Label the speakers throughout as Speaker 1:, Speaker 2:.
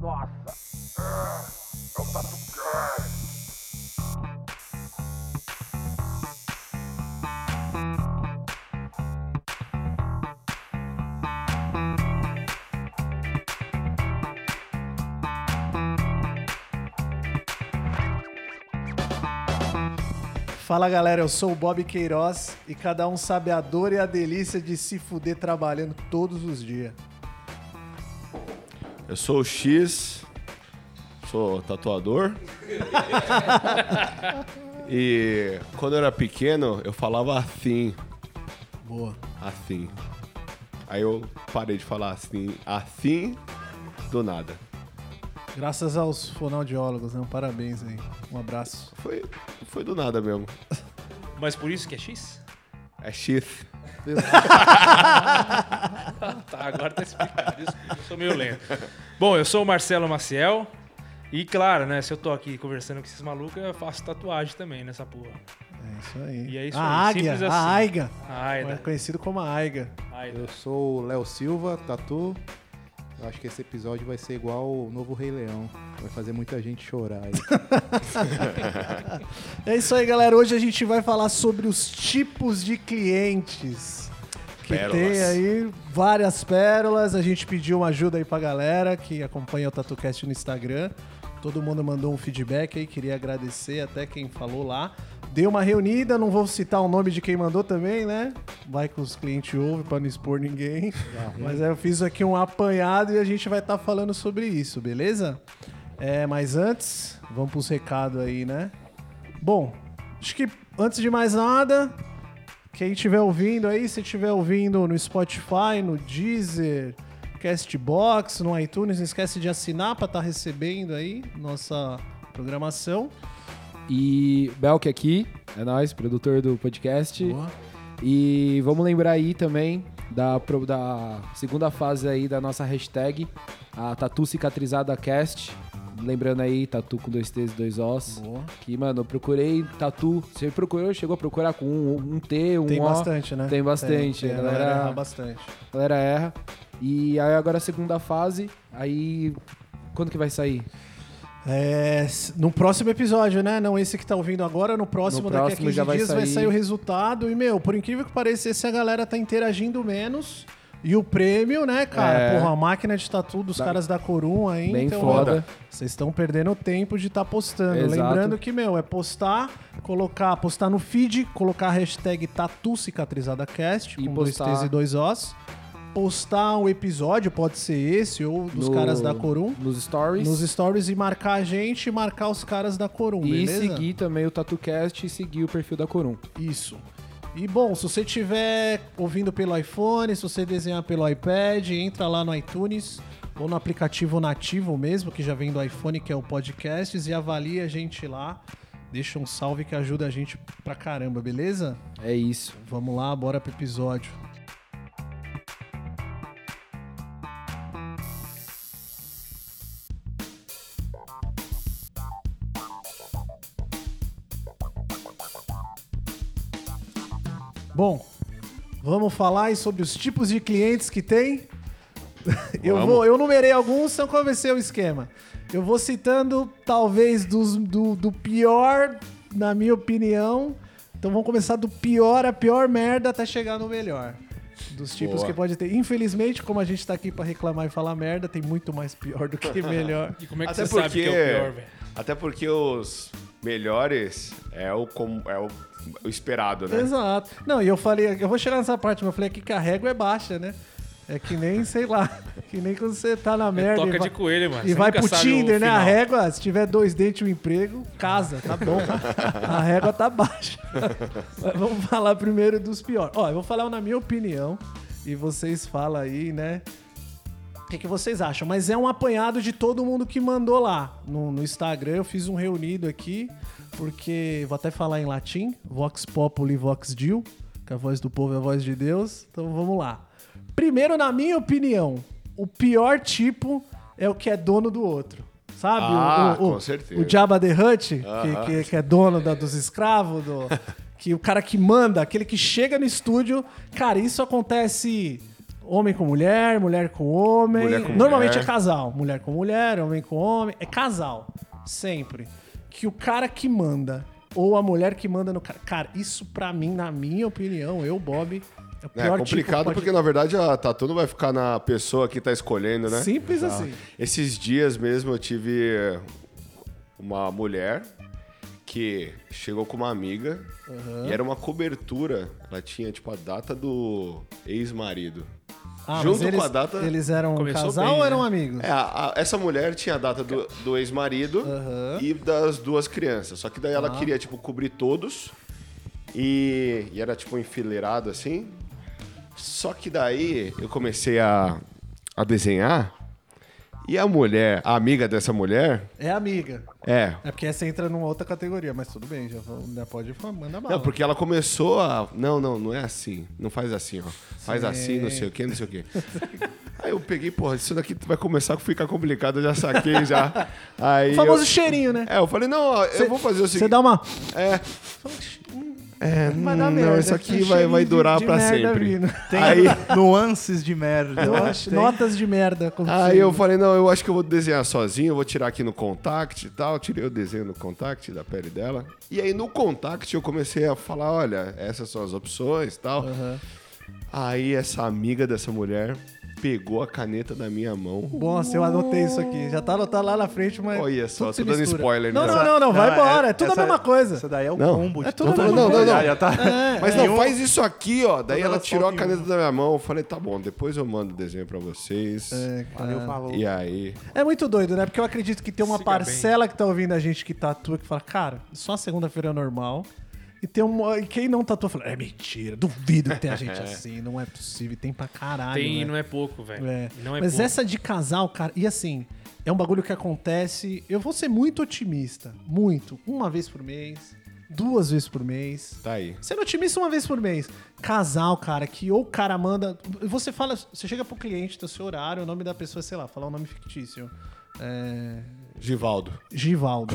Speaker 1: Nossa!
Speaker 2: Fala galera, eu sou o Bob Queiroz e cada um sabe a dor e a delícia de se fuder trabalhando todos os dias.
Speaker 3: Eu sou o X, sou tatuador. e quando eu era pequeno, eu falava assim,
Speaker 2: Boa.
Speaker 3: assim. Aí eu parei de falar assim, assim, do nada.
Speaker 2: Graças aos fonoaudiólogos, né? Parabéns aí. Um abraço.
Speaker 3: Foi, foi do nada mesmo.
Speaker 4: Mas por isso que é X?
Speaker 3: É X.
Speaker 4: Tá, agora tá explicado. Isso, eu sou meio lento. Bom, eu sou o Marcelo Maciel. E claro, né? Se eu tô aqui conversando com esses malucos, eu faço tatuagem também nessa porra.
Speaker 2: É isso aí.
Speaker 4: E é isso
Speaker 2: a
Speaker 4: aí,
Speaker 2: Águia,
Speaker 4: simples
Speaker 2: a
Speaker 4: assim.
Speaker 2: Aiga.
Speaker 4: Aida.
Speaker 2: Conhecido como a Aiga.
Speaker 4: Aida.
Speaker 5: Eu sou o Léo Silva, Tatu. Eu acho que esse episódio vai ser igual o novo Rei Leão. Vai fazer muita gente chorar. aí.
Speaker 2: É isso aí, galera. Hoje a gente vai falar sobre os tipos de clientes. Que
Speaker 3: Pérolas.
Speaker 2: tem aí várias pérolas. A gente pediu uma ajuda aí pra galera que acompanha o TatuCast no Instagram. Todo mundo mandou um feedback aí, queria agradecer até quem falou lá. Deu uma reunida, não vou citar o nome de quem mandou também, né? Vai que os clientes ouvem pra não expor ninguém. Mas eu fiz aqui um apanhado e a gente vai estar falando sobre isso, beleza? É, mas antes, vamos pros recados aí, né? Bom, acho que antes de mais nada, quem estiver ouvindo aí, se estiver ouvindo no Spotify, no Deezer, Castbox, no iTunes, não esquece de assinar para estar recebendo aí nossa programação.
Speaker 6: E Belk aqui, é nós, produtor do podcast. E vamos lembrar aí também da, pro- da segunda fase aí da nossa hashtag, a Tatu Cicatrizada Cast. Lembrando aí, Tatu com dois T's e dois Os.
Speaker 2: Boa.
Speaker 6: Que, mano, eu procurei Tatu. Você procurou, chegou a procurar com um, um T, um
Speaker 2: Tem
Speaker 6: O.
Speaker 2: bastante, né?
Speaker 6: Tem bastante,
Speaker 2: Tem, tem, a
Speaker 6: galera.
Speaker 2: galera erra bastante.
Speaker 6: A galera erra. E aí agora a segunda fase, aí... Quando que vai sair?
Speaker 2: É, s- no próximo episódio, né? Não esse que tá ouvindo agora, no próximo,
Speaker 6: No
Speaker 2: daqui a
Speaker 6: próximo
Speaker 2: 15
Speaker 6: já vai
Speaker 2: dias vai
Speaker 6: sair.
Speaker 2: sair o resultado. E, meu, por incrível que pareça, esse a galera tá interagindo menos. E o prêmio, né, cara?
Speaker 6: É.
Speaker 2: Porra, a máquina de tatu dos caras da Corum aí.
Speaker 6: Bem
Speaker 2: então,
Speaker 6: foda.
Speaker 2: Vocês estão perdendo o tempo de estar postando.
Speaker 6: Exato.
Speaker 2: Lembrando que, meu, é postar, colocar, postar no feed, colocar a hashtag tatu cicatrizadacast,
Speaker 6: E
Speaker 2: com dois
Speaker 6: postar-
Speaker 2: T's e dois Os. Postar o episódio, pode ser esse, ou dos
Speaker 6: No-
Speaker 2: caras da Corum.
Speaker 6: Nos stories.
Speaker 2: Nos stories e marcar a gente e marcar os caras da Corum,
Speaker 6: E
Speaker 2: beleza?
Speaker 6: seguir também o TatuCast e seguir o perfil da Corum.
Speaker 2: Isso. E bom, se você estiver ouvindo pelo iPhone, se você desenhar pelo iPad, entra lá no iTunes ou no aplicativo nativo mesmo, que já vem do iPhone, que é o Podcasts, e avalia a gente lá. Deixa um salve que ajuda a gente pra caramba, beleza?
Speaker 6: É isso.
Speaker 2: Vamos lá, bora pro episódio. Bom, vamos falar aí sobre os tipos de clientes que tem. Eu,
Speaker 3: Vamos.
Speaker 2: vou, eu numerei alguns, só pra ver se é o esquema. Eu vou citando, talvez, dos- do, do pior, na minha opinião. Então vamos começar do pior, a pior merda, até chegar no melhor. Dos tipos
Speaker 3: Boa.
Speaker 2: que pode ter. Infelizmente, como a gente tá aqui pra reclamar e falar merda, tem muito mais pior do que melhor.
Speaker 4: E como é que
Speaker 3: Até
Speaker 4: você sabe que é o
Speaker 3: porque-
Speaker 4: pior, velho?
Speaker 3: Até porque os melhores é o, com- é o, o esperado,
Speaker 4: É.
Speaker 3: né?
Speaker 2: Exato. Não, e eu falei, eu vou chegar nessa parte, mas eu falei que carrego é baixa, né? É que nem, sei lá, que nem quando você tá na merda.
Speaker 4: É toca
Speaker 2: e vai,
Speaker 4: de coelho, mano.
Speaker 2: E
Speaker 4: Você
Speaker 2: vai
Speaker 4: nunca
Speaker 2: pro
Speaker 4: sabe o
Speaker 2: Tinder, né? A
Speaker 4: final.
Speaker 2: régua, se tiver dois dentes e um emprego, casa, tá bom. a régua tá baixa. Mas vamos falar primeiro dos piores. Ó, eu vou falar na minha opinião, e vocês falam aí, né? O que, que vocês acham? Mas é um apanhado de todo mundo que mandou lá no, no Instagram. Eu fiz um reunido aqui, porque vou até falar em latim: Vox Populi, Vox Dil, que a voz do povo é a voz de Deus. Então vamos lá. Primeiro, na minha opinião, o pior tipo é o que é dono do outro. Sabe? O-
Speaker 3: Ah,
Speaker 2: o, o,
Speaker 3: com certeza.
Speaker 2: O Jabba the Hutt, que-
Speaker 3: Aham.
Speaker 2: que, que é dono da- dos escravos, do- que o cara que manda, aquele que chega no estúdio. Cara, isso acontece Homem com mulher, mulher com homem.
Speaker 3: Mulher com
Speaker 2: Normalmente
Speaker 3: mulher.
Speaker 2: é casal. Mulher com mulher, homem com homem. É casal. Sempre. Que o cara que manda, ou a mulher que manda no cara. Cara, isso pra mim, na minha opinião, eu, Bob, é o
Speaker 3: É
Speaker 2: pior
Speaker 3: complicado
Speaker 2: tipo
Speaker 3: porque, na verdade, a tatu não vai ficar na pessoa que tá escolhendo, né?
Speaker 2: Simples assim.
Speaker 3: Esses dias mesmo eu tive eh, uma mulher que chegou com uma amiga e era uma cobertura. Ela tinha, tipo, a data do ex-marido.
Speaker 2: Ah, mas
Speaker 3: Junto com
Speaker 2: eles,
Speaker 3: a data.
Speaker 2: Eles eram um
Speaker 4: Começou
Speaker 2: casal
Speaker 4: bem,
Speaker 2: ou eram
Speaker 4: né?
Speaker 2: amigos?
Speaker 3: É, a- a- essa mulher tinha a data do, do ex-marido e das duas crianças. Só que daí ela queria, tipo, cobrir todos. E, e era, tipo, enfileirado assim. Só que daí eu comecei a, a desenhar. E a mulher, a amiga dessa mulher,
Speaker 2: É amiga.
Speaker 3: é.
Speaker 2: É porque essa entra numa outra categoria, mas tudo bem, já, vou- já pode fa- manda bala.
Speaker 3: Não, porque ela começou a. Não, não, não é assim. Não faz assim, ó. Faz assim, não sei o quê, não sei o quê. Aí eu peguei, porra, isso daqui vai começar a ficar complicado, eu já saquei já. Aí
Speaker 2: O famoso
Speaker 3: eu-
Speaker 2: cheirinho, né?
Speaker 3: É, eu falei, não, ó, eu vou fazer o
Speaker 2: Você
Speaker 3: seguinte.
Speaker 2: dá uma.
Speaker 3: É, é
Speaker 2: Vai dar
Speaker 3: não,
Speaker 2: merda,
Speaker 3: isso
Speaker 2: tem
Speaker 3: aqui vai, vai
Speaker 2: cheirinho de-
Speaker 3: durar
Speaker 2: de
Speaker 3: pra
Speaker 2: merda
Speaker 3: sempre.
Speaker 2: vindo.
Speaker 1: Tem
Speaker 3: Aí,
Speaker 1: nuances de merda.
Speaker 2: Notas-
Speaker 1: Tem.
Speaker 2: Notas de merda. acontecendo.
Speaker 3: aí eu falei, não, eu acho que eu vou desenhar sozinho, eu vou tirar aqui no contact e tal. Tirei o desenho no contact da pele dela. E aí no contact eu comecei a falar, olha, essas são as opções e tal. Aí essa amiga dessa mulher pegou a caneta da minha mão.
Speaker 2: Nossa, eu anotei isso aqui. Já tá anotado lá na frente, mas.
Speaker 3: Olha só,
Speaker 2: tudo se
Speaker 3: tô dando
Speaker 2: mistura.
Speaker 3: spoiler,
Speaker 2: Não,
Speaker 3: né?
Speaker 2: não, não, não, vai embora. É tudo
Speaker 1: essa-
Speaker 2: a mesma
Speaker 1: Essa
Speaker 2: coisa.
Speaker 1: daí é o
Speaker 3: Não,
Speaker 1: combo.
Speaker 2: é
Speaker 1: de
Speaker 2: tudo
Speaker 1: todo
Speaker 2: a mesma
Speaker 1: mundo.
Speaker 2: coisa.
Speaker 1: Já, já tá.
Speaker 2: é
Speaker 3: Mas
Speaker 1: E
Speaker 3: não,
Speaker 1: um-
Speaker 3: faz isso aqui, ó. Daí
Speaker 1: Toda
Speaker 3: ela
Speaker 1: ela
Speaker 3: tirou a
Speaker 1: solta em
Speaker 2: né?
Speaker 3: caneta da minha mão. Eu falei, tá bom, depois eu mando o desenho pra vocês.
Speaker 2: É,
Speaker 1: Valeu,
Speaker 2: cara.
Speaker 1: falou.
Speaker 3: E aí,
Speaker 2: É muito doido, né? Porque eu acredito que tem uma
Speaker 4: Siga
Speaker 2: parcela que tá ouvindo a gente que tatua que fala, cara, só a segunda-feira é normal. E tem uma. E quem não tatua fala, é mentira, duvido que tenha gente assim, não é possível. e Tem pra caralho.
Speaker 4: Tem e
Speaker 2: né?
Speaker 4: não é pouco, velho.
Speaker 2: É.
Speaker 4: Não é
Speaker 2: Mas
Speaker 4: pouco.
Speaker 2: essa de casal, cara, e assim, é um bagulho que acontece. Eu vou ser muito otimista. Muito. Uma vez por mês, duas vezes por mês.
Speaker 3: tá aí.
Speaker 2: Sendo otimista uma vez por mês. Casal, cara, que ou o cara manda. Você fala. Você chega pro cliente do seu horário, o nome da pessoa, sei lá, falar um nome fictício. É.
Speaker 3: Givaldo.
Speaker 2: Givaldo.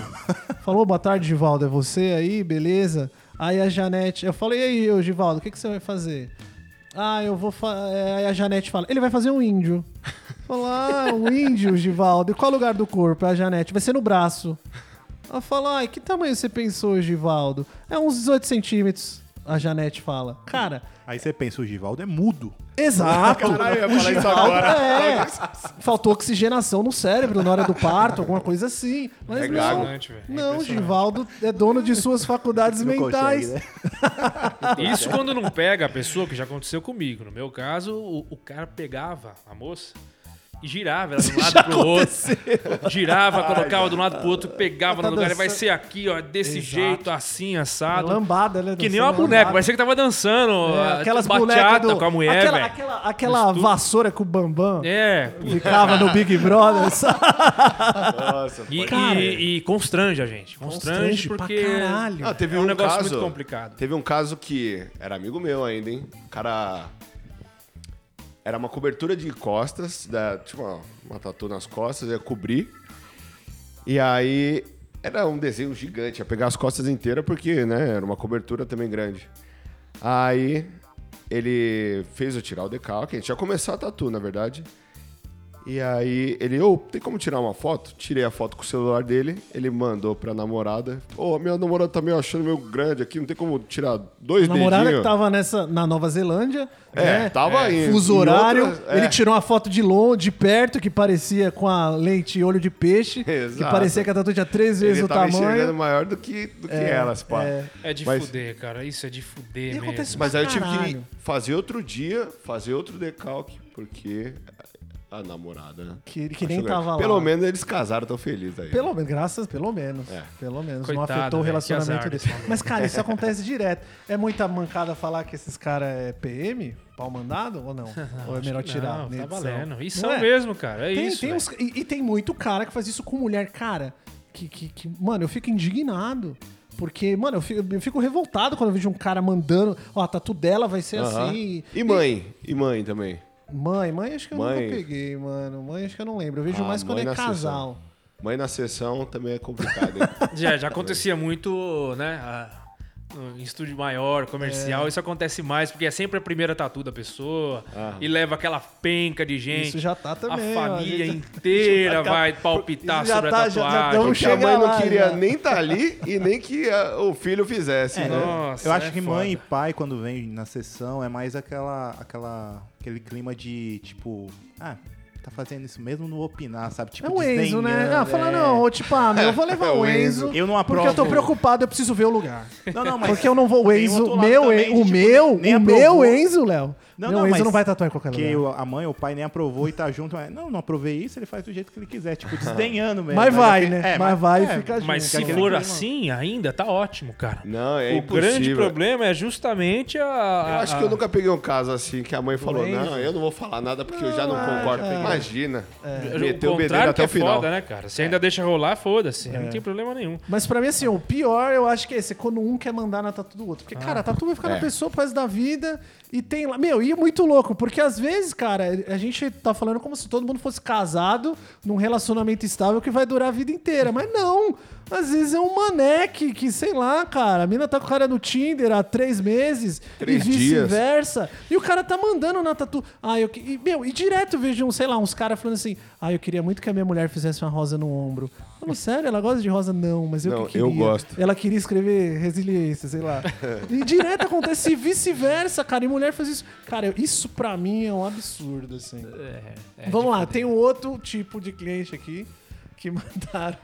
Speaker 2: Falou, boa tarde, Givaldo. É você aí, beleza? Aí a Janete. Eu falei, e aí, ô, Givaldo, o que, que você vai fazer? Ah, eu vou. Fa... é, Aí a Janete fala, ele vai fazer um índio. Fala, ah, um índio, Givaldo. E qual lugar do corpo? A Janete. Vai ser no braço. Ela fala, ai, que tamanho você pensou, Givaldo? É uns 18 centímetros. A Janete fala, cara,
Speaker 1: Aí você pensa, o Givaldo é mudo.
Speaker 2: exato.
Speaker 3: Caralho, eu ia falar isso agora.
Speaker 2: É, faltou oxigenação no cérebro na hora do parto, alguma coisa assim. Mas
Speaker 3: É
Speaker 2: não,
Speaker 3: gago.
Speaker 4: Impressionante, velho. É
Speaker 2: não,
Speaker 4: impressionante.
Speaker 2: Givaldo é dono de suas faculdades
Speaker 1: Não
Speaker 2: mentais.
Speaker 1: consegue, né?
Speaker 4: Isso quando não pega a pessoa, que já aconteceu comigo. No meu caso, o, o cara pegava a moça e girava ela de um lado pro outro. Girava, colocava de um lado pro outro, pegava
Speaker 2: Ela tá
Speaker 4: no lugar. Ele vai
Speaker 2: dançando.
Speaker 4: ser aqui, ó, desse
Speaker 2: Exato.
Speaker 4: jeito, assim,
Speaker 2: É
Speaker 4: assado.
Speaker 2: Lambada, né?
Speaker 4: Que nem
Speaker 2: Dançando
Speaker 4: uma boneca,
Speaker 2: lambada.
Speaker 4: parecia que tava dançando.
Speaker 2: É,
Speaker 4: ó,
Speaker 2: aquelas bonecas
Speaker 4: bateata
Speaker 2: do...
Speaker 4: com a mulher,
Speaker 2: Aquela,
Speaker 4: velho.
Speaker 2: aquela, aquela
Speaker 4: estúdio.
Speaker 2: vassoura com o Bambam
Speaker 4: É,
Speaker 2: ficava no Big Brother, sabe?
Speaker 4: e,
Speaker 2: Cara.
Speaker 4: e- e constrange a gente. Constrange,
Speaker 2: Constrange pra
Speaker 4: porque.
Speaker 2: caralho.
Speaker 3: Ah, teve
Speaker 4: É um
Speaker 3: um,
Speaker 4: negócio
Speaker 3: caso,
Speaker 4: muito complicado.
Speaker 3: Teve um caso que era amigo meu ainda, hein? O cara. Era uma cobertura de costas, da, tipo uma, uma tatu nas costas, ia cobrir. E aí era um desenho gigante, ia pegar as costas inteiras, porque né, era uma cobertura também grande. Aí ele fez eu tirar o decalque, a gente ia começar a tatu, na verdade. E aí ele, ô, tem como tirar uma foto? Tirei a foto com o celular dele, ele mandou pra namorada. Ô, minha namorada tá meio achando meio grande aqui, não tem como tirar dois
Speaker 2: A namorada que tá
Speaker 3: dedinhos.
Speaker 2: tava nessa, na Nova Zelândia.
Speaker 3: É,
Speaker 2: né?
Speaker 3: tava aí.
Speaker 2: Fuso
Speaker 3: Em
Speaker 2: horário,
Speaker 3: outras- é.
Speaker 2: ele tirou uma foto de longe, de perto, que parecia com a lente olho de peixe, que
Speaker 3: Exato.
Speaker 2: parecia que a tatu tinha três vezes
Speaker 3: Ele
Speaker 2: o
Speaker 3: tava enxergando
Speaker 2: tamanho.
Speaker 3: maior do que, do que elas, pá.
Speaker 4: É de
Speaker 3: Mas-
Speaker 4: fuder, cara. Isso é de fuder, mesmo.
Speaker 2: acontece
Speaker 3: Mas aí eu tive
Speaker 2: Caralho.
Speaker 3: que fazer outro dia, fazer outro decalque, porque a namorada. né?
Speaker 2: Que, que nem
Speaker 3: Achou grande.
Speaker 2: tava lá.
Speaker 3: Pelo menos eles casaram, tão felizes aí.
Speaker 2: Pelo menos, graças, pelo menos.
Speaker 3: É.
Speaker 2: Pelo menos.
Speaker 4: Coitado,
Speaker 2: não afetou o
Speaker 4: velho, que
Speaker 2: relacionamento
Speaker 4: azar
Speaker 2: dele.
Speaker 4: desse maluco.
Speaker 2: Mas, cara, isso acontece direto. É muita mancada falar que esses caras é PM, pau mandado ou não? ou é melhor tirar? na
Speaker 4: Não, tá
Speaker 2: edição?
Speaker 4: valendo. E
Speaker 2: Não
Speaker 4: são
Speaker 2: é?
Speaker 4: mesmo, cara. É
Speaker 2: Tem,
Speaker 4: isso.
Speaker 2: tem
Speaker 4: velho.
Speaker 2: uns- e, e tem muito cara que faz isso com mulher, cara. Que, que, que- mano, eu fico indignado. Porque, mano, eu fico, eu fico revoltado quando eu vejo um cara mandando. Ó, a tatu dela vai ser
Speaker 3: Aham.
Speaker 2: assim.
Speaker 3: E mãe? E mãe também.
Speaker 2: Mãe, mãe acho que eu
Speaker 3: Mãe.
Speaker 2: nunca peguei, mano. Mãe acho que eu não lembro. Eu vejo
Speaker 3: Ah,
Speaker 2: mais quando
Speaker 3: mãe
Speaker 2: é
Speaker 3: na
Speaker 2: casal.
Speaker 3: Mãe na sessão também é complicado, hein?
Speaker 4: Já, já acontecia muito, né? a- em estúdio maior, comercial, isso acontece mais, porque é sempre a primeira tatu da pessoa e leva aquela penca de gente.
Speaker 2: Isso já tá também,
Speaker 4: A
Speaker 2: ó,
Speaker 4: família
Speaker 2: gente.
Speaker 4: inteira
Speaker 2: Já tá-
Speaker 4: vai palpitar
Speaker 2: já
Speaker 4: sobre
Speaker 2: tá- já-
Speaker 4: a
Speaker 2: já
Speaker 4: tatuagem.
Speaker 2: tão
Speaker 3: Porque a mãe
Speaker 2: Chega
Speaker 3: não
Speaker 2: lá, né?
Speaker 3: queria
Speaker 2: já.
Speaker 3: nem estar ali e nem que ah, o filho fizesse, né?
Speaker 4: Nossa,
Speaker 1: Eu acho
Speaker 4: é
Speaker 1: que mãe e
Speaker 4: foda.
Speaker 1: pai, quando vem na sessão, é mais aquela, aquela, aquele clima de, tipo, ah, tá fazendo isso mesmo, não vou opinar, sabe? Tipo,
Speaker 2: é o Enzo, né? Ah,
Speaker 1: desdenhando,
Speaker 2: fala,
Speaker 1: é.
Speaker 2: não, ô, tipo, ah, meu, eu vou levar o
Speaker 3: O
Speaker 2: Enzo.
Speaker 3: Enzo.
Speaker 1: Eu não
Speaker 2: Porque eu tô
Speaker 1: aprovo.
Speaker 2: preocupado, eu preciso ver o lugar.
Speaker 1: Não, não, mas
Speaker 2: Porque eu não vou. O
Speaker 1: tem
Speaker 2: Enzo,
Speaker 1: outro lado
Speaker 2: meu,
Speaker 1: também
Speaker 2: En-
Speaker 1: de,
Speaker 2: o
Speaker 1: tipo,
Speaker 2: meu,
Speaker 1: nem
Speaker 2: o meu
Speaker 1: aprovou.
Speaker 2: Enzo, Léo.
Speaker 1: Não,
Speaker 2: Meu
Speaker 1: não,
Speaker 2: Enzo
Speaker 1: mas
Speaker 2: não vai tatuar em qualquer
Speaker 1: que
Speaker 2: lugar.
Speaker 1: o- a mãe ou o pai nem aprovou e tá junto. Mas, não, não aprovei isso, ele faz do jeito que ele quiser, tipo, desdenhando mesmo.
Speaker 2: Mas vai, né?
Speaker 1: É,
Speaker 2: mas vai e fica
Speaker 4: Mas
Speaker 2: junto.
Speaker 4: se for assim, ainda tá ótimo, cara.
Speaker 3: Não, é
Speaker 4: o
Speaker 3: impossível.
Speaker 4: grande problema é justamente a.
Speaker 3: Eu acho que eu nunca peguei um caso assim que a mãe falou: Não, eu não vou falar nada porque eu já não concordo. Imagina. Meteu o bedelho
Speaker 4: contrário que
Speaker 3: até
Speaker 4: é
Speaker 3: o final.
Speaker 4: foda, né, cara? Você ainda deixa rolar, foda-se. Não tem problema nenhum.
Speaker 2: Mas pra mim, assim, o pior eu acho que é esse, quando um quer mandar na tatu do outro. Porque, cara, a tatu vai ficar na
Speaker 3: É.
Speaker 2: pessoa faz da vida e tem lá. Meu, e é muito louco, porque às vezes, cara, a gente tá falando como se todo mundo fosse casado num relacionamento estável que vai durar a vida inteira. Mas não! Às vezes é um maneque que, sei lá, cara, a mina tá com o cara no Tinder há três meses
Speaker 3: Três
Speaker 2: e
Speaker 3: dias.
Speaker 2: vice-versa conversa e o cara tá mandando na tatu. Ah, eu. que- E, meu, e direto eu vejo, um, sei lá, uns caras falando assim: Ah, eu queria muito que a minha mulher fizesse uma rosa no ombro. Falando, sério, ela gosta de rosa? Não, mas eu
Speaker 3: Não,
Speaker 2: que queria.
Speaker 3: eu gosto.
Speaker 2: Ela queria escrever resiliência, sei lá. e direto acontece e vice-versa, cara. E mulher faz isso. Cara, eu- isso pra mim é um absurdo, assim.
Speaker 4: É,
Speaker 2: Vamos lá, tem um outro tipo de cliente aqui que mandaram,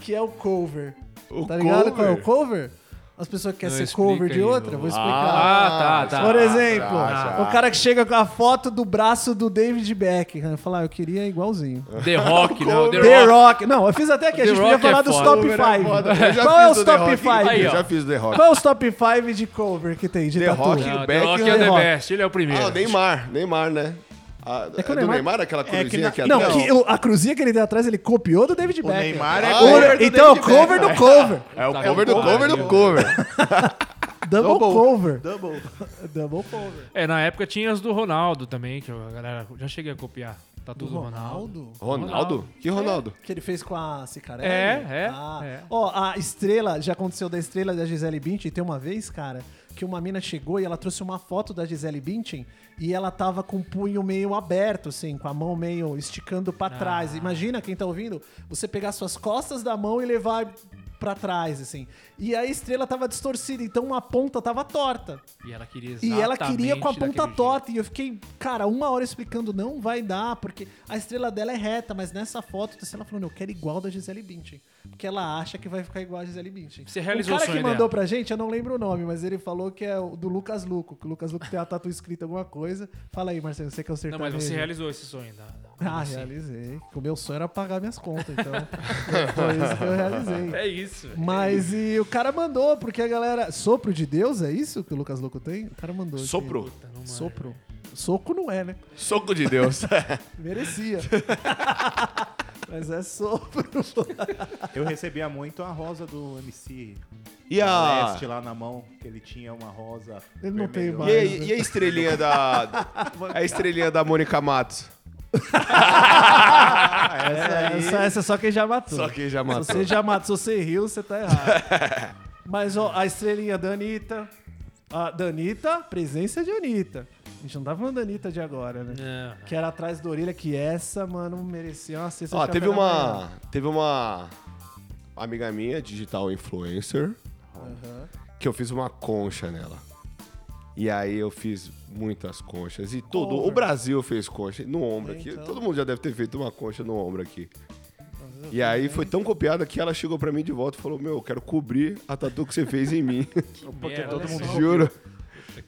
Speaker 2: que é o cover.
Speaker 3: O
Speaker 2: tá ligado qual é o
Speaker 3: cover?
Speaker 2: cover? As pessoas que querem
Speaker 4: Não,
Speaker 2: ser cover
Speaker 4: explica
Speaker 2: de
Speaker 4: aí,
Speaker 2: outra?
Speaker 4: ô.
Speaker 2: Vou explicar.
Speaker 4: Ah, tá, tá.
Speaker 2: Por exemplo,
Speaker 3: já, já.
Speaker 2: o cara que chega com a foto do braço do David Beckham. Falar, eu queria igualzinho.
Speaker 4: The Rock, não. The,
Speaker 2: The
Speaker 4: Rock.
Speaker 2: Rock. Não, eu fiz até aqui. A
Speaker 4: The
Speaker 2: gente podia
Speaker 4: Rock é
Speaker 2: falar dos
Speaker 4: foda.
Speaker 2: top
Speaker 3: Cover é foda.
Speaker 2: 5.
Speaker 3: Eu já
Speaker 2: Qual é
Speaker 3: fiz
Speaker 2: os
Speaker 3: do The
Speaker 2: top
Speaker 3: Rock.
Speaker 2: 5?
Speaker 4: Aí,
Speaker 3: Eu
Speaker 4: ó.
Speaker 3: já fiz o The Rock.
Speaker 2: Qual é os top 5 de cover que tem, de
Speaker 3: The
Speaker 2: tatu?
Speaker 3: Rock.
Speaker 4: Não, The
Speaker 3: Beck e
Speaker 4: Rock é o
Speaker 2: The
Speaker 4: The
Speaker 2: Rock.
Speaker 4: best. Ele é o primeiro.
Speaker 3: Ah, o Neymar. Neymar, né? Ah, é
Speaker 2: que o
Speaker 3: do
Speaker 2: Neymar-
Speaker 3: Neymar, aquela
Speaker 1: que
Speaker 3: cruzinha
Speaker 1: na-
Speaker 3: aqui
Speaker 2: Não,
Speaker 3: atrás?
Speaker 2: que o- a cruzinha que ele deu atrás, ele copiou do David
Speaker 1: O
Speaker 2: Beckham.
Speaker 1: Neymar é
Speaker 3: Ah,
Speaker 1: cover.
Speaker 3: é.
Speaker 2: Cover- então, o cover do cover.
Speaker 3: É o cover do cover
Speaker 2: Tá
Speaker 3: do cover.
Speaker 2: Double, cover.
Speaker 1: Double.
Speaker 2: Double cover.
Speaker 4: É, na época tinha as do Ronaldo também, que a galera já cheguei a copiar. Tá tudo Ronaldo.
Speaker 3: Ronaldo? Que Ronaldo?
Speaker 2: Que ele fez com a Cicarelli?
Speaker 4: É, é,
Speaker 2: Ah.
Speaker 4: é.
Speaker 2: Ó, a estrela, já aconteceu da estrela da Gisele Bündchen, tem uma vez, cara, que uma mina chegou e ela trouxe uma foto da Gisele Bündchen e ela tava com o punho meio aberto, assim, com a mão meio esticando pra
Speaker 4: Ah.
Speaker 2: trás. Imagina, quem tá ouvindo, você pegar suas costas da mão e levar pra trás, assim. E a estrela tava distorcida, então uma ponta tava torta.
Speaker 4: E ela queria
Speaker 2: E ela queria com a
Speaker 4: exatamente
Speaker 2: ponta
Speaker 4: daquele
Speaker 2: torta. E eu fiquei, cara, uma hora explicando, não vai dar, porque a estrela dela é reta, mas nessa foto, tá, ela falando, eu quero igual da Gisele Bündchen. Porque ela acha que vai ficar igual a Gisele Bündchen.
Speaker 4: Você realizou
Speaker 2: o cara
Speaker 4: o
Speaker 2: que
Speaker 4: sonho
Speaker 2: mandou
Speaker 4: dela.
Speaker 2: pra gente, eu não lembro o nome, mas ele falou que é o do Lucas Luco. Que o Lucas Luco tem a tatu escrita alguma coisa. Fala aí, Marcelo, você que é o
Speaker 4: jeito. Não,
Speaker 2: sertanejo.
Speaker 4: mas você realizou esse sonho. né? assim? Da,
Speaker 2: Ah, realizei. Porque O meu sonho era pagar minhas contas, então foi isso que eu realizei.
Speaker 4: É isso. velho.
Speaker 2: Mas e o cara mandou, porque a galera. Sopro de Deus, é isso que o Lucas Louco tem? O cara mandou. aqui.
Speaker 3: É. Sopro.
Speaker 4: Puta, não mano.
Speaker 2: Sopro. Soco não é, né?
Speaker 3: Soco de Deus.
Speaker 2: Merecia. Mas é sopro.
Speaker 1: Eu recebia muito a rosa do MC
Speaker 3: E a.
Speaker 1: Leste lá na mão, que ele tinha uma rosa.
Speaker 2: Ele não tem
Speaker 3: E
Speaker 1: vermelhona.
Speaker 3: a, e a estrelinha da. A estrelinha da Mônica Matos.
Speaker 2: Essa, essa, essa é só quem já matou.
Speaker 3: Só quem já
Speaker 2: Se
Speaker 3: matou.
Speaker 2: você já matou, se você riu, você tá errado. Mas ó, a estrelinha da Anitta. A da Anitta, presença de Anitta. A gente não tá falando da Anitta de agora, né?
Speaker 4: Não, não.
Speaker 2: Que era atrás da orelha, que essa, mano, merecia uma cesta
Speaker 3: Ó,
Speaker 2: de café
Speaker 3: teve
Speaker 2: da manhã.
Speaker 3: uma. Teve uma amiga minha, digital influencer, que eu fiz uma concha nela. E aí eu fiz muitas conchas. E todo. O
Speaker 2: Cover.
Speaker 3: Brasil fez concha no ombro aqui.
Speaker 2: Então.
Speaker 3: Todo mundo já deve ter feito uma concha no ombro aqui. E aí foi tão copiada que ela chegou pra mim de volta e falou: Meu, eu quero cobrir a tatu que você fez em mim.
Speaker 4: Merda, olha só.
Speaker 3: Juro.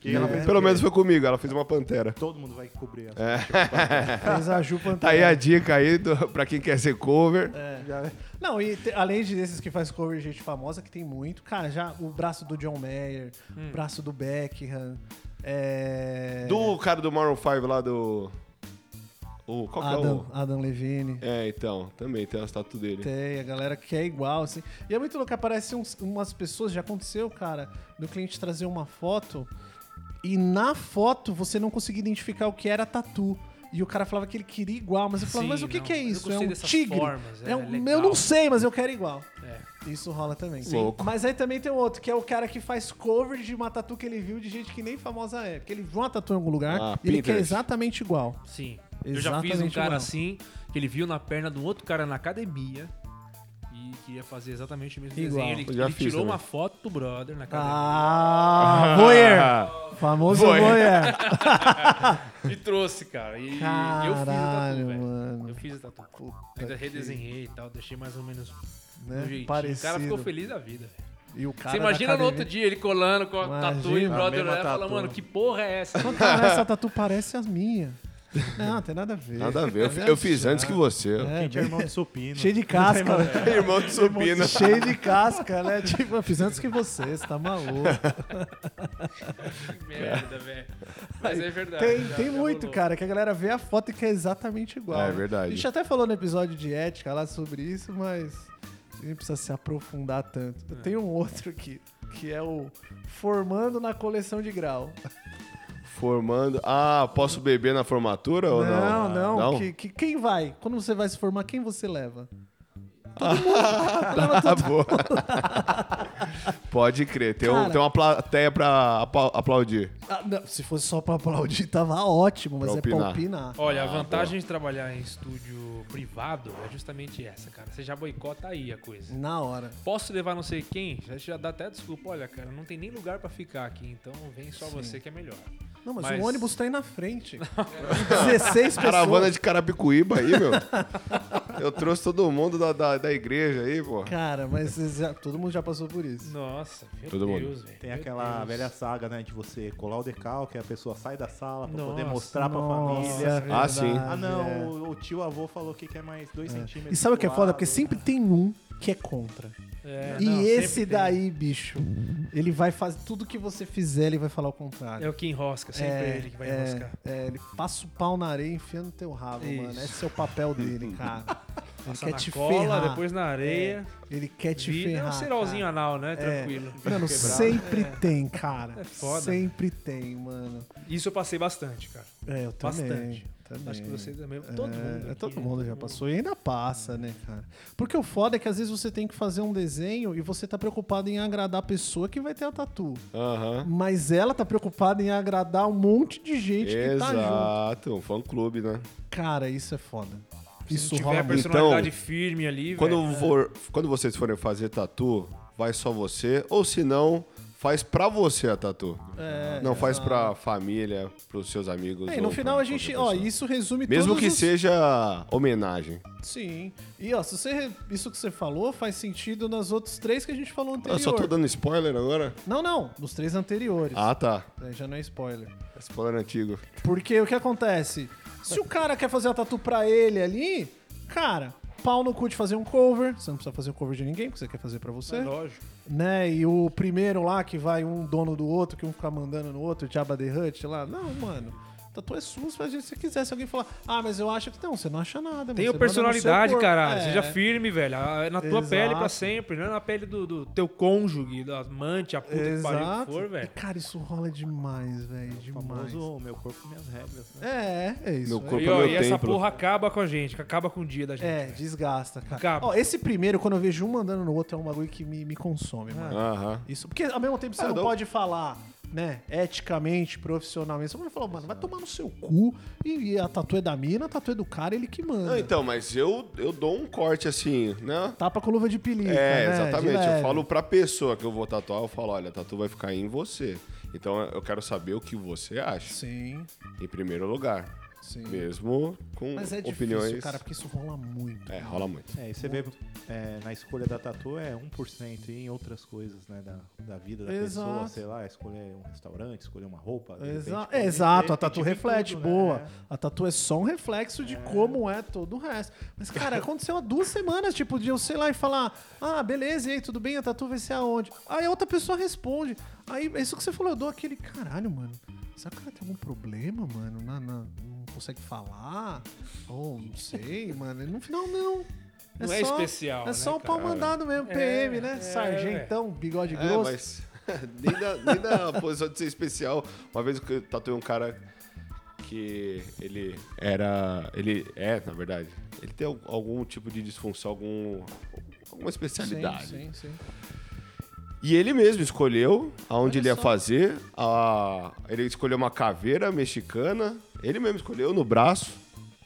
Speaker 1: Que ela fez-
Speaker 3: Pelo menos foi comigo, ela fez uma pantera.
Speaker 1: Todo mundo vai cobrir essa.
Speaker 2: Fez a Ju
Speaker 3: Tá aí a dica aí do, pra quem quer ser cover.
Speaker 2: É, já- Não, e te- além de desses que faz cover de gente famosa, que tem muito, cara, já o braço do John Mayer, o braço do Beckham, é...
Speaker 3: Do cara do Maroon 5 lá do. O, qual que é
Speaker 2: Adam,
Speaker 3: o.
Speaker 2: Adam Levine.
Speaker 3: É, então, também tem a estátua dele.
Speaker 2: Tem, a galera que é igual, assim. E é muito louco, aparecem uns- umas pessoas, já aconteceu, cara, do cliente trazer uma foto e na foto você não conseguia identificar o que era tatu. E o cara falava que ele queria igual, mas eu falava,
Speaker 4: Sim,
Speaker 2: mas o que,
Speaker 4: não,
Speaker 2: que é
Speaker 4: eu não
Speaker 2: isso? É
Speaker 4: gostei
Speaker 2: um
Speaker 4: dessas
Speaker 2: tigre?
Speaker 4: formas,
Speaker 2: é
Speaker 4: é
Speaker 2: um- eu
Speaker 4: legal.
Speaker 2: não sei, mas eu quero igual.
Speaker 4: É.
Speaker 2: Isso rola também.
Speaker 3: Sim. Louco.
Speaker 2: Mas aí também tem um outro, que é o cara que faz cover de uma tatu que ele viu de gente que nem famosa é. Porque ele viu uma tatu em algum lugar
Speaker 3: Ah,
Speaker 2: e ele quer
Speaker 3: Pinterest.
Speaker 2: exatamente igual.
Speaker 4: Sim. Eu já fiz um
Speaker 2: Exatamente
Speaker 4: cara
Speaker 2: igual.
Speaker 4: assim, que ele viu na perna de um outro cara na academia e queria fazer exatamente o mesmo
Speaker 2: Igual.
Speaker 4: desenho.
Speaker 3: Eu
Speaker 4: Ele,
Speaker 3: já
Speaker 4: ele
Speaker 3: fiz
Speaker 4: tirou
Speaker 3: também.
Speaker 4: uma foto do brother na academia
Speaker 2: Ah, voyeur. Famoso
Speaker 3: Voyeur.
Speaker 2: voyeur.
Speaker 4: e trouxe, cara. E eu fiz a
Speaker 2: Caralho,
Speaker 4: tatu, velho.
Speaker 2: mano.
Speaker 4: Eu fiz a tatu. Ainda redesenhei e tal, deixei mais ou menos
Speaker 2: Né?
Speaker 4: do jeitinho.
Speaker 2: Parecido.
Speaker 4: O cara ficou feliz da vida, velho.
Speaker 2: E o cara
Speaker 4: Você
Speaker 2: da
Speaker 4: imagina no
Speaker 2: academia-
Speaker 4: outro dia ele colando com a tatu e
Speaker 2: Imagina.
Speaker 4: o
Speaker 5: A
Speaker 4: brother
Speaker 5: mesma
Speaker 4: olhando e fala,
Speaker 5: tatu.
Speaker 2: né?"
Speaker 4: mano, que porra é essa?
Speaker 2: Não, cara, Então, tá, né? essa tatu parece as minhas. Não, tem nada a ver. Tá
Speaker 3: Nada a ver. Eu, eu fiz antes que você.
Speaker 2: É,
Speaker 1: Gente, é irmão de supino.
Speaker 2: Cheio de casca, velho.
Speaker 3: Irmão de Supina.
Speaker 2: Cheio de casca, né? Tipo, eu fiz antes que você, você tá maluco.
Speaker 4: Que merda, velho. Mas é verdade.
Speaker 2: Tem,
Speaker 4: já-
Speaker 2: tem
Speaker 4: já
Speaker 2: muito,
Speaker 4: rolou.
Speaker 2: cara, que a galera vê a foto e que é exatamente igual.
Speaker 3: É
Speaker 2: né?
Speaker 3: verdade.
Speaker 2: A gente até falou no episódio de ética lá sobre isso, mas a gente não precisa se aprofundar tanto.
Speaker 4: É.
Speaker 2: Eu tenho um outro aqui, que é o formando na coleção de grau.
Speaker 3: Formando. Ah, posso beber na formatura ou não?
Speaker 2: não, Que, que- quem vai? Quando você vai se formar, quem você leva?
Speaker 3: Tá boa. Pode crer. Tem, um-
Speaker 2: Cara.
Speaker 3: tem uma plateia pra apla- aplaudir.
Speaker 2: Ah, não, se fosse só pra aplaudir, tava ótimo, mas
Speaker 3: Pra
Speaker 2: é pra
Speaker 3: opinar.
Speaker 2: opinar.
Speaker 4: Olha, a vantagem de trabalhar em estúdio privado é justamente essa, cara. Você já boicota aí a coisa.
Speaker 2: Na hora.
Speaker 4: Posso levar não sei quem? Já, já dá até desculpa. Olha, cara, não tem nem lugar pra ficar aqui, então vem só você que é melhor.
Speaker 2: Não, mas,
Speaker 4: Mas-
Speaker 2: o ônibus tá aí na frente. 16 pessoas.
Speaker 3: Caravana de Carapicuíba aí, meu. Eu trouxe todo mundo da, da, da igreja aí, pô.
Speaker 2: Cara, mas vocês já- todo mundo já passou por isso.
Speaker 4: Nossa, meu
Speaker 3: Todo mundo.
Speaker 4: Deus, velho.
Speaker 1: Tem
Speaker 4: Meu
Speaker 1: aquela
Speaker 4: Deus.
Speaker 1: velha saga, né, de você colar o decalque, a pessoa sai da sala pra poder
Speaker 4: Nossa,
Speaker 1: mostrar pra
Speaker 2: Nossa,
Speaker 1: família.
Speaker 2: é
Speaker 3: Ah, sim.
Speaker 2: verdade,
Speaker 1: Ah, não,
Speaker 2: é.
Speaker 1: o, o tio avô falou que quer mais dois centímetros.
Speaker 2: E sabe o que é
Speaker 1: pro
Speaker 2: foda?
Speaker 1: lado. né?
Speaker 2: Porque sempre tem um que é contra.
Speaker 4: É,
Speaker 2: e
Speaker 4: não, sempre
Speaker 2: esse
Speaker 4: tem.
Speaker 2: daí, bicho, ele vai fazer tudo que você fizer, ele vai falar o contrário.
Speaker 4: É o que enrosca, sempre é, ele que vai
Speaker 2: é,
Speaker 4: enroscar.
Speaker 2: é, ele passa o pau na areia enfiando no teu rabo,
Speaker 4: Isso.
Speaker 2: mano. Esse é o papel dele, cara. Ele
Speaker 4: Passa
Speaker 2: quer
Speaker 4: na
Speaker 2: te
Speaker 4: cola,
Speaker 2: ferrar.
Speaker 4: depois na areia.
Speaker 2: Ele quer te
Speaker 4: Vira
Speaker 2: ferrar.
Speaker 4: um serolzinho
Speaker 2: cara.
Speaker 4: anal, né?
Speaker 2: É.
Speaker 4: Tranquilo.
Speaker 2: Mano, sempre tem, cara.
Speaker 4: É foda.
Speaker 2: Sempre tem, mano.
Speaker 4: Isso eu passei bastante, cara.
Speaker 2: É, eu também.
Speaker 4: Bastante.
Speaker 2: também.
Speaker 4: Acho que você também. Todo
Speaker 2: é,
Speaker 4: mundo.
Speaker 2: é,
Speaker 4: aqui,
Speaker 2: todo
Speaker 4: né?
Speaker 2: mundo já passou e ainda passa, né, cara? Porque o foda é que às vezes você tem que fazer um desenho e você tá preocupado em agradar a pessoa que vai ter a tatu.
Speaker 3: Aham.
Speaker 2: Mas ela tá preocupada em agradar um monte de gente que tá junto.
Speaker 3: Exato, um fã-clube, né?
Speaker 2: Cara, isso é foda.
Speaker 4: Se
Speaker 2: Isso
Speaker 4: tiver
Speaker 2: rola
Speaker 4: a
Speaker 2: muito.
Speaker 4: personalidade firme ali, velho.
Speaker 3: Quando, for- quando vocês forem fazer tatu, vai só você, ou se não, faz pra você a tatu.
Speaker 2: É,
Speaker 3: não faz
Speaker 2: exato.
Speaker 3: pra família, pros seus amigos.
Speaker 2: É,
Speaker 3: ou
Speaker 2: e no
Speaker 3: pra
Speaker 2: final a
Speaker 3: qualquer
Speaker 2: gente, ó,
Speaker 3: pessoa.
Speaker 2: isso resume
Speaker 3: Mesmo
Speaker 2: todos
Speaker 3: que
Speaker 2: os-
Speaker 3: seja homenagem.
Speaker 2: Sim. E ó, se você isso que você falou faz sentido nas outros três que a gente falou
Speaker 3: Eu
Speaker 2: anterior.
Speaker 3: só tô dando spoiler agora?
Speaker 2: Não, não, nos três anteriores.
Speaker 3: Ah, tá.
Speaker 2: Aí Já não é spoiler.
Speaker 3: Spoiler antigo.
Speaker 2: Porque o que acontece? Se o cara quer fazer a tatu pra ele ali, cara, pau no cu de fazer um cover. Você não precisa fazer um cover de ninguém, porque você quer fazer pra você.
Speaker 4: É lógico.
Speaker 2: né? E o primeiro lá que vai um dono do outro, que um fica mandando no outro, Jabba the Hutt lá. Não, mano. Tatu é sua, você faz o que você quiser. Se alguém falar, ah, mas eu acho que. Não, você não acha nada. mano, você manda
Speaker 4: Tenha
Speaker 2: no seu
Speaker 4: personalidade,
Speaker 2: corpo.
Speaker 4: caralho.
Speaker 2: É.
Speaker 4: Seja firme, velho. Ah, é Na tua
Speaker 2: Exato.
Speaker 4: pele pra sempre, não é na pele do, do teu cônjuge, da amante, a puta que pariu que
Speaker 2: Exato.
Speaker 4: for,
Speaker 2: E,
Speaker 4: velho. É
Speaker 2: cara, isso rola demais, velho.
Speaker 1: O
Speaker 2: Demais.
Speaker 1: famoso meu corpo, minhas regras, né?
Speaker 2: É, é isso.
Speaker 3: Meu
Speaker 2: aí.
Speaker 3: corpo
Speaker 4: E,
Speaker 3: é
Speaker 4: ó,
Speaker 3: meu
Speaker 4: e essa
Speaker 3: templo.
Speaker 4: porra acaba com a gente, que acaba com o dia da gente.
Speaker 2: É, desgasta, cara.
Speaker 4: Acaba.
Speaker 2: Ó, esse primeiro, quando eu vejo um mandando no outro, é um bagulho que me, me consome, mano.
Speaker 3: Aham.
Speaker 2: Isso, porque ao mesmo tempo você
Speaker 3: Ah,
Speaker 2: não
Speaker 3: não.
Speaker 2: pode falar, né, eticamente, profissionalmente. Você pode falar, mano, vai tomar no seu cu e a tatu é da mina, a tatu é do cara, ele que manda.
Speaker 3: Não, então, mas eu, eu dou um corte assim, né?
Speaker 2: Tapa com luva de pelica,
Speaker 3: É,
Speaker 2: né, de
Speaker 3: exatamente.
Speaker 2: leve.
Speaker 3: Eu falo pra pessoa que eu vou tatuar, eu falo, olha, a tatu vai ficar em você. Então eu quero saber o que você acha,
Speaker 2: Sim,
Speaker 3: em primeiro lugar.
Speaker 2: sim.
Speaker 3: Mesmo com
Speaker 2: Mas é difícil,
Speaker 3: opiniões.
Speaker 2: cara, porque isso rola muito.
Speaker 3: É, rola muito.
Speaker 1: É, e você vê é, na escolha da tatu é 1% e em outras coisas, né? Da, da vida da pessoa,
Speaker 2: Exato.
Speaker 1: sei lá, escolher um restaurante, escolher uma roupa. de
Speaker 2: Exa-
Speaker 4: tipo,
Speaker 1: repente,
Speaker 2: é,
Speaker 1: pode
Speaker 2: exato,
Speaker 1: ter
Speaker 2: a tatu
Speaker 1: pedido em
Speaker 2: reflete,
Speaker 1: tudo, né?
Speaker 2: boa. A tatu é só um reflexo de como é todo o resto. Mas, cara, aconteceu há duas semanas, tipo, de eu, sei lá, e falar, ah, beleza, e aí, tudo bem, a tatu vai ser aonde? Aí a outra pessoa responde. Aí, é isso que você falou, eu dou aquele, caralho, mano, será que o cara tem algum problema, mano? Não, não, não consegue falar? Ou, não sei, mano. E no final, não.
Speaker 4: Não é especial,
Speaker 2: É
Speaker 4: né,
Speaker 2: só o pau
Speaker 4: cara?
Speaker 2: mandado mesmo,
Speaker 4: É,
Speaker 2: PM, né?
Speaker 4: é,
Speaker 2: Sargentão, bigode
Speaker 3: É,
Speaker 2: grosso.
Speaker 3: mas nem da, nem da posição de ser especial. Uma vez que eu tatuei um cara que ele era. Ele é, na verdade. Ele tem al- algum tipo de disfunção, algum. alguma especialidade.
Speaker 2: Sim, sim, sim.
Speaker 3: E ele mesmo escolheu aonde ele ia fazer. A... Ele escolheu uma caveira mexicana. Ele mesmo escolheu no braço.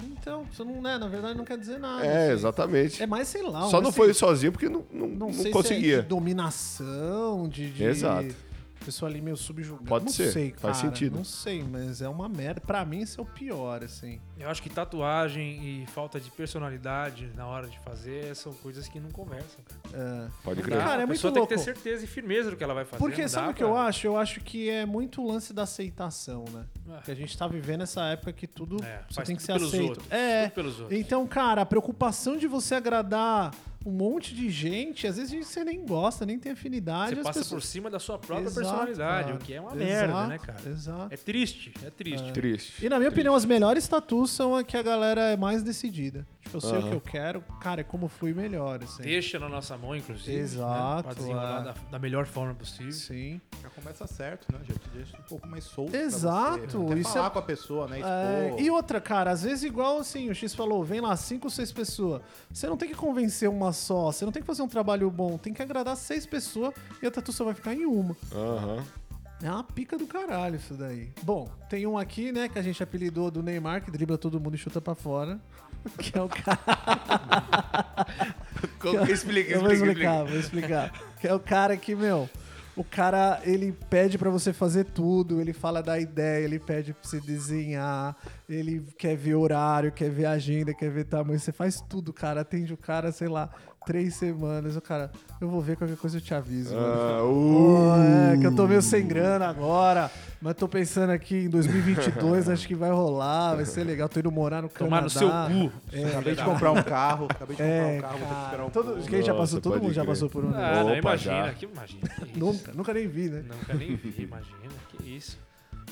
Speaker 2: Então, isso não é, na verdade não quer dizer nada.
Speaker 3: é,
Speaker 2: assim.
Speaker 3: exatamente.
Speaker 2: É mais, sei lá.
Speaker 3: Só
Speaker 2: mas sei-
Speaker 3: não foi sozinho porque não, não,
Speaker 2: Não,
Speaker 3: não
Speaker 2: sei se é
Speaker 3: conseguia.
Speaker 2: de dominação, de. de-
Speaker 3: Exato.
Speaker 2: Pessoa ali meio subjugada.
Speaker 3: Pode
Speaker 2: não
Speaker 3: ser,
Speaker 2: Sei,
Speaker 3: faz
Speaker 2: cara,
Speaker 3: sentido.
Speaker 2: Não sei, mas é uma merda. Pra mim, isso é o pior, assim.
Speaker 4: Eu acho que tatuagem e falta de personalidade na hora de fazer são coisas que não conversam. Cara,
Speaker 2: É.
Speaker 3: Pode
Speaker 4: Não
Speaker 3: crer.
Speaker 4: dá,
Speaker 2: Cara, é
Speaker 4: a
Speaker 2: muito
Speaker 4: pessoa tem que
Speaker 2: louco.
Speaker 4: ter certeza e firmeza do que ela vai fazer.
Speaker 2: Porque
Speaker 4: não
Speaker 2: sabe
Speaker 4: dá
Speaker 2: o que eu
Speaker 4: pra-
Speaker 2: acho? Eu acho que é muito o lance da aceitação, né?
Speaker 4: É.
Speaker 2: Que a gente tá vivendo essa época que tudo
Speaker 4: É,
Speaker 2: você
Speaker 4: faz
Speaker 2: tem
Speaker 4: tudo
Speaker 2: que ser
Speaker 4: pelos
Speaker 2: aceito.
Speaker 4: outros,
Speaker 2: É.
Speaker 4: tudo pelos outros.
Speaker 2: Então, cara, a preocupação de você agradar um monte de gente, às vezes a gente você nem gosta, nem tem afinidade.
Speaker 4: Você
Speaker 2: as
Speaker 4: passa
Speaker 2: pessoas-
Speaker 4: por cima da sua própria
Speaker 2: Exato,
Speaker 4: personalidade,
Speaker 2: cara.
Speaker 4: o que é uma
Speaker 2: Exato,
Speaker 4: merda, né, cara?
Speaker 2: Exato.
Speaker 4: É triste, é triste.
Speaker 3: Triste.
Speaker 2: E na minha opinião, as melhores tatuas são a que a galera é mais decidida. Tipo, eu sei o que eu quero, cara, é como fui melhor, assim.
Speaker 4: Deixa na nossa mão, inclusive.
Speaker 2: Exato,
Speaker 4: Né? Pra desenrolar
Speaker 2: é.
Speaker 4: da, da melhor forma possível.
Speaker 2: Sim.
Speaker 1: Já começa certo, né? Já te deixa um pouco mais solto. pra
Speaker 2: Exato,
Speaker 1: você. né? Até
Speaker 2: isso
Speaker 1: falar
Speaker 2: é-
Speaker 1: com a pessoa, né?
Speaker 2: É,
Speaker 1: Expor.
Speaker 2: e outra, cara, às vezes igual assim, o X falou, vem lá cinco, seis pessoas. Você não tem que convencer uma só, você não tem que fazer um trabalho bom, tem que agradar seis pessoas e a tatu só vai ficar em uma.
Speaker 3: Aham.
Speaker 2: É uma pica do caralho isso daí. Bom, tem um aqui, né, que a gente apelidou do Neymar, que dribla todo mundo e chuta pra fora. Que é o cara.
Speaker 3: Explica, explica,
Speaker 2: Eu vou explicar, vou explicar. Que é o cara que, meu, o cara, ele pede pra você fazer tudo, ele fala da ideia, ele pede pra você desenhar, ele quer ver horário, quer ver agenda, quer ver tamanho, você faz tudo, cara. Atende o cara, sei lá, três semanas. O cara, eu vou ver qualquer coisa, eu te aviso. mano.
Speaker 3: Ah,
Speaker 2: Pô,
Speaker 3: uh,
Speaker 2: é, que eu tô meio sem grana agora, mas tô pensando aqui em 2022, acho que vai rolar, vai ser legal. Tô indo morar no
Speaker 4: Tomar no
Speaker 2: Canadá.
Speaker 4: seu cu.
Speaker 1: Acabei de comprar um carro, acabei de comprar
Speaker 2: É,
Speaker 1: um carro, vou ter que esperar
Speaker 2: cara,
Speaker 1: um
Speaker 2: todo,
Speaker 1: pouco. É.
Speaker 2: quem já passou,
Speaker 3: Nossa,
Speaker 2: todo
Speaker 3: pode
Speaker 2: mundo já
Speaker 3: crer.
Speaker 2: passou por um
Speaker 4: Ah, não,
Speaker 3: Opa,
Speaker 4: imagina.
Speaker 3: já.
Speaker 4: Que imagina. que isso.
Speaker 2: Nunca, nunca nem vi, né?
Speaker 4: Nunca nem vi, imagina. Que isso.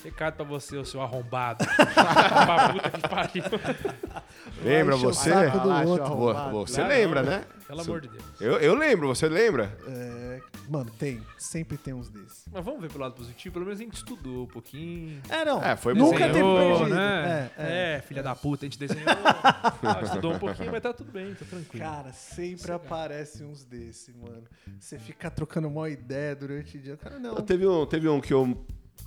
Speaker 4: Pecado pra você, o seu arrombado. pra puta que pariu.
Speaker 3: lembra
Speaker 2: Enche o
Speaker 3: você?
Speaker 2: saco do
Speaker 1: Relaxa,
Speaker 2: outro.
Speaker 1: arrombado.
Speaker 3: Vo- Você
Speaker 4: Não,
Speaker 3: lembra,
Speaker 4: não,
Speaker 3: né?
Speaker 4: Pelo amor de Deus.
Speaker 3: Eu, eu lembro, você lembra?
Speaker 2: É, mano, tem. Sempre tem uns desses.
Speaker 4: Mas vamos ver pelo lado positivo. Pelo menos a gente estudou um pouquinho.
Speaker 2: É, não.
Speaker 3: É, foi
Speaker 2: Nunca
Speaker 3: bom.
Speaker 2: teve
Speaker 4: Desenhou,
Speaker 2: perdido.
Speaker 4: Né?
Speaker 2: É,
Speaker 4: É,
Speaker 2: é.
Speaker 4: filha da puta, a gente desenhou. Ah, estudou um pouquinho, mas tá tudo bem, tá tranquilo.
Speaker 2: Cara, sempre aparece uns desses, mano. Você fica trocando uma ideia durante o dia. Cara, não.
Speaker 3: Eu teve, um, teve um que eu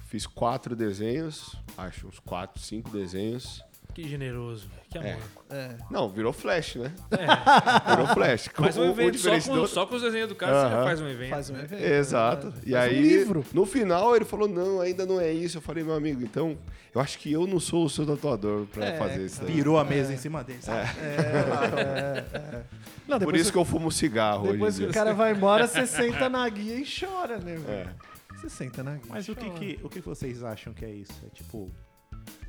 Speaker 3: fiz quatro desenhos, acho uns quatro, cinco desenhos.
Speaker 4: Que generoso, que amor.
Speaker 2: É.
Speaker 3: Não, virou flash, né?
Speaker 4: É.
Speaker 3: Virou flash.
Speaker 4: Mas um
Speaker 3: O- o
Speaker 4: evento só
Speaker 3: diferente
Speaker 4: com,
Speaker 3: do-
Speaker 4: só com os desenhos do cara, você já
Speaker 3: Aham.
Speaker 4: faz um
Speaker 1: É,
Speaker 4: evento.
Speaker 2: Faz um evento.
Speaker 3: Exato.
Speaker 2: né?
Speaker 3: E
Speaker 2: Faz um
Speaker 3: aí,
Speaker 2: livro.
Speaker 3: no final, ele falou: Não, ainda não é isso. Eu falei: Meu amigo, então, eu acho que eu não sou o seu tatuador pra
Speaker 2: É,
Speaker 3: fazer isso. daí."
Speaker 1: Virou a mesa em cima dele, sabe?
Speaker 2: é, Não,
Speaker 3: Por
Speaker 2: depois,
Speaker 3: isso que eu fumo cigarro
Speaker 2: depois
Speaker 3: hoje.
Speaker 2: que
Speaker 3: em
Speaker 2: o
Speaker 3: dia.
Speaker 2: cara vai embora, você senta na guia e chora, né, velho?
Speaker 3: É.
Speaker 2: Você senta na guia.
Speaker 1: Mas
Speaker 2: e
Speaker 1: o que,
Speaker 2: chora.
Speaker 1: que, o que vocês acham que é isso? É tipo,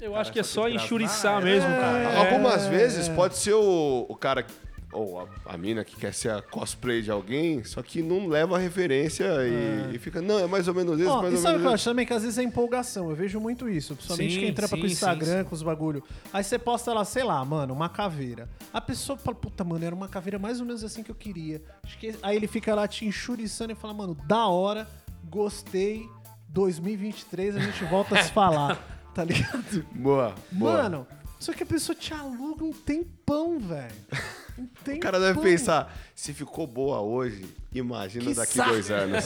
Speaker 4: Eu
Speaker 1: Cara,
Speaker 4: acho que é
Speaker 1: só
Speaker 4: só
Speaker 1: desgraça.
Speaker 4: enxuriçar
Speaker 1: Ah,
Speaker 4: mesmo,
Speaker 2: É.
Speaker 4: cara.
Speaker 3: Algumas vezes pode ser o, o cara ou a, a mina que quer ser a cosplay de alguém, só que não leva a referência e, e fica, não, é mais ou menos isso,
Speaker 2: Ó,
Speaker 3: mais
Speaker 2: e
Speaker 3: ou
Speaker 2: sabe o
Speaker 3: menos
Speaker 2: que eu
Speaker 3: isso."
Speaker 2: acho também? Que às vezes é empolgação. Eu vejo muito isso. Principalmente
Speaker 4: Sim,
Speaker 2: quem trampa
Speaker 4: sim,
Speaker 2: pro
Speaker 4: sim,
Speaker 2: Instagram com os bagulho. Aí você posta lá, sei lá, mano, uma caveira. A pessoa fala, puta, mano, era uma caveira mais ou menos assim que eu queria. Acho que- Aí ele fica lá te enxuriçando e fala, mano, da hora, gostei, 2023 a gente volta a se falar. Tá ligado?
Speaker 3: Boa, boa.
Speaker 2: Mano, só que a pessoa te aluga um tempão, velho. Um tempão.
Speaker 3: o cara deve pensar, se ficou boa hoje, imagina
Speaker 2: Que
Speaker 3: daqui
Speaker 2: saco.
Speaker 3: dois anos.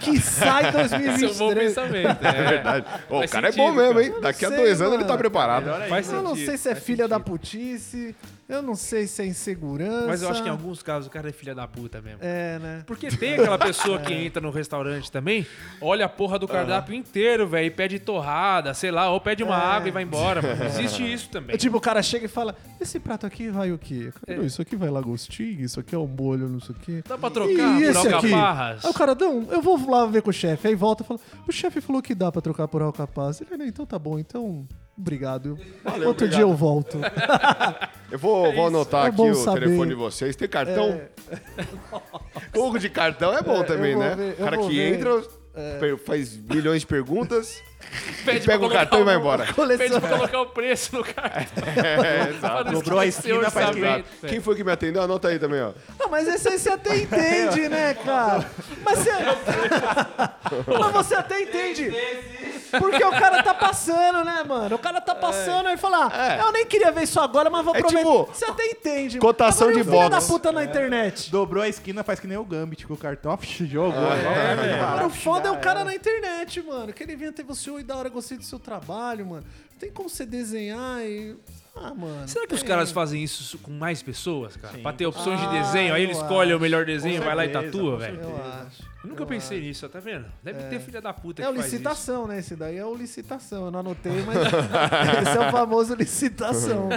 Speaker 2: Que sai
Speaker 4: Esse é um
Speaker 2: 2023.
Speaker 4: bom pensamento.
Speaker 3: É verdade. Ô, o
Speaker 4: Faz
Speaker 3: cara
Speaker 4: sentido,
Speaker 3: é bom mesmo,
Speaker 4: cara.
Speaker 3: hein?
Speaker 2: não
Speaker 3: Daqui a
Speaker 2: sei,
Speaker 3: dois anos
Speaker 2: mano.
Speaker 3: ele tá preparado.
Speaker 4: Faz
Speaker 2: eu não
Speaker 4: sentido,
Speaker 2: sei se é
Speaker 4: faz
Speaker 2: filha da
Speaker 4: sentido.
Speaker 2: putice, eu não sei se é insegurança.
Speaker 4: Mas eu acho que em alguns casos o cara é filha da puta mesmo.
Speaker 2: É, né?
Speaker 4: Porque tem aquela pessoa que entra no restaurante também, olha a porra do cardápio inteiro, velho, e pede torrada, sei lá, ou pede uma água e vai embora, mano. Existe isso também.
Speaker 2: Tipo, o cara chega e fala: Esse prato aqui vai o quê? Cara, não, Isso aqui vai lagostinho, isso aqui é um molho, não sei o quê.
Speaker 4: É. Dá pra
Speaker 2: e
Speaker 4: trocar por
Speaker 2: esse aqui?
Speaker 4: alcaparras?
Speaker 2: Aí o cara, não, eu vou lá ver com o chefe. Aí volta e fala: O chefe falou que dá pra trocar por alcaparras. Ele, "Não, então tá bom, então obrigado. Outro
Speaker 3: obrigado."
Speaker 2: dia eu volto.
Speaker 3: Eu vou, vou anotar
Speaker 2: É
Speaker 3: aqui
Speaker 2: bom
Speaker 3: o
Speaker 2: saber.
Speaker 3: telefone de vocês. Tem cartão? Pouco de cartão é bom
Speaker 2: É,
Speaker 3: também,
Speaker 2: eu vou
Speaker 3: né?
Speaker 2: ver, eu
Speaker 3: o cara
Speaker 2: vou
Speaker 3: que
Speaker 2: ver. É.
Speaker 3: entra, per- faz milhões de perguntas,
Speaker 4: Pede pra
Speaker 3: pega o
Speaker 4: colocar
Speaker 3: cartão e vai
Speaker 4: o-
Speaker 3: embora.
Speaker 4: Pede pra colocar o preço no cartão.
Speaker 3: É, exato.
Speaker 4: pra não
Speaker 1: Dobrou a
Speaker 4: esquecer o
Speaker 1: esquina, faz
Speaker 4: orçamento,
Speaker 3: Exato.
Speaker 4: velho.
Speaker 3: Quem foi que me atendeu? Anota aí também, ó.
Speaker 2: Ah, mas esse aí você até entende, né, cara? Mas você. mas você até entende. Porque o cara tá passando, né, mano? O cara tá passando aí fala, ah, eu nem queria ver isso agora, mas vou
Speaker 3: É
Speaker 2: prometer.
Speaker 3: tipo,
Speaker 2: Você até entende. mano.
Speaker 3: cotação
Speaker 2: Agora, e
Speaker 3: de
Speaker 2: o filho da
Speaker 3: box.
Speaker 2: puta na internet.
Speaker 1: Dobrou a esquina, faz que nem o Gambit com o cartão. Jogou.
Speaker 3: Ah, é.
Speaker 2: Agora, o foda é o cara na internet, mano. Que ele vinha ter você, oi, da hora, gostei do seu trabalho, mano. Tem como você desenhar e... Ah, mano.
Speaker 4: Será que os caras fazem isso com mais pessoas, cara? Pra ter opções de desenho, aí ele escolhe o melhor desenho, vai lá e tatua, velho.
Speaker 2: Eu acho.
Speaker 4: Eu Nunca pensei nisso, tá vendo? Deve ter filha da puta
Speaker 2: É
Speaker 4: que
Speaker 2: o
Speaker 4: faz isso.
Speaker 2: licitação, né? Esse daí é o licitação. Eu não anotei, mas esse é o famoso licitação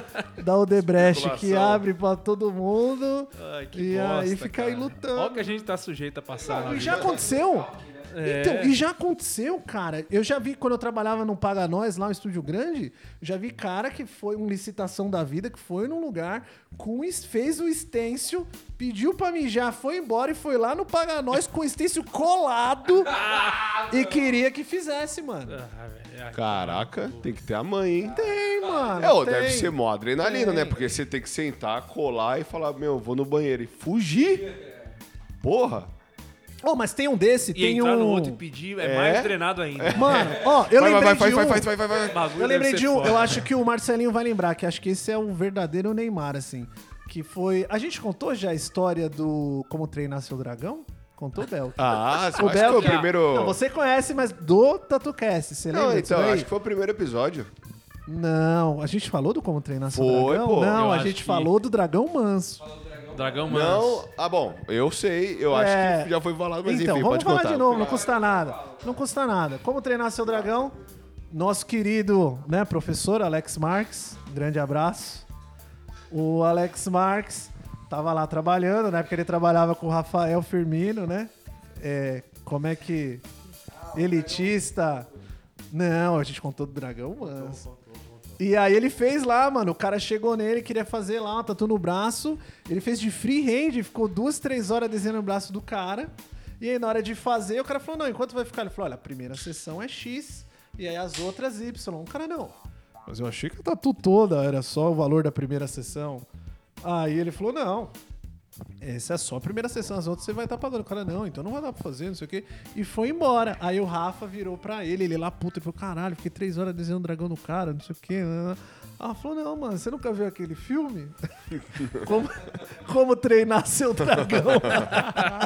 Speaker 2: da Odebrecht que
Speaker 3: Especulação.
Speaker 2: abre pra todo mundo.
Speaker 4: Ai, que
Speaker 2: E
Speaker 4: bosta,
Speaker 2: aí fica aí
Speaker 4: cara.
Speaker 2: lutando.
Speaker 4: Olha o que a gente tá sujeito a passar. na
Speaker 2: E
Speaker 4: vida.
Speaker 2: já aconteceu.
Speaker 4: É.
Speaker 2: Então, e já aconteceu, cara. Eu já vi quando eu trabalhava no Paga Nós, lá no estúdio grande, já vi cara que foi um licitação da vida, que foi num lugar, com, um es- fez o estêncil, pediu pra mijar, foi embora e foi lá no Paga Nós com o estêncil colado e queria que fizesse, mano.
Speaker 4: Ah, velho, ai,
Speaker 3: Caraca, tem que ter a mãe, hein?
Speaker 2: Tem, mano.
Speaker 3: É, ô,
Speaker 2: tem.
Speaker 3: deve ser mó adrenalina,
Speaker 2: Tem.
Speaker 3: né? Porque você tem que sentar, colar e falar, meu, vou no banheiro e fugir. Porra.
Speaker 2: Oh, mas tem um desse,
Speaker 4: E
Speaker 2: tem
Speaker 4: entrar
Speaker 2: um.
Speaker 4: no outro e pedir é,
Speaker 3: É?
Speaker 4: mais drenado ainda.
Speaker 2: Mano, ó, eu
Speaker 3: vai,
Speaker 2: lembrei
Speaker 3: vai, vai,
Speaker 2: de
Speaker 3: vai,
Speaker 2: um.
Speaker 3: vai, vai, vai, vai, vai.
Speaker 4: Bagulho
Speaker 2: Eu lembrei
Speaker 4: deve
Speaker 2: de
Speaker 4: ser
Speaker 2: um,
Speaker 4: foda.
Speaker 2: eu acho que o Marcelinho vai lembrar, que acho que esse é o verdadeiro Neymar, assim. Que foi. A gente contou já a história do Como Treinar Seu Dragão? Contou, Bel?
Speaker 3: Ah, acho
Speaker 2: o
Speaker 3: que foi
Speaker 2: Bel.
Speaker 3: o primeiro.
Speaker 2: Não, você conhece, mas do TatuCast, você
Speaker 3: Não,
Speaker 2: lembra? disso
Speaker 3: então,
Speaker 2: daí?
Speaker 3: acho que foi o primeiro episódio.
Speaker 2: Não, a gente falou do Como Treinar Seu
Speaker 3: Foi,
Speaker 2: Dragão?
Speaker 3: pô.
Speaker 2: Não,
Speaker 4: Eu
Speaker 2: a
Speaker 4: acho
Speaker 2: gente
Speaker 4: que-
Speaker 2: falou do Dragão Manso.
Speaker 4: Dragão Mans.
Speaker 3: Não, ah, bom, eu sei, eu
Speaker 2: É.
Speaker 3: acho que já foi falado, mas
Speaker 2: então,
Speaker 3: enfim,
Speaker 2: vamos
Speaker 3: pode
Speaker 2: falar
Speaker 3: contar.
Speaker 2: de novo, não custa nada. Não custa nada. Como treinar seu dragão? Nosso querido, né, professor Alex Marques, grande abraço. O Alex Marques tava lá trabalhando, na época ele trabalhava com o Rafael Firmino, né? É, como é que elitista? Não, a gente contou do dragão, mas e aí ele fez lá, mano. O cara chegou nele, queria fazer lá uma tatu no braço. Ele fez de freehand, ficou duas, três horas desenhando o braço do cara. E aí na hora de fazer, o cara falou, não, enquanto vai ficar? Ele falou, olha, a primeira sessão é X e aí as outras Y. O cara, não. Mas eu achei que a tatu toda era só o valor da primeira sessão. Aí ele falou, não, essa é só a primeira sessão, as outras você vai estar pagando. O cara, não, então não vai dar pra fazer, não sei o quê. E foi embora. Aí o Rafa virou pra ele, ele lá puto, ele falou, caralho, fiquei três horas desenhando um dragão no cara, não sei o quê. né? Ela falou, não, mano, você nunca viu aquele filme? como, como treinar seu dragão?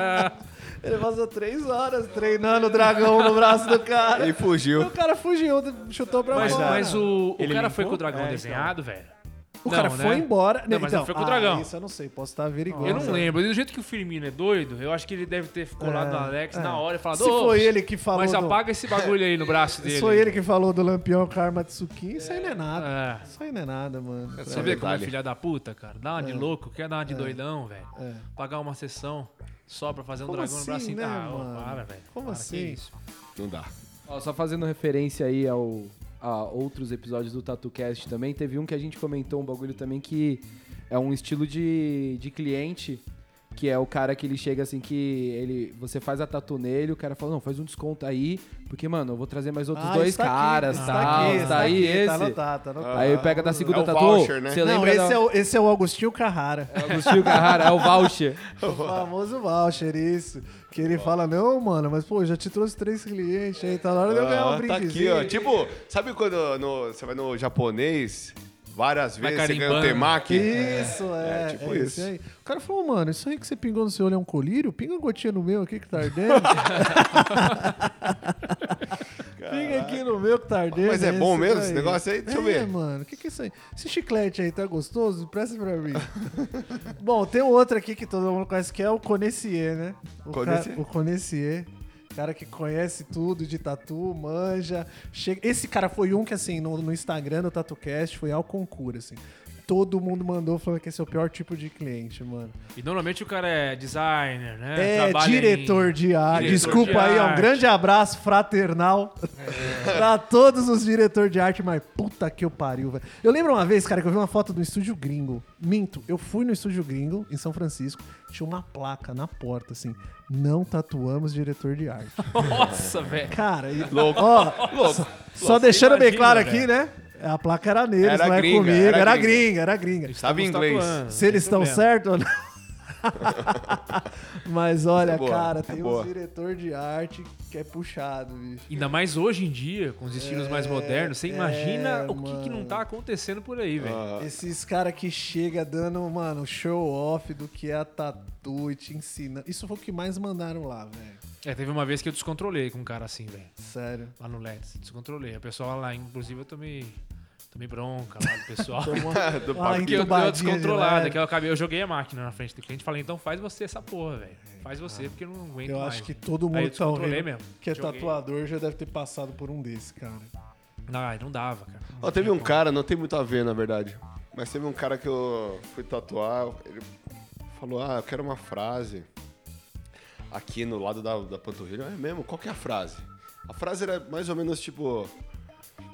Speaker 2: ele passou três horas treinando o dragão no braço do cara.
Speaker 3: E
Speaker 2: E
Speaker 3: fugiu.
Speaker 2: o cara fugiu, chutou pra
Speaker 4: Mas,
Speaker 2: fora.
Speaker 4: mas o, o
Speaker 1: Ele
Speaker 4: cara
Speaker 1: limpou?
Speaker 4: foi com o dragão
Speaker 1: É, então.
Speaker 4: desenhado, velho.
Speaker 2: O
Speaker 4: Não,
Speaker 2: cara
Speaker 4: né?
Speaker 2: foi embora.
Speaker 4: Não, mas
Speaker 2: então,
Speaker 4: ele foi com o
Speaker 2: ah,
Speaker 4: dragão.
Speaker 2: Isso eu não sei, posso estar averiguando.
Speaker 4: Eu não lembro. E do jeito que o Firmino é doido, eu acho que ele deve ter colado
Speaker 2: É,
Speaker 4: no Alex
Speaker 2: é.
Speaker 4: na hora e falado.
Speaker 2: Se
Speaker 4: "Ô,
Speaker 2: foi ele que falou.
Speaker 4: Mas
Speaker 2: do-
Speaker 4: apaga esse bagulho aí no braço dele.
Speaker 2: Se foi ele que falou do Lampião Karma Tsuki, isso aí não é nada.
Speaker 4: É.
Speaker 2: Isso aí não é nada, mano.
Speaker 4: Você
Speaker 3: um
Speaker 4: vê como é
Speaker 3: detalhe.
Speaker 4: filha da puta, cara? Dá uma de louco, quer dar uma de doidão, velho.
Speaker 2: É.
Speaker 4: Pagar uma sessão só pra fazer um
Speaker 2: Como
Speaker 4: dragão no
Speaker 2: assim,
Speaker 4: bracinho.
Speaker 2: né,
Speaker 4: ah, ô,
Speaker 2: mano?
Speaker 4: para, velho.
Speaker 2: Como
Speaker 4: Para, que
Speaker 2: assim?
Speaker 4: isso?
Speaker 3: Não dá.
Speaker 6: Ó, só fazendo referência aí ao, a outros episódios do TatuCast também, teve um que a gente comentou um bagulho também que é um estilo de, de cliente, que é o cara que ele chega assim que ele você faz a tatu nele, o cara fala, não, faz um desconto aí, porque, mano, eu vou trazer mais outros
Speaker 2: Ah,
Speaker 6: dois
Speaker 2: está aqui,
Speaker 6: caras,
Speaker 2: está
Speaker 6: tal,
Speaker 2: aqui, está
Speaker 6: tá Ah, aí
Speaker 2: aqui,
Speaker 6: esse.
Speaker 2: Tá anotado, tá anotado.
Speaker 6: Aí pega da segunda
Speaker 3: É o
Speaker 6: tatu,
Speaker 3: voucher, né?
Speaker 6: você
Speaker 2: Não,
Speaker 6: lembra
Speaker 2: esse
Speaker 6: da...
Speaker 2: é, o, esse é o Agostinho Carrara.
Speaker 6: Agostinho Carrara, é o voucher.
Speaker 2: o famoso voucher, isso. Que ele fala, não, mano, mas pô, eu já te trouxe três clientes aí, tá na hora de eu ganhar um
Speaker 3: Ah, tá aqui,
Speaker 2: brindezinho.
Speaker 3: ó. Tipo, sabe quando no- você vai no japonês, várias
Speaker 4: Vai
Speaker 3: vezes você ganha um
Speaker 4: carimbando.
Speaker 3: temaki?
Speaker 2: Isso, é.
Speaker 3: é tipo
Speaker 2: é
Speaker 3: isso.
Speaker 2: esse aí. O cara falou, mano, isso aí que você pingou no seu olho é um colírio? Pinga uma gotinha no meu aqui que tá ardendo. Pinga aqui no meu que tá ardendo.
Speaker 3: Mas é bom
Speaker 2: esse
Speaker 3: mesmo
Speaker 2: daí.
Speaker 3: esse negócio aí? Deixa
Speaker 2: é,
Speaker 3: eu ver.
Speaker 2: mano, o que, que é isso aí? Esse chiclete aí tá gostoso? Presta pra mim. bom, tem um outro aqui que todo mundo conhece que é o Conessier, né? O ca-
Speaker 3: Conessier?
Speaker 2: O Conessier. Cara que conhece tudo de tatu, manja. Chega... Esse cara foi um que, assim, no, no Instagram do TatuCast foi ao concurso, assim. Todo mundo mandou falando que esse é o pior tipo de cliente, mano.
Speaker 4: E normalmente o cara é designer, né?
Speaker 2: É,
Speaker 4: Trabalha em-
Speaker 2: diretor de arte.
Speaker 4: diretor
Speaker 2: Desculpa
Speaker 4: de
Speaker 2: aí, ó, um
Speaker 4: arte.
Speaker 2: grande abraço fraternal pra todos os diretores de arte, mas puta que eu pariu, velho. Eu lembro uma vez, cara, que eu vi uma foto do estúdio gringo. Minto, eu fui no estúdio gringo, em São Francisco, tinha uma placa na porta, assim, não tatuamos diretor de arte.
Speaker 4: Nossa, velho.
Speaker 2: Cara, e,
Speaker 3: Louco.
Speaker 2: ó,
Speaker 3: Louco.
Speaker 2: só deixando bem
Speaker 4: imagina,
Speaker 2: claro
Speaker 4: velho.
Speaker 2: aqui, né? A placa era neles,
Speaker 3: Era
Speaker 2: não é
Speaker 3: gringa,
Speaker 2: comigo.
Speaker 3: era
Speaker 2: Era
Speaker 3: gringa.
Speaker 2: gringa, era gringa.
Speaker 3: Sabe
Speaker 4: Estamos
Speaker 3: inglês.
Speaker 4: tatuando,
Speaker 2: Se eles estão
Speaker 4: não
Speaker 2: certos ou
Speaker 4: tem problema.
Speaker 2: não. Mas olha,
Speaker 3: boa,
Speaker 2: cara,
Speaker 3: essa é
Speaker 2: tem
Speaker 3: boa.
Speaker 2: uns diretor de arte que é puxado, bicho.
Speaker 4: Ainda mais hoje em dia, com os estilos mais modernos, você
Speaker 2: é,
Speaker 4: imagina o que, que não
Speaker 2: mano.
Speaker 4: tá acontecendo por aí, velho.
Speaker 3: Ah.
Speaker 2: Esses caras que chega dando, mano, show off do que é a tatu e te ensina. Isso foi o que mais mandaram lá, velho.
Speaker 4: É, teve uma vez que eu descontrolei com um cara assim, velho.
Speaker 2: Sério.
Speaker 4: Lá no Let's, descontrolei. O pessoal lá, inclusive, eu tomei, tomei bronca lá do pessoal.
Speaker 3: Do
Speaker 2: Ah,
Speaker 3: Paco
Speaker 4: Porque eu dei
Speaker 2: entubadinha
Speaker 4: uma
Speaker 2: de
Speaker 4: descontrolada,
Speaker 2: leve.
Speaker 4: que eu acabei, eu joguei a máquina na frente do cliente e falei, então faz você essa porra, velho. Faz você, porque eu não aguento
Speaker 2: É, ah. Eu
Speaker 4: mais. né?
Speaker 2: acho que todo
Speaker 4: Aí
Speaker 2: mundo
Speaker 4: eu
Speaker 2: que tá ouvindo
Speaker 4: descontrolei mesmo.
Speaker 2: que é
Speaker 4: Joguei.
Speaker 2: tatuador já deve ter passado por um desse, cara.
Speaker 4: Ai, não dava, cara. Não
Speaker 3: Ó, teve
Speaker 4: tinha
Speaker 3: um
Speaker 4: como.
Speaker 3: cara, não tem muito a ver, na verdade. Mas teve um cara que eu fui tatuar, ele falou, ah, eu quero uma frase. Aqui no lado da, da panturrilha, é mesmo? Qual que é a frase? A frase era mais ou menos tipo.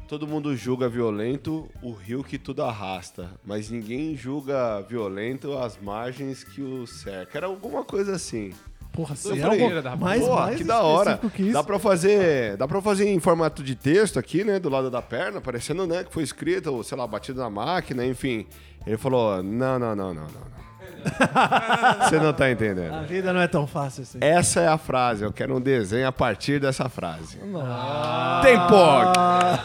Speaker 3: Todo mundo julga violento o rio que tudo arrasta, mas ninguém julga violento as margens que o cerca. Era alguma coisa assim.
Speaker 2: Porra,
Speaker 3: Eu
Speaker 2: você é
Speaker 3: falei,
Speaker 2: algo
Speaker 4: da-
Speaker 2: mais,
Speaker 3: Pô,
Speaker 2: mais
Speaker 3: que da hora.
Speaker 2: específico que isso.
Speaker 3: Dá pra fazer, dá para fazer em formato de texto aqui, né, do lado da perna, parecendo, né, que foi escrito, ou sei lá, batido na máquina, enfim. Ele falou: "Não, não, não, não, não. não. Você não tá
Speaker 2: A
Speaker 3: entendendo.
Speaker 2: vida não é tão fácil assim.
Speaker 3: Essa é a frase, eu quero um desenho a partir dessa frase.
Speaker 2: Ah.
Speaker 3: Tem porta.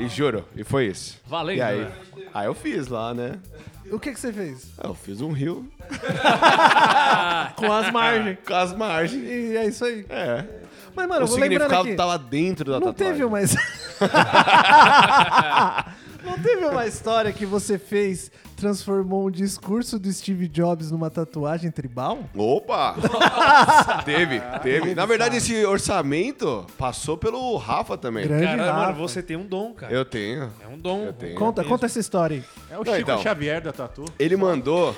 Speaker 3: E juro, e foi isso.
Speaker 4: Valendo,
Speaker 3: E aí,
Speaker 4: né?
Speaker 3: aí eu fiz lá, né?
Speaker 2: O que, que você fez?
Speaker 3: Eu fiz um rio
Speaker 2: Com as margens.
Speaker 3: com as margens.
Speaker 2: E é isso aí.
Speaker 3: É.
Speaker 2: Mas, mano,
Speaker 3: o
Speaker 2: eu vou lembrando
Speaker 3: significado
Speaker 2: aqui.
Speaker 3: tava dentro da
Speaker 2: Não
Speaker 3: tatuagem.
Speaker 2: teve uma. his- Não teve uma história que você fez, transformou um discurso do Steve Jobs numa tatuagem tribal?
Speaker 3: Opa! teve, teve. Na verdade, esse orçamento passou pelo Rafa também.
Speaker 2: Grande
Speaker 4: Caralho,
Speaker 2: Rafa.
Speaker 4: mano, você tem um dom, cara.
Speaker 3: Eu tenho.
Speaker 4: É um dom.
Speaker 3: Eu tenho.
Speaker 2: Conta, conta essa história aí.
Speaker 5: É o
Speaker 3: Não,
Speaker 5: Chico
Speaker 3: então.
Speaker 5: Xavier da Tatu.
Speaker 3: Ele mandou.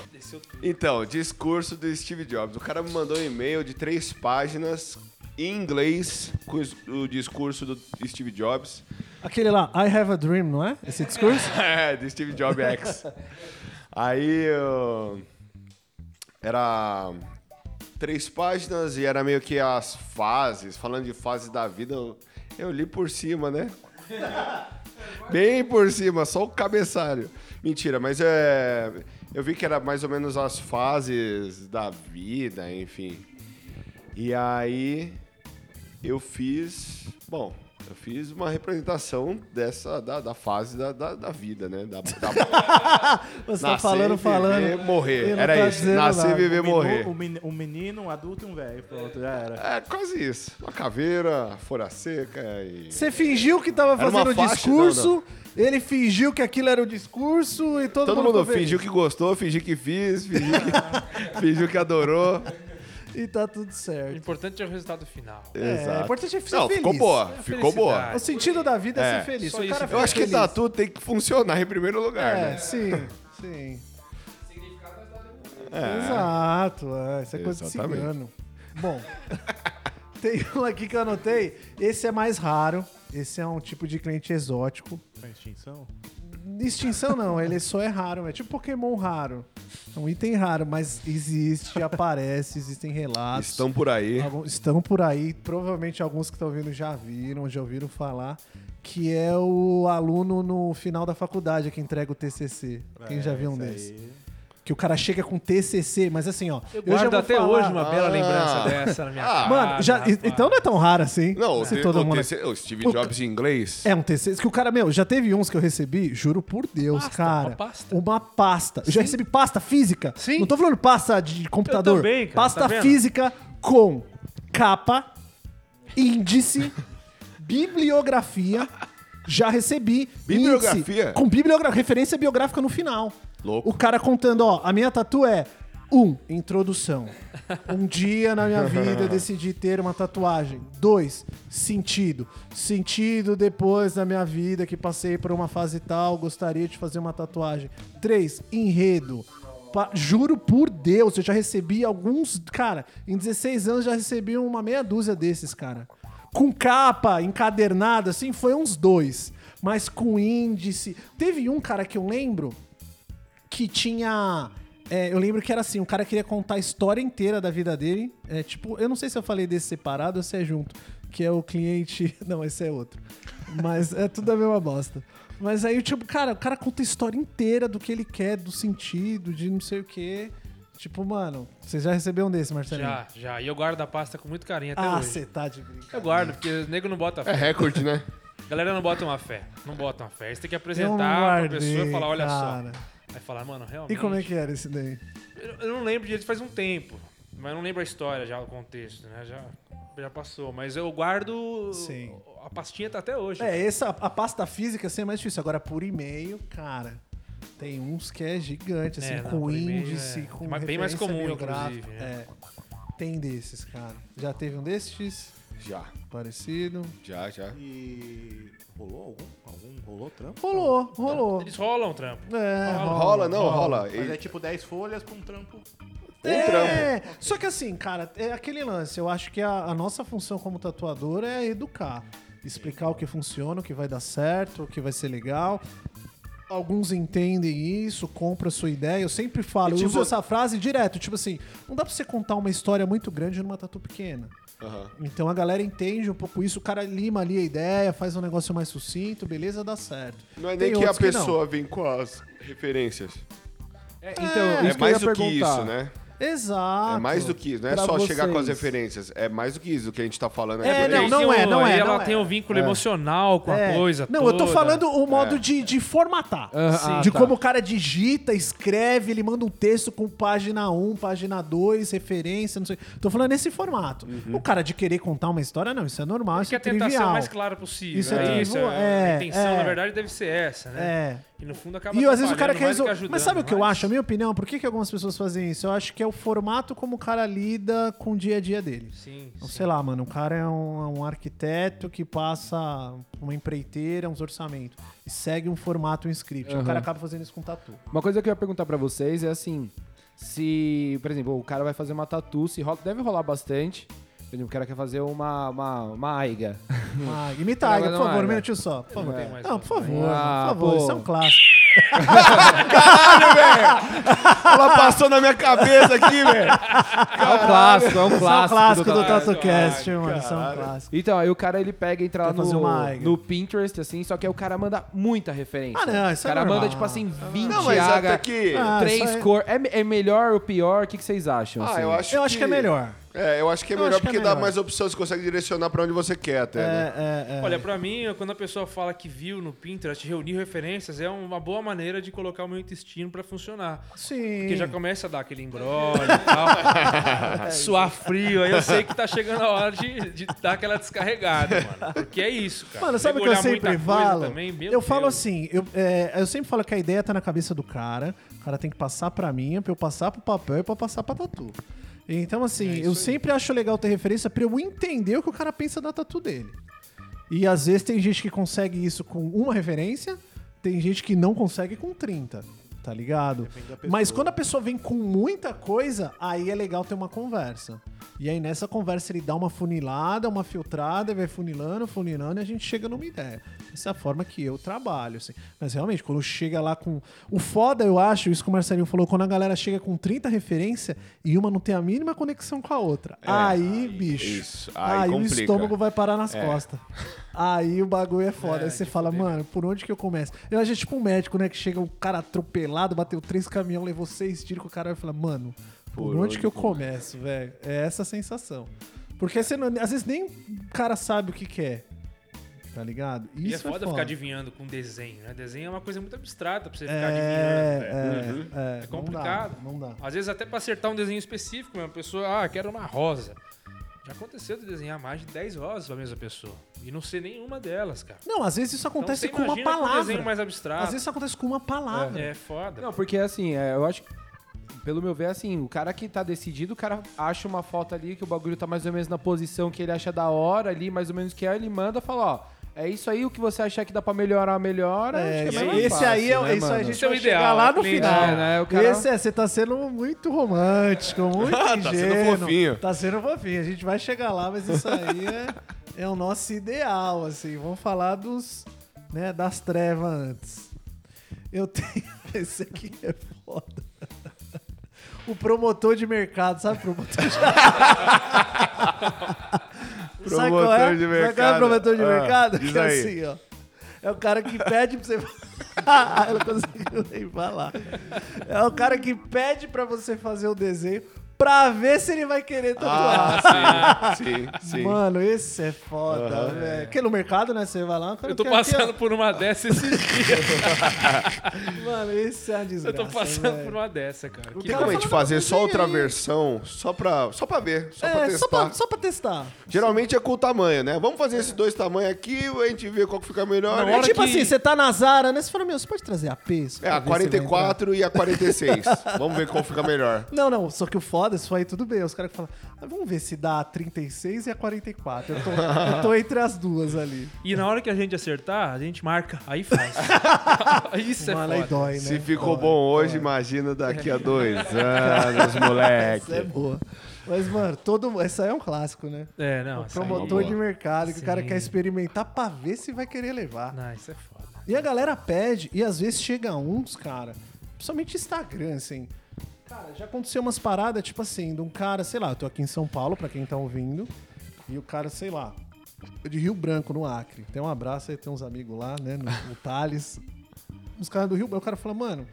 Speaker 3: Então, discurso do Steve Jobs. O cara me mandou um e-mail de três páginas em inglês com os- o discurso do Steve Jobs.
Speaker 2: Aquele lá, I have a dream, não é? Esse discurso?
Speaker 3: É, do Steve Jobs X. Aí eu... era três páginas e era meio que as fases, falando de fases da vida. Eu, eu li por cima, né? Bem por cima, só o cabeçalho. Mentira, mas é. Eu vi que era mais ou menos as fases da vida, enfim. E aí eu fiz. Bom, eu fiz uma representação dessa. da, da fase da, da, da vida, né? Da, da,
Speaker 2: Você tá falando,
Speaker 3: viver,
Speaker 2: falando.
Speaker 3: morrer.
Speaker 2: e não
Speaker 3: Era
Speaker 2: tá
Speaker 3: isso.
Speaker 2: dizendo
Speaker 3: Nascer,
Speaker 2: nada.
Speaker 3: viver, morrer.
Speaker 5: Um menino, um menino, um adulto e um velho. Pronto, já era.
Speaker 3: É, quase isso. Uma caveira, folha seca e.
Speaker 2: Você fingiu que tava
Speaker 3: Era uma
Speaker 2: fazendo o
Speaker 3: faixa,
Speaker 2: discurso, ele fingiu que aquilo era o discurso e todo,
Speaker 3: Todo mundo
Speaker 2: ficou feliz.
Speaker 3: fingiu que gostou, fingiu que fiz, fingiu que, fingiu que adorou.
Speaker 2: E tá tudo
Speaker 4: O
Speaker 2: certo.
Speaker 4: importante é o resultado final.
Speaker 2: É, o importante é ser
Speaker 3: Não,
Speaker 2: feliz.
Speaker 3: ficou boa, ficou boa.
Speaker 2: O sentido da vida é,
Speaker 3: É,
Speaker 2: ser feliz.
Speaker 4: só
Speaker 2: Se o
Speaker 4: isso,
Speaker 2: cara
Speaker 4: cara.
Speaker 3: Eu acho que
Speaker 2: feliz.
Speaker 3: tatu tem que funcionar em primeiro lugar,
Speaker 2: É,
Speaker 3: né?
Speaker 2: sim, sim. Exato, é, isso é coisa
Speaker 3: É. Exatamente.
Speaker 2: de cigano. Bom, tem um aqui que eu anotei. Esse é mais raro. Esse é um tipo de cliente exótico.
Speaker 5: Foi extinção?
Speaker 2: Extinção não, ele só é raro. É tipo Pokémon raro. É um item raro, mas existe, aparece, existem relatos.
Speaker 3: Estão por aí.
Speaker 2: Algum- estão por aí, provavelmente alguns que estão ouvindo já viram, já ouviram falar, que é o aluno no final da faculdade que entrega o TCC. Quem já viu um desses? Que o cara chega com TCC, mas assim, ó.
Speaker 4: Eu
Speaker 2: já
Speaker 4: guardo
Speaker 2: vou
Speaker 4: até
Speaker 2: falar-
Speaker 4: hoje uma bela
Speaker 3: Ah.
Speaker 4: lembrança dessa na minha
Speaker 3: Ah.
Speaker 4: cara.
Speaker 2: Mano, já,
Speaker 4: rapaz.
Speaker 2: então não é tão raro assim.
Speaker 3: Não, o,
Speaker 2: se
Speaker 3: te-
Speaker 2: todo
Speaker 3: o
Speaker 2: mundo...
Speaker 3: terceiro- o Steve
Speaker 2: O-
Speaker 3: Jobs em inglês.
Speaker 2: É um TCC. Que o cara, meu, já teve uns que eu recebi, juro por Deus,
Speaker 4: Pasta,
Speaker 2: cara.
Speaker 4: uma pasta.
Speaker 2: Uma pasta. Eu já recebi pasta física.
Speaker 4: Sim.
Speaker 2: Não tô falando pasta de computador.
Speaker 4: também, cara,
Speaker 2: pasta
Speaker 4: tá vendo?
Speaker 2: física com capa, índice, bibliografia. Já recebi
Speaker 3: Bibliografia?
Speaker 2: índice com bibliografia, referência biográfica no final.
Speaker 3: Louco.
Speaker 2: O cara contando, ó, a minha tatu é um, introdução. Um dia na minha vida eu decidi ter uma tatuagem. Dois, sentido. Sentido depois da minha vida que passei por uma fase tal, gostaria de fazer uma tatuagem. Três, enredo. Pa- Juro por Deus, eu já recebi alguns. Cara, em 16 anos já recebi uma meia dúzia desses, cara. Com capa, encadernado, assim, foi uns dois. Mas com índice. Teve um, cara, que eu lembro que tinha. é, eu lembro que era assim, o cara queria contar a história inteira da vida dele. É, tipo, eu não sei se eu falei desse separado ou se é junto. Que é o cliente. Não, esse é outro. Mas é tudo a mesma bosta. Mas aí, tipo, cara, o cara conta a história inteira do que ele quer, do sentido, de não sei o quê. Tipo, mano, você já recebeu um desse, Marcelinho?
Speaker 4: Já, já. E eu guardo a pasta com muito carinho até
Speaker 2: Ah,
Speaker 4: hoje.
Speaker 2: você tá de brincadeira.
Speaker 4: Eu guardo, porque o nego não bota
Speaker 3: É
Speaker 4: fé.
Speaker 3: recorde, né?
Speaker 4: Galera não bota uma fé. Não bota uma fé. Você tem que
Speaker 2: Eu
Speaker 4: apresentar pra
Speaker 2: guardei,
Speaker 4: pessoa e falar, olha
Speaker 2: cara.
Speaker 4: só. Aí falar, mano, realmente.
Speaker 2: E como é que era esse daí?
Speaker 4: Eu eu não lembro direito, faz um tempo. Mas eu não lembro a história já, o contexto, né? Já, já passou. Mas eu guardo.
Speaker 2: Sim.
Speaker 4: A pastinha tá até hoje.
Speaker 2: É, essa, a pasta física assim, é mais difícil. Agora, por e-mail, cara, tem uns que é gigante, assim,
Speaker 4: É, não,
Speaker 2: com
Speaker 4: por e-mail
Speaker 2: índice,
Speaker 4: é-
Speaker 2: com
Speaker 4: é mais- bem mais
Speaker 2: referência
Speaker 4: comum,
Speaker 2: biográfica.
Speaker 4: inclusive, né?
Speaker 2: É. Tem desses, cara. Já teve um destes?
Speaker 3: Já,
Speaker 2: Parecido.
Speaker 3: já, já.
Speaker 1: E rolou algum? Algum rolou trampo?
Speaker 2: Rolou, rolou.
Speaker 4: Eles rolam o trampo.
Speaker 2: É,
Speaker 3: Rola, não, rola.
Speaker 1: Mas
Speaker 3: E-
Speaker 1: é tipo 10 folhas pra um trampo.
Speaker 2: É,
Speaker 3: trampo.
Speaker 2: Só que assim, cara, é aquele lance. Eu acho que a, a nossa função como tatuador é educar. Explicar o que funciona, o que vai dar certo, o que vai ser legal. Alguns entendem isso, compram a sua ideia. Eu sempre falo,
Speaker 3: E, tipo,
Speaker 2: eu uso essa frase direto. Tipo assim, não dá pra você contar uma história muito grande numa tatu pequena.
Speaker 3: Aham.
Speaker 2: Então a galera entende um pouco isso. O cara lima ali a ideia, faz um negócio mais sucinto, beleza, dá certo.
Speaker 3: Não é
Speaker 2: Tem
Speaker 3: nem que a
Speaker 2: outros não.
Speaker 3: pessoa vem com as referências.
Speaker 6: É, então,
Speaker 3: É,
Speaker 6: isso que
Speaker 3: mais
Speaker 6: eu ia
Speaker 3: do que
Speaker 6: perguntar.
Speaker 3: isso, né?
Speaker 2: Exato.
Speaker 3: é mais do que isso. Não é
Speaker 6: pra
Speaker 3: só chegar com as
Speaker 6: vocês.
Speaker 3: referências. É mais do que isso que a gente tá falando
Speaker 2: É,
Speaker 3: aqui.
Speaker 2: não, não.
Speaker 4: Tem
Speaker 2: é, não
Speaker 4: aí
Speaker 2: é,
Speaker 4: Ela
Speaker 2: não é.
Speaker 4: tem um vínculo emocional com a
Speaker 2: É.
Speaker 4: coisa.
Speaker 2: Não, eu tô
Speaker 4: toda. É.
Speaker 2: falando o modo de, de formatar.
Speaker 6: Ah, Sim. ah,
Speaker 2: de
Speaker 6: tá.
Speaker 2: como o cara digita, escreve, ele manda um texto com página 1, página 2, referência, não sei. Tô falando nesse formato.
Speaker 4: Uhum.
Speaker 2: O cara de querer contar uma história, não, isso é normal,
Speaker 4: Ele
Speaker 2: isso é
Speaker 4: quer tentar ser
Speaker 2: trivial.
Speaker 4: o mais claro possível.
Speaker 2: Isso
Speaker 4: Isso
Speaker 2: é
Speaker 4: é,
Speaker 2: trivial,
Speaker 4: isso. é-
Speaker 2: é,
Speaker 4: a intenção,
Speaker 2: é.
Speaker 4: na verdade, deve ser essa, né?
Speaker 2: É.
Speaker 4: E no fundo acaba
Speaker 2: E às vezes o cara
Speaker 4: atrapalhando
Speaker 2: quer
Speaker 4: mais do
Speaker 2: resolver.
Speaker 4: ajudando,
Speaker 2: Mas sabe o que eu
Speaker 4: mas-
Speaker 2: acho? A minha opinião, por que, que algumas pessoas fazem isso? Eu acho que é o formato como o cara lida com o dia a dia dele.
Speaker 4: Sim,
Speaker 2: Então,
Speaker 4: sim.
Speaker 2: sei lá, mano, o cara é um, é um arquiteto que passa uma empreiteira, uns orçamentos. E segue um formato, um script. O
Speaker 6: Aham.
Speaker 2: cara acaba fazendo isso com tatu.
Speaker 6: Uma coisa que eu ia perguntar pra vocês é assim, se, por exemplo, o cara vai fazer uma tatu, se rola, deve rolar bastante. Por exemplo, o cara quer fazer uma, uma, uma aiga.
Speaker 2: Ah, e me taga, por
Speaker 6: Não, não, é, né?
Speaker 2: favor,
Speaker 6: não.
Speaker 2: um minutinho só. Por favor.
Speaker 4: tenho mais
Speaker 2: Não, por favor,
Speaker 6: Ah,
Speaker 2: por favor,
Speaker 6: pô.
Speaker 2: isso é um clássico.
Speaker 3: Ela passou na minha cabeça aqui, velho.
Speaker 6: É um clássico, é um
Speaker 2: Isso é um
Speaker 6: clássico.
Speaker 2: clássico do
Speaker 6: tatu.
Speaker 2: TatuCast, mano. Isso é um clássico.
Speaker 6: Então, aí o cara ele pega e entra lá
Speaker 2: Quer fazer
Speaker 6: no,
Speaker 2: uma aiga.
Speaker 6: no Pinterest, assim, só que aí o cara manda muita referência.
Speaker 2: Ah, não, isso
Speaker 6: O
Speaker 2: é
Speaker 6: cara
Speaker 2: normal.
Speaker 6: manda, tipo assim, 20
Speaker 3: Não, mas
Speaker 6: aiga,
Speaker 3: até que...
Speaker 2: Ah, isso
Speaker 6: três
Speaker 2: aí-
Speaker 6: cores. É, é melhor ou pior? O que, que vocês acham?
Speaker 3: Ah,
Speaker 6: assim?
Speaker 3: eu acho
Speaker 2: Eu acho que é melhor.
Speaker 3: É, eu acho que é
Speaker 2: Eu
Speaker 3: melhor
Speaker 2: acho que é
Speaker 3: porque dá
Speaker 2: melhor.
Speaker 3: mais opções, você consegue direcionar pra onde você quer até, né?
Speaker 2: É, é, é.
Speaker 4: Olha, pra mim, quando a pessoa fala que viu no Pinterest, reunir referências, é uma boa maneira de colocar o meu intestino pra funcionar.
Speaker 2: Sim. É
Speaker 4: Porque já começa a dar aquele embrolho e tal. suar frio. Aí eu sei que tá chegando a hora de, de dar aquela descarregada, mano. Porque é isso, cara.
Speaker 2: Mano, sabe o que eu
Speaker 4: Mergulhar
Speaker 2: sempre
Speaker 4: muita coisa
Speaker 2: falo?
Speaker 4: também, meu
Speaker 2: eu falo
Speaker 4: Deus.
Speaker 2: assim, eu, é, eu sempre falo que a ideia tá na cabeça do cara, o cara tem que passar pra mim, pra eu passar pro papel e pra eu passar pra tatu. Então, assim,
Speaker 4: É
Speaker 2: eu sempre acho legal ter referência pra eu entender o que o cara pensa da tatu dele. E às vezes tem gente que consegue isso com uma referência, tem gente que não consegue com 30, tá ligado? Mas quando a pessoa vem com muita coisa, aí é legal ter uma conversa. E aí nessa conversa ele dá uma funilada, uma filtrada, e vai funilando, funilando e a gente chega numa ideia. Essa é a forma que eu trabalho, assim. Mas realmente, quando chega lá com. O foda, eu acho, isso que o Marcelinho falou, quando a galera chega com 30 referência e uma não tem a mínima conexão com a outra. aí, bicho.
Speaker 3: É, isso. Aí
Speaker 2: Aí, o
Speaker 3: complica.
Speaker 2: estômago vai parar nas
Speaker 4: É.
Speaker 2: costas. Aí o bagulho é foda. Aí você fala, mano, por onde que eu começo? Eu acho tipo um médico, né? Que chega um cara atropelado, bateu três caminhões, levou seis tiros com o cara e fala, mano, por, onde, que eu começo, velho? É essa a sensação. Porque você não- às vezes nem o cara sabe o que quer. Tá ligado? Isso
Speaker 4: E é foda, ficar adivinhando com desenho, né? Desenho é uma coisa muito abstrata pra você
Speaker 2: É,
Speaker 4: ficar adivinhando. velho.
Speaker 2: é, é,
Speaker 4: É complicado.
Speaker 2: Não dá. Não dá.
Speaker 4: Às vezes até pra acertar um desenho específico, mesmo. a pessoa, ah, quero uma rosa. Já aconteceu de desenhar mais de 10 rosas pra mesma pessoa. E não ser nenhuma delas, cara.
Speaker 2: Não, às vezes isso
Speaker 4: Então,
Speaker 2: acontece
Speaker 4: você
Speaker 2: com uma
Speaker 4: imagina Um
Speaker 2: palavra.
Speaker 4: desenho mais abstrato.
Speaker 2: Às vezes isso acontece com uma palavra.
Speaker 4: É foda.
Speaker 6: Não, porque assim, é, eu acho. Pelo meu ver, assim, o cara que tá decidido, o cara acha uma foto ali que o bagulho tá mais ou menos na posição que ele acha da hora ali, mais ou menos que é, ele manda fala, ó, é isso aí o que você achar que dá pra melhorar, melhora.
Speaker 2: É,
Speaker 6: acho que
Speaker 2: esse,
Speaker 6: é mais
Speaker 2: esse
Speaker 6: fácil,
Speaker 2: aí é
Speaker 6: né,
Speaker 2: isso aí a
Speaker 6: mano?
Speaker 2: gente
Speaker 4: Esse é o
Speaker 2: vai
Speaker 4: ideal,
Speaker 2: chegar lá no
Speaker 4: cliente.
Speaker 2: final.
Speaker 6: É, né, o cara-
Speaker 2: Esse é, você tá sendo muito romântico, muito
Speaker 3: Tá sendo
Speaker 2: ingênuo.
Speaker 3: fofinho.
Speaker 2: Tá sendo fofinho. A gente vai chegar lá, mas isso aí é, é o nosso ideal, assim. Vamos falar dos, né, das trevas antes. Eu tenho... Esse aqui é foda. O promotor de mercado, sabe? Promotor de Sabe qual é?
Speaker 3: Promotor de
Speaker 2: Sabe qual é
Speaker 3: mercado?
Speaker 2: o promotor de
Speaker 3: Ah,
Speaker 2: mercado?
Speaker 3: diz
Speaker 2: Que é
Speaker 3: aí.
Speaker 2: assim, ó. É o cara que pede pra você. Ela consegue Nem falar. É o cara que pede pra você fazer o desenho pra ver se ele vai querer tatuar.
Speaker 3: Ah, sim, sim, sim.
Speaker 2: Mano, esse é foda, velho. Porque no mercado, né? Você vai lá, o cara
Speaker 4: Eu tô
Speaker 2: quer aqui, ó.
Speaker 4: passando por uma dessa esses dias.
Speaker 2: Mano, esse é uma desgraça.
Speaker 4: Eu tô passando
Speaker 2: velho.
Speaker 4: por um- uma dessa, cara. Que
Speaker 2: cara-
Speaker 4: doido.
Speaker 3: Realmente,
Speaker 2: falando
Speaker 3: fazer só
Speaker 2: cozinha
Speaker 3: outra
Speaker 2: aí.
Speaker 3: versão, só pra, só pra ver, só pra
Speaker 2: É,
Speaker 3: testar.
Speaker 2: só pra, só pra testar.
Speaker 3: Geralmente é com o tamanho, né? Vamos fazer esses dois tamanhos aqui, a gente vê qual que fica melhor. né?
Speaker 4: Na
Speaker 2: É
Speaker 4: hora
Speaker 2: tipo
Speaker 4: que-
Speaker 2: assim, você tá na Zara, né? Você fala, meu, você pode trazer a P?
Speaker 3: É a 44 e a 46. Vamos ver qual fica melhor.
Speaker 2: Não, não, só que o foda, isso aí tudo bem. Os caras que falam, ah, vamos ver se dá a 36 e a 44. Eu tô, eu tô entre as duas ali.
Speaker 4: E na hora que a gente acertar, a gente marca. Aí faz. Isso é
Speaker 2: Mano, aí
Speaker 4: foda.
Speaker 2: dói, né?
Speaker 3: Se ficou
Speaker 2: Dói,
Speaker 3: bom
Speaker 2: dói.
Speaker 3: hoje, imagina daqui a dois anos, moleque.
Speaker 2: Essa é boa. Mas, mano, todo... essa aí é um clássico, né?
Speaker 4: É, não.
Speaker 2: O
Speaker 4: essa aí-
Speaker 2: promotor
Speaker 3: boa.
Speaker 2: de mercado, que o cara
Speaker 4: Sim.
Speaker 2: quer experimentar pra ver se vai querer levar.
Speaker 4: Não, isso é foda.
Speaker 2: E a galera pede, e às vezes chega uns, cara, principalmente Instagram, assim. Cara, já aconteceu umas paradas, tipo assim, de um cara, sei lá, eu tô aqui em São Paulo, pra quem tá ouvindo, e o cara, sei lá, é de Rio Branco, no Acre. Tem um abraço aí, tem uns amigos lá, né, no, no Thales. Os caras do Rio Branco, o cara fala, mano,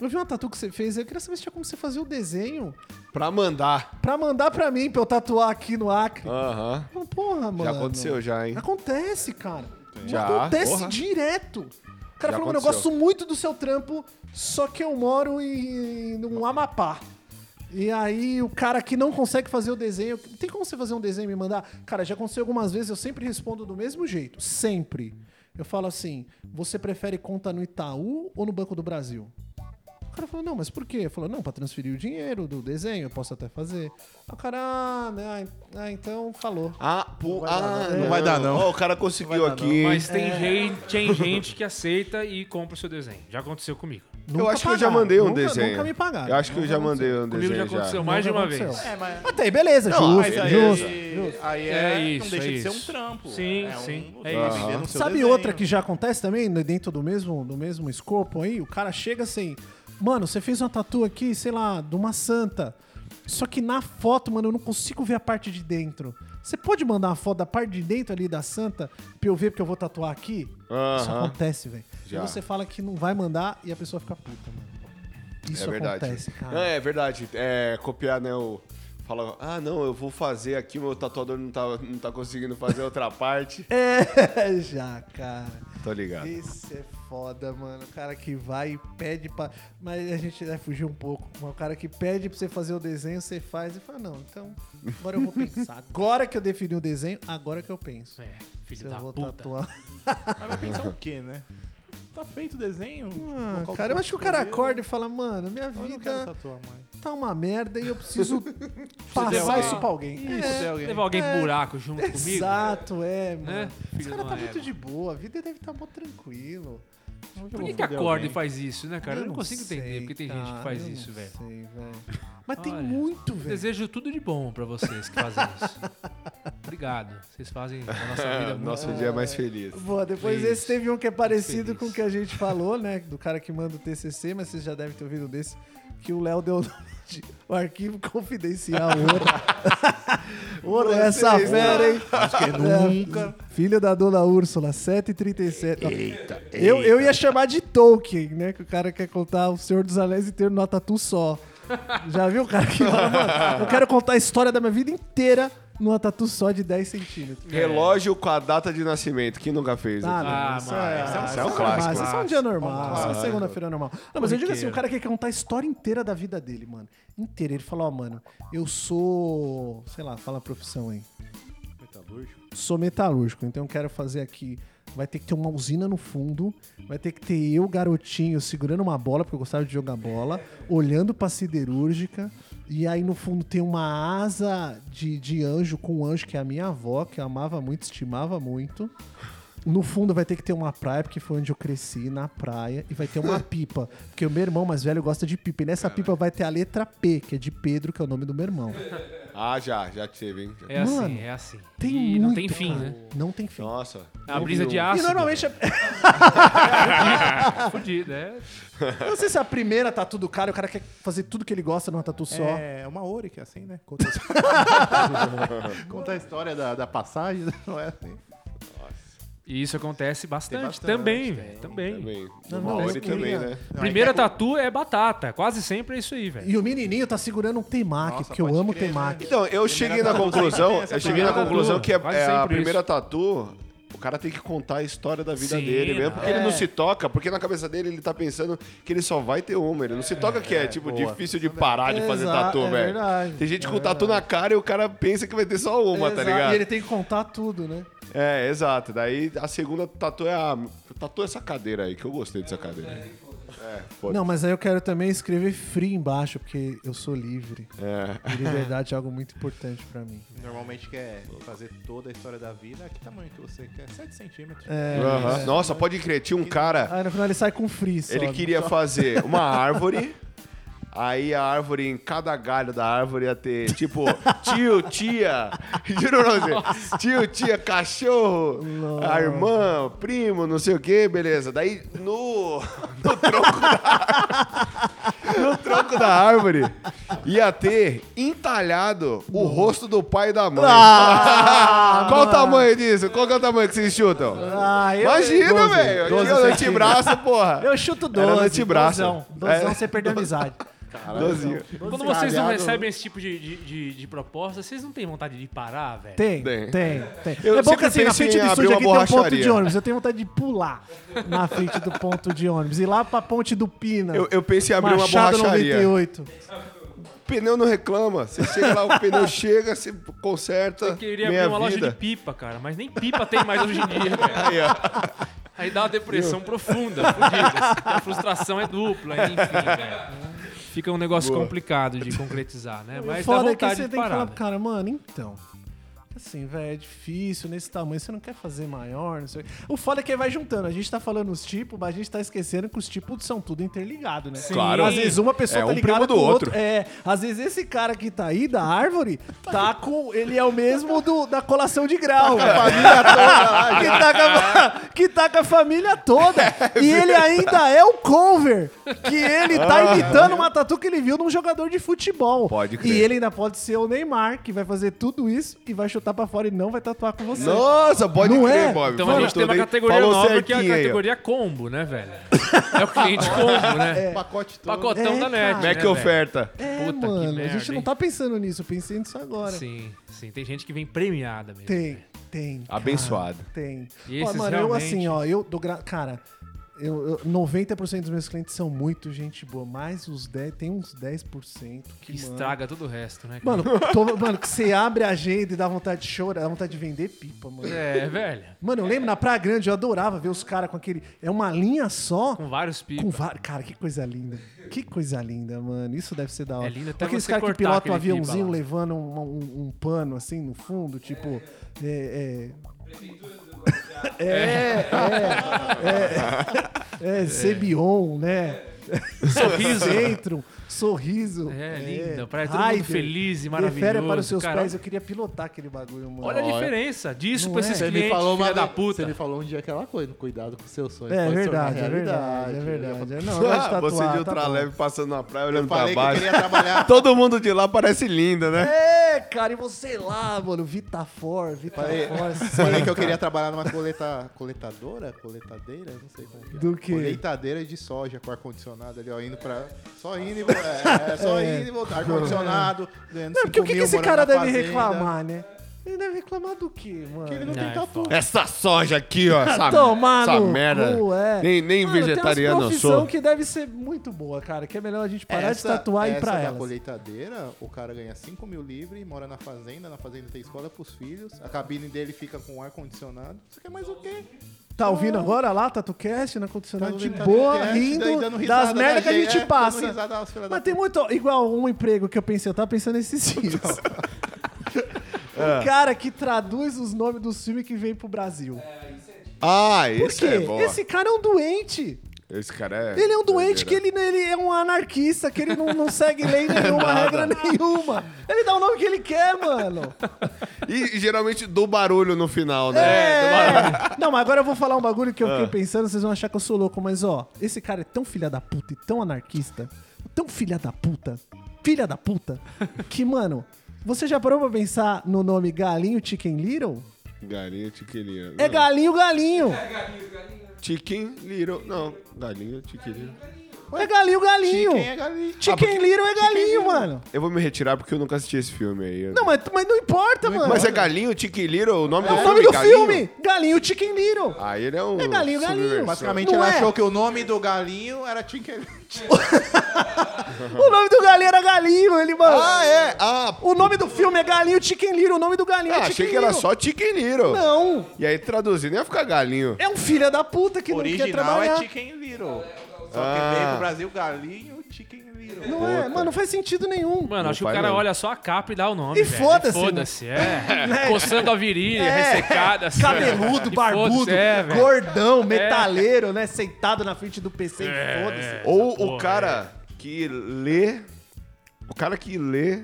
Speaker 2: eu vi uma tatu que você fez, eu queria saber se tinha como você fazer o desenho
Speaker 3: Pra mandar.
Speaker 2: pra mandar pra mim, pra eu tatuar aqui no Acre.
Speaker 3: Aham.
Speaker 2: Não, porra, mano.
Speaker 3: Já aconteceu já, hein?
Speaker 2: Acontece, cara.
Speaker 3: Já,
Speaker 2: acontece
Speaker 3: porra.
Speaker 2: direto. O cara
Speaker 3: Já
Speaker 2: falou, mano, eu gosto
Speaker 3: aconteceu.
Speaker 2: muito do seu trampo, só que eu moro em no Amapá. E aí o cara que não consegue fazer o desenho. Tem como você fazer um desenho e me mandar? Cara, já aconteceu algumas vezes, eu sempre respondo do mesmo jeito. Sempre. Eu falo assim: você prefere conta no Itaú ou no Banco do Brasil? O cara falou, não, mas por quê? Eu falou, não, pra transferir o dinheiro do desenho, eu posso até fazer. Aí O cara, ah, né, ah, então falou.
Speaker 3: Ah, pu- ah,
Speaker 1: Não vai dar, não.
Speaker 3: Ó, o cara conseguiu aqui.
Speaker 4: Mas tem, gente, tem gente que aceita e compra o seu desenho. Já aconteceu comigo.
Speaker 3: eu
Speaker 2: Nunca
Speaker 3: acho que eu já
Speaker 2: pagaram.
Speaker 3: mandei um
Speaker 2: Nunca-
Speaker 3: desenho.
Speaker 2: Nunca me pagaram.
Speaker 3: Eu acho que eu já mandei um
Speaker 4: Comigo já
Speaker 3: desenho já.
Speaker 4: aconteceu mais de
Speaker 2: Nunca
Speaker 4: uma
Speaker 2: aconteceu.
Speaker 4: vez.
Speaker 7: É, mas.
Speaker 2: Até aí, beleza,
Speaker 3: Não,
Speaker 2: justo,
Speaker 7: Mas
Speaker 5: é
Speaker 7: aí,
Speaker 2: justo.
Speaker 7: aí
Speaker 4: É
Speaker 7: é,
Speaker 4: isso,
Speaker 7: não deixa
Speaker 4: é
Speaker 7: de ser
Speaker 4: isso.
Speaker 7: um trampo.
Speaker 4: Sim,
Speaker 7: é um-
Speaker 4: sim.
Speaker 7: você
Speaker 4: É
Speaker 7: tá
Speaker 4: isso.
Speaker 7: vendendo seu
Speaker 2: Sabe
Speaker 7: desenho.
Speaker 2: outra que já acontece também, né, dentro do mesmo, do mesmo escopo aí? O cara chega assim, mano, você fez uma tatu aqui, sei lá, de uma santa. Só que na foto, mano, eu não consigo ver a parte de dentro. Você pode mandar uma foto da parte de dentro ali da santa pra eu ver porque eu vou tatuar aqui? Isso
Speaker 3: Aham.
Speaker 2: acontece, velho. E
Speaker 3: Já.
Speaker 2: você fala que não vai mandar e a pessoa fica puta, mano. Isso
Speaker 3: é verdade.
Speaker 2: acontece,
Speaker 3: Não,
Speaker 2: cara.
Speaker 3: é verdade. É, copiar, né? O... Fala, ah, não, eu vou fazer aqui, meu tatuador não tá, não tá conseguindo fazer outra parte.
Speaker 2: É, já, cara.
Speaker 3: Tô ligado.
Speaker 2: Esse é foda, mano. O cara que vai e pede pra. Mas a gente vai fugir um pouco. Mas o cara que pede pra você fazer o desenho, você faz e fala, não, então agora eu vou pensar. Agora que eu defini o desenho, agora que eu penso.
Speaker 4: É,
Speaker 2: Se
Speaker 4: filho
Speaker 2: eu
Speaker 4: da
Speaker 2: vou
Speaker 4: puta.
Speaker 2: tatuar.
Speaker 7: Mas vai pensar o
Speaker 1: O quê, né?
Speaker 7: que tá feito o desenho?
Speaker 2: Ah,
Speaker 7: Qual
Speaker 2: cara, eu
Speaker 7: que
Speaker 2: acho que o cara
Speaker 7: escolher?
Speaker 2: acorda e fala, mano, minha
Speaker 7: Eu não quero
Speaker 2: vida
Speaker 7: tatuar mais.
Speaker 2: tá uma merda e eu preciso
Speaker 7: Preciso
Speaker 2: passar
Speaker 7: levar-
Speaker 2: isso pra alguém.
Speaker 7: Isso,
Speaker 2: É,
Speaker 7: é alguém.
Speaker 4: Levar alguém
Speaker 2: É.
Speaker 4: pro buraco junto comigo.
Speaker 2: Exato, é,
Speaker 4: Né?
Speaker 2: mano. Esse
Speaker 4: Filho
Speaker 2: cara
Speaker 4: de
Speaker 2: tá
Speaker 4: uma
Speaker 2: muito
Speaker 4: égua.
Speaker 2: de boa, a vida deve estar tá mó tranquilo.
Speaker 4: Por que, que acorda e faz isso, né, cara? Eu, não consigo
Speaker 2: sei,
Speaker 4: entender porque tem gente
Speaker 2: cara,
Speaker 4: que faz
Speaker 2: eu
Speaker 4: isso,
Speaker 2: não
Speaker 4: velho.
Speaker 2: sei, velho. Mas tem
Speaker 4: Olha, um
Speaker 2: muito, velho.
Speaker 4: Desejo tudo de bom pra vocês que fazem isso. Obrigado. Vocês fazem a nossa vida muito
Speaker 3: Nosso dia é mais feliz.
Speaker 2: Boa, depois
Speaker 4: Feliz.
Speaker 2: esse teve um que é parecido
Speaker 4: Feliz.
Speaker 2: com o que a gente falou, né? Do cara que manda o TCC, mas vocês já devem ter ouvido desse, que o Léo deu o nome de- o arquivo confidencial. Ouro, Ouro, essa
Speaker 3: Vocês,
Speaker 2: fera,
Speaker 3: né?
Speaker 2: hein? Acho que nunca. Filho da dona Úrsula, 7h37. Eita, eu, eu ia chamar de Tolkien, né? Que o cara quer contar o Senhor dos Anéis inteiro numa tatu só. Já viu o cara que fala, mano, eu quero contar a história da minha vida inteira numa tatu só de 10 centímetros.
Speaker 3: É. Relógio com a data de nascimento. Quem nunca fez?
Speaker 2: Ah,
Speaker 3: aqui?
Speaker 4: Ah,
Speaker 2: não, isso
Speaker 4: mas
Speaker 2: é,
Speaker 4: isso
Speaker 3: é um
Speaker 2: isso
Speaker 3: clássico.
Speaker 2: normal, Isso é só um dia
Speaker 4: É um
Speaker 2: normal, isso é uma
Speaker 4: clássico.
Speaker 2: segunda-feira normal. Não, mas eu digo assim,
Speaker 4: Corriqueiro.
Speaker 2: o cara quer contar a história inteira da vida dele, mano. Inteira. Ele fala, ó, mano, eu sou, sei lá, fala a profissão aí.
Speaker 1: Metalúrgico.
Speaker 2: Sou metalúrgico, então eu quero fazer aqui. Vai ter que ter uma usina no fundo, vai ter que ter eu, garotinho, segurando uma bola, porque eu gostava de jogar bola, olhando pra siderúrgica, e aí no fundo tem uma asa de, de anjo com um anjo que é a minha avó, que eu amava muito, estimava muito. No fundo vai ter que ter uma praia, porque foi onde eu cresci, na praia. E vai ter uma pipa, porque o meu irmão mais velho gosta de pipa. E nessa pipa vai ter a letra P, que é de Pedro, que é o nome do meu irmão.
Speaker 3: Ah, já, já teve, hein? Já-
Speaker 4: É assim,
Speaker 2: Mano,
Speaker 4: é assim.
Speaker 2: Tem
Speaker 4: e
Speaker 2: muito,
Speaker 4: não tem fim,
Speaker 2: cara.
Speaker 4: né?
Speaker 2: Não tem fim.
Speaker 3: Nossa.
Speaker 4: É a brisa de ácido.
Speaker 2: E normalmente, é eu
Speaker 4: Fudido, é.
Speaker 2: não sei se é a primeira tatu do cara, o cara quer fazer tudo que ele gosta numa tatu só.
Speaker 1: É uma Ori que é assim, né? Conta, Conta a história da, da passagem, não é assim?
Speaker 4: E isso acontece bastante,
Speaker 1: bastante,
Speaker 4: também, velho. Também.
Speaker 3: Também.
Speaker 2: Não,
Speaker 3: Não,
Speaker 2: não, eu
Speaker 3: também,
Speaker 2: queria-
Speaker 3: né?
Speaker 4: Primeira tatu é batata. Quase sempre é isso aí, velho.
Speaker 2: E o menininho tá segurando um temaki,
Speaker 1: Nossa,
Speaker 2: porque eu
Speaker 1: pode
Speaker 2: amo
Speaker 1: crer,
Speaker 2: temaki.
Speaker 3: Então, eu cheguei na conclusão, eu cheguei na
Speaker 4: parada.
Speaker 3: conclusão que é,
Speaker 4: Quase
Speaker 3: é a
Speaker 4: sempre
Speaker 3: primeira tatu, o cara tem que contar a história da vida
Speaker 4: Sim,
Speaker 3: dele mesmo,
Speaker 4: não.
Speaker 3: porque ele
Speaker 2: é.
Speaker 3: não se toca, porque na cabeça dele ele tá pensando que ele só vai ter uma, ele não se toca que é, tipo, difícil de parar de fazer
Speaker 2: Exato,
Speaker 3: tatu,
Speaker 2: é
Speaker 3: velho.
Speaker 2: verdade,
Speaker 3: Tem gente
Speaker 2: é
Speaker 3: com tatu na cara e o cara pensa que vai ter só uma, tá
Speaker 2: Exato,
Speaker 3: ligado?
Speaker 2: E ele tem que contar tudo, né?
Speaker 3: É, exato. Daí a segunda tatu é a. Tatu essa cadeira aí, que eu gostei dessa cadeira. É, pô.
Speaker 2: Não, mas aí eu quero também escrever free embaixo, porque eu sou livre.
Speaker 3: É.
Speaker 2: E liberdade é algo muito importante pra mim.
Speaker 1: Normalmente quer fazer toda a história da vida.
Speaker 5: tá
Speaker 1: Que tamanho que você quer? 7 centímetros.
Speaker 2: É, Ah,
Speaker 3: Aham. Nossa, pode crer, tinha um cara.
Speaker 2: Aí no final ele sai com free, só.
Speaker 3: Ele queria fazer uma árvore. Aí a árvore, em cada galho da árvore ia ter, tipo, tio, tia, juro pra você, tio, tia, cachorro, a irmã, primo, não sei o que, beleza. Daí no, no tronco da árvore, no tronco da árvore ia ter entalhado o rosto do pai e da mãe. Qual o tamanho disso? Qual que é o tamanho que vocês chutam?
Speaker 2: Ah, eu-
Speaker 3: Imagina,
Speaker 2: 12,
Speaker 3: velho, aqui
Speaker 2: 12
Speaker 3: no antebraço, porra.
Speaker 2: Eu chuto
Speaker 3: Era
Speaker 2: 12.
Speaker 3: antebraço.
Speaker 2: Dozão,
Speaker 3: É.
Speaker 2: dozão você perdeu a amizade.
Speaker 3: Dozinho.
Speaker 4: Quando vocês não recebem esse tipo de, de, de- de proposta, vocês não têm vontade de parar, velho?
Speaker 2: Tem,
Speaker 3: Tem.
Speaker 2: tem, tem.
Speaker 3: Eu
Speaker 2: é bom que assim,
Speaker 3: sempre
Speaker 2: na
Speaker 3: penso em
Speaker 2: frente do
Speaker 3: abrir
Speaker 2: estúdio
Speaker 3: uma
Speaker 2: aqui tem um ponto de
Speaker 3: borracharia.
Speaker 2: ônibus. Eu tenho vontade de pular na frente do ponto de ônibus. E lá pra ponte do Pina.
Speaker 3: Eu, eu pensei em abrir
Speaker 2: Machado
Speaker 3: uma borracharia.
Speaker 2: 98.
Speaker 3: Pneu não reclama. Você chega lá, o pneu chega, você conserta.
Speaker 4: Eu queria
Speaker 3: meia
Speaker 4: abrir uma
Speaker 3: vida.
Speaker 4: loja de pipa, cara, mas nem pipa tem mais hoje em dia, velho.
Speaker 3: Aí, ó.
Speaker 4: Aí dá uma depressão profunda, fudida. A frustração é dupla, enfim, velho. Fica um negócio complicado de concretizar, né?
Speaker 2: O
Speaker 4: Mas dá
Speaker 2: foda é que
Speaker 4: vontade
Speaker 2: você
Speaker 4: de
Speaker 2: tem que
Speaker 4: parar. né?
Speaker 2: falar pro cara, mano, então. Assim, velho, é difícil nesse tamanho. Você não quer fazer maior, não sei o quê. O foda é que aí vai juntando. A gente tá falando os tipos, mas a gente tá esquecendo que os tipos são tudo interligados, né?
Speaker 3: Claro.
Speaker 2: Às vezes uma pessoa
Speaker 3: É
Speaker 2: tá
Speaker 3: um
Speaker 2: ligada
Speaker 3: primo do
Speaker 2: com o
Speaker 3: outro.
Speaker 2: É, às vezes esse cara que tá aí da árvore tá com. Ele é o mesmo do, da colação de grau. velho. que, tá com a, que tá com a família toda. E ele ainda é o cover. Que ele tá imitando uma tatu que ele viu num jogador de futebol.
Speaker 3: Pode crer.
Speaker 2: E ele ainda pode ser o Neymar, que vai fazer tudo isso e vai chutar pra fora e não vai tatuar com você.
Speaker 3: Nossa, pode
Speaker 2: Não
Speaker 3: crer,
Speaker 2: é?
Speaker 3: Bob.
Speaker 4: Então a
Speaker 3: Falou
Speaker 4: gente tem
Speaker 3: tudo,
Speaker 4: uma
Speaker 3: hein?
Speaker 4: categoria
Speaker 3: Falou
Speaker 4: nova que é a
Speaker 3: certinho aí, ó.
Speaker 4: categoria combo, né, velho? É o cliente combo, né?
Speaker 1: Pacote todo.
Speaker 4: Pacotão
Speaker 2: É,
Speaker 4: da
Speaker 2: cara.
Speaker 4: net.
Speaker 3: Como é que
Speaker 4: né, velho?
Speaker 3: oferta?
Speaker 2: É,
Speaker 4: Puta que
Speaker 2: mano, a
Speaker 4: merda,
Speaker 2: gente
Speaker 4: hein?
Speaker 2: não tá pensando nisso, eu pensei nisso agora.
Speaker 4: Sim, sim. Tem gente que vem premiada mesmo.
Speaker 2: Tem, tem. cara,
Speaker 3: Abençoado.
Speaker 2: tem.
Speaker 4: E
Speaker 2: Ó,
Speaker 4: esses
Speaker 2: mano, eu
Speaker 4: realmente-
Speaker 2: assim, ó, eu dou gra... Cara, eu, eu- 90% dos meus clientes são muito gente boa, mas os 10, tem uns 10% que,
Speaker 4: Que
Speaker 2: mano,
Speaker 4: estraga todo o resto, né? cara?
Speaker 2: Mano, tô- mano, que você abre a agenda e dá vontade de chorar, dá vontade de vender pipa, mano.
Speaker 4: É, velho.
Speaker 2: Mano, eu lembro na Praia Grande, eu adorava ver os caras com aquele. É uma linha só.
Speaker 4: Com vários
Speaker 2: Com
Speaker 4: pipos.
Speaker 2: var... Cara, que coisa linda. Que coisa linda, mano. Isso deve ser da hora.
Speaker 4: É lindo até
Speaker 2: Aqueles
Speaker 4: você
Speaker 2: caras que
Speaker 4: cortar
Speaker 2: pilotam um
Speaker 4: aquele pipa
Speaker 2: aviãozinho
Speaker 4: lá.
Speaker 2: levando um, um- um pano assim no fundo, tipo. É. É. É, é, é, é, Cebion, né?
Speaker 4: Sorriso.
Speaker 2: Centro, sorriso.
Speaker 4: É, lindo. Pra todo mundo feliz e maravilhoso,
Speaker 2: Defere para os seus
Speaker 4: caramba.
Speaker 2: pés. Eu queria pilotar aquele bagulho, mano.
Speaker 4: Olha a diferença disso
Speaker 2: Não é?
Speaker 4: pra esses
Speaker 2: Você
Speaker 5: Você
Speaker 4: clientes,
Speaker 5: me falou uma
Speaker 4: filha da
Speaker 5: vez-
Speaker 4: puta.
Speaker 5: Você me falou um dia aquela coisa. Cuidado com seus sonhos.
Speaker 2: É
Speaker 5: pode se tornar
Speaker 2: verdade, é verdade, é
Speaker 5: Eu
Speaker 2: verdade. Não, eu gosto de
Speaker 3: Ah,
Speaker 2: tatuar,
Speaker 3: você de
Speaker 2: tá
Speaker 3: ultra
Speaker 2: bom.
Speaker 3: leve passando na praia olhando pra
Speaker 5: Falei que eu
Speaker 3: baixo.
Speaker 5: queria trabalhar.
Speaker 3: Todo mundo de lá parece linda, né?
Speaker 2: É, cara, e você lá, mano, Vitafor,
Speaker 5: Falei,
Speaker 2: Vitafor.
Speaker 5: falei que eu queria trabalhar numa coleta, coletadora, coletadeira, não sei como que é.
Speaker 2: Do quê?
Speaker 5: Coletadeira de soja com ar-condicionado ali, ó, indo pra... Só indo e voltar, é, só
Speaker 2: É.
Speaker 5: indo e voltar, ar-condicionado, ganhando
Speaker 2: Não, porque
Speaker 5: 5
Speaker 2: o que, que
Speaker 5: mil,
Speaker 2: esse
Speaker 5: morando
Speaker 2: cara
Speaker 5: na
Speaker 2: deve
Speaker 5: fazenda.
Speaker 2: reclamar, né? Ele deve reclamar do quê, mano?
Speaker 5: Ele não
Speaker 4: Não,
Speaker 5: tem
Speaker 4: é
Speaker 5: tatu.
Speaker 3: Essa soja aqui, ó. Essa,
Speaker 2: Tomar
Speaker 3: essa
Speaker 2: no
Speaker 3: merda.
Speaker 2: cu, é.
Speaker 3: Nem, nem
Speaker 2: Mano,
Speaker 3: vegetariano
Speaker 2: tem
Speaker 3: eu
Speaker 2: umas
Speaker 3: sou.
Speaker 2: profissão que deve ser muito boa, cara, que é melhor a gente parar de tatuar e ir
Speaker 5: essa
Speaker 2: pra
Speaker 5: da
Speaker 2: elas.
Speaker 5: colheitadeira, o cara ganha 5 mil livre, mora na fazenda, na fazenda tem escola pros filhos, a cabine dele fica com ar-condicionado. Você quer mais o quê?
Speaker 2: Tá ouvindo agora lá, TatuCast, na condicionada
Speaker 5: Tá
Speaker 2: de
Speaker 5: ouvindo
Speaker 2: boa,
Speaker 5: TatuCast, daí dando
Speaker 2: rindo
Speaker 5: risada
Speaker 2: das merdas
Speaker 5: da
Speaker 2: que a
Speaker 5: gente,
Speaker 2: gente
Speaker 5: é, dando
Speaker 2: passa.
Speaker 5: risada das filhas da
Speaker 2: Mas tem muito. Igual um emprego que eu pensei, eu tava pensando esses dias.
Speaker 5: Então.
Speaker 2: O cara que traduz os nomes dos filmes que vem pro Brasil.
Speaker 3: Ah,
Speaker 2: Por
Speaker 3: esse
Speaker 2: quê?
Speaker 3: é bom.
Speaker 2: Esse cara é um doente.
Speaker 3: Esse cara é.
Speaker 2: Ele é um doente
Speaker 3: doideira.
Speaker 2: que ele, ele é um anarquista, que ele não, não segue lei nenhuma, regra nenhuma. Ele dá o nome que ele quer, mano.
Speaker 3: E geralmente do barulho no final, né?
Speaker 2: É. Não, mas agora eu vou falar um bagulho que eu
Speaker 3: Ah.
Speaker 2: fiquei pensando, vocês vão achar que eu sou louco, mas ó, esse cara é tão filha da puta e tão anarquista, tão filha da puta, filha da puta, que, mano, você já parou pra pensar no nome Galinho Chicken Little?
Speaker 3: Galinha tiquilinha.
Speaker 2: É
Speaker 3: galinha.
Speaker 2: galinho, galinho.
Speaker 3: Chicken little. Não, galinha tiquilinha.
Speaker 2: É galinho, galinho.
Speaker 5: Quem é galinha?
Speaker 3: Ah,
Speaker 2: Chicken Little é galinho, mano.
Speaker 3: Eu vou me retirar porque eu nunca assisti esse filme aí.
Speaker 2: Não, mas, mas não importa, mano. É
Speaker 3: Mas é galinho, Chicken Little, o nome do
Speaker 2: o
Speaker 3: filme?
Speaker 2: nome do
Speaker 3: Galinho?
Speaker 2: filme. Galinho Chicken Little.
Speaker 3: Aí ele é um.
Speaker 2: É galinho, galinho.
Speaker 3: subversão.
Speaker 5: Basicamente,
Speaker 2: Não
Speaker 5: ela
Speaker 2: é.
Speaker 5: achou que o nome do galinho era Tinker.
Speaker 2: O nome do galinho era galinho, ele, mano.
Speaker 3: Ah, é. Ah,
Speaker 2: O nome do filme é Galinho Chicken Little. O nome do galinho
Speaker 3: ah,
Speaker 2: é Chicken
Speaker 3: achei que era
Speaker 2: Little.
Speaker 3: só Chicken Little.
Speaker 2: Não.
Speaker 3: E aí traduzindo ia ficar galinho.
Speaker 2: É um filho da puta que
Speaker 5: O
Speaker 2: não quer
Speaker 5: original
Speaker 2: trabalhar.
Speaker 5: é Chicken Little. Só que veio pro Brasil galinho, Chicken Little.
Speaker 2: Não é, mano, não faz sentido nenhum.
Speaker 4: Mano, acho que o
Speaker 3: pai
Speaker 4: cara
Speaker 3: não.
Speaker 4: olha só a capa e dá o nome.
Speaker 2: E
Speaker 4: velho.
Speaker 2: foda-se, né?
Speaker 4: Foda-se, é. Coçando a virilha, ressecada. assim.
Speaker 2: Cabeludo,
Speaker 4: E
Speaker 2: barbudo,
Speaker 4: foda-se, é, É. velho.
Speaker 2: gordão, metaleiro, né? Sentado na frente do PC e foda-se.
Speaker 3: Ou
Speaker 4: Porra,
Speaker 3: o cara que lê. O cara que lê.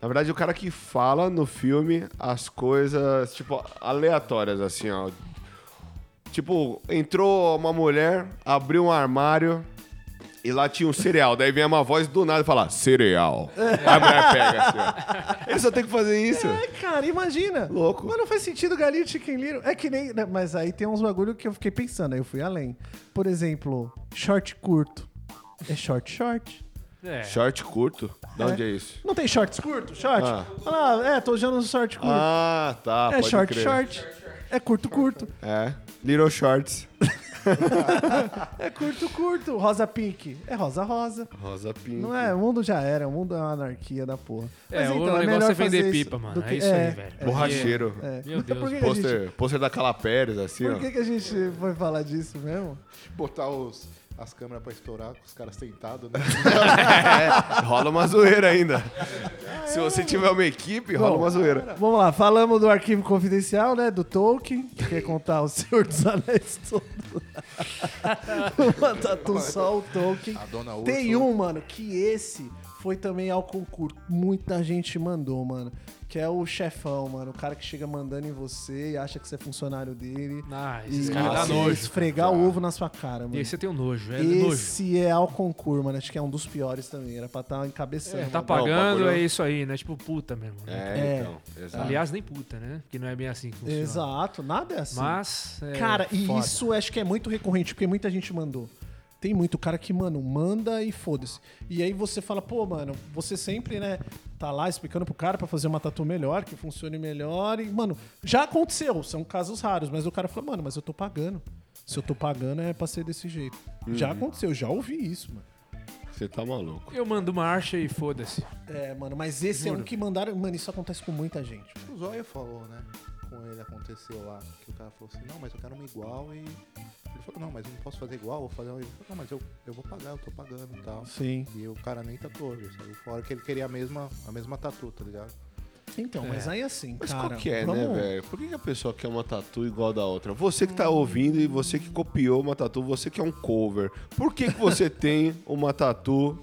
Speaker 3: Na verdade, o cara que fala no filme as coisas, tipo, aleatórias, assim, ó. Tipo, entrou uma mulher, abriu um armário e lá tinha um cereal. Daí vem uma voz do nada e fala, cereal. Aí a mulher pega assim, ó. Ele só tem que fazer isso.
Speaker 2: É, cara, imagina.
Speaker 3: Louco.
Speaker 2: Mas não faz sentido galinho Chicken Little. É que nem. né, Mas aí tem uns bagulho que eu fiquei pensando, aí eu fui além. Por exemplo, short curto. É short short.
Speaker 4: É.
Speaker 3: Short curto? De onde é isso?
Speaker 2: Não tem shorts curto? Short?
Speaker 3: Ah.
Speaker 2: Ah, é, tô usando um short curto.
Speaker 3: Ah, tá.
Speaker 2: é
Speaker 3: pode
Speaker 2: short
Speaker 3: crer.
Speaker 2: short. É curto curto.
Speaker 3: É. Little Shorts.
Speaker 2: É curto curto. Rosa pink. É rosa rosa.
Speaker 3: Rosa Pink.
Speaker 2: Não é, o mundo já era, o mundo é uma anarquia da porra.
Speaker 4: É, o
Speaker 2: então, melhor
Speaker 4: negócio é
Speaker 2: fazer
Speaker 4: vender
Speaker 2: isso
Speaker 4: pipa,
Speaker 2: do
Speaker 4: mano.
Speaker 2: que-
Speaker 4: É isso aí, velho.
Speaker 3: Borracheiro.
Speaker 2: é.
Speaker 4: Meu Deus,
Speaker 2: Por que que a gente-
Speaker 3: Pôster, pôster da Calapérez, assim, ó.
Speaker 2: Por que, que a gente foi falar disso mesmo?
Speaker 5: Botar os, as câmeras pra estourar com os caras sentados, né?
Speaker 3: É, rola uma zoeira ainda. Se
Speaker 2: Ah.
Speaker 3: você tiver uma equipe, rola uma zoeira.
Speaker 2: Vamos lá, falamos do arquivo confidencial, né? Do Tolkien, que quer contar o Senhor dos Anéis todo. Uma tatu só o Tolkien.
Speaker 5: A dona Úrsula.
Speaker 2: Tem um, mano, que esse foi também ao concurso. Muita gente mandou, mano. Que é o chefão, mano. O cara que chega mandando em você e acha que você é funcionário dele.
Speaker 4: Ah, esses
Speaker 2: E-
Speaker 4: caras dá
Speaker 2: Nossa,
Speaker 4: nojo.
Speaker 2: Esfregar o ovo na sua cara, mano.
Speaker 4: E aí você tem o nojo, é nojo.
Speaker 2: Esse é ao concurso, mano. Acho que é um dos piores também. Era pra estar encabeçando.
Speaker 4: É, tá
Speaker 2: mano.
Speaker 4: pagando,
Speaker 5: um-
Speaker 3: bagulho-
Speaker 4: é isso aí, né? Tipo puta mesmo. né?
Speaker 3: É,
Speaker 2: É.
Speaker 3: então. Exato.
Speaker 4: Aliás, nem puta, né? Que não é bem assim que funciona.
Speaker 2: Exato, nada é assim.
Speaker 4: Mas. é,
Speaker 2: Cara, e
Speaker 4: foda.
Speaker 2: isso acho que é muito recorrente, porque muita gente mandou. Tem muito cara que, mano, manda e foda-se. E aí você fala, pô, mano, você sempre, né, tá lá explicando pro cara pra fazer uma tatu melhor, que funcione melhor. E, mano, já aconteceu, são casos raros, mas o cara fala, mano, mas eu tô pagando. Se eu tô pagando é pra ser desse jeito.
Speaker 3: Uhum.
Speaker 2: Já aconteceu, já ouvi isso, mano.
Speaker 3: Você tá maluco.
Speaker 4: Eu mando uma marcha e foda-se.
Speaker 2: É, mano, mas esse é um que mandaram. Mano, isso acontece com muita gente. mano.
Speaker 5: O Zóia falou, né? Com ele aconteceu lá, que o cara falou assim, não, mas eu quero uma igual e. Ele falou, não, mas eu não posso fazer igual, vou fazer uma. Ele falou, não, mas eu, eu vou pagar, eu tô pagando e tal.
Speaker 2: Sim.
Speaker 5: E o cara nem tatuou, ele saiu fora que ele queria a mesma, a mesma tatu, tá ligado?
Speaker 2: Então, mas aí assim,
Speaker 3: É. Mas
Speaker 2: cara.
Speaker 3: qual que é,
Speaker 2: vamos-
Speaker 3: né, velho? Por que que a pessoa quer uma tatu igual da outra? Você que tá ouvindo e você que copiou uma tatu, você que é um cover. Por que, que você tem uma tatu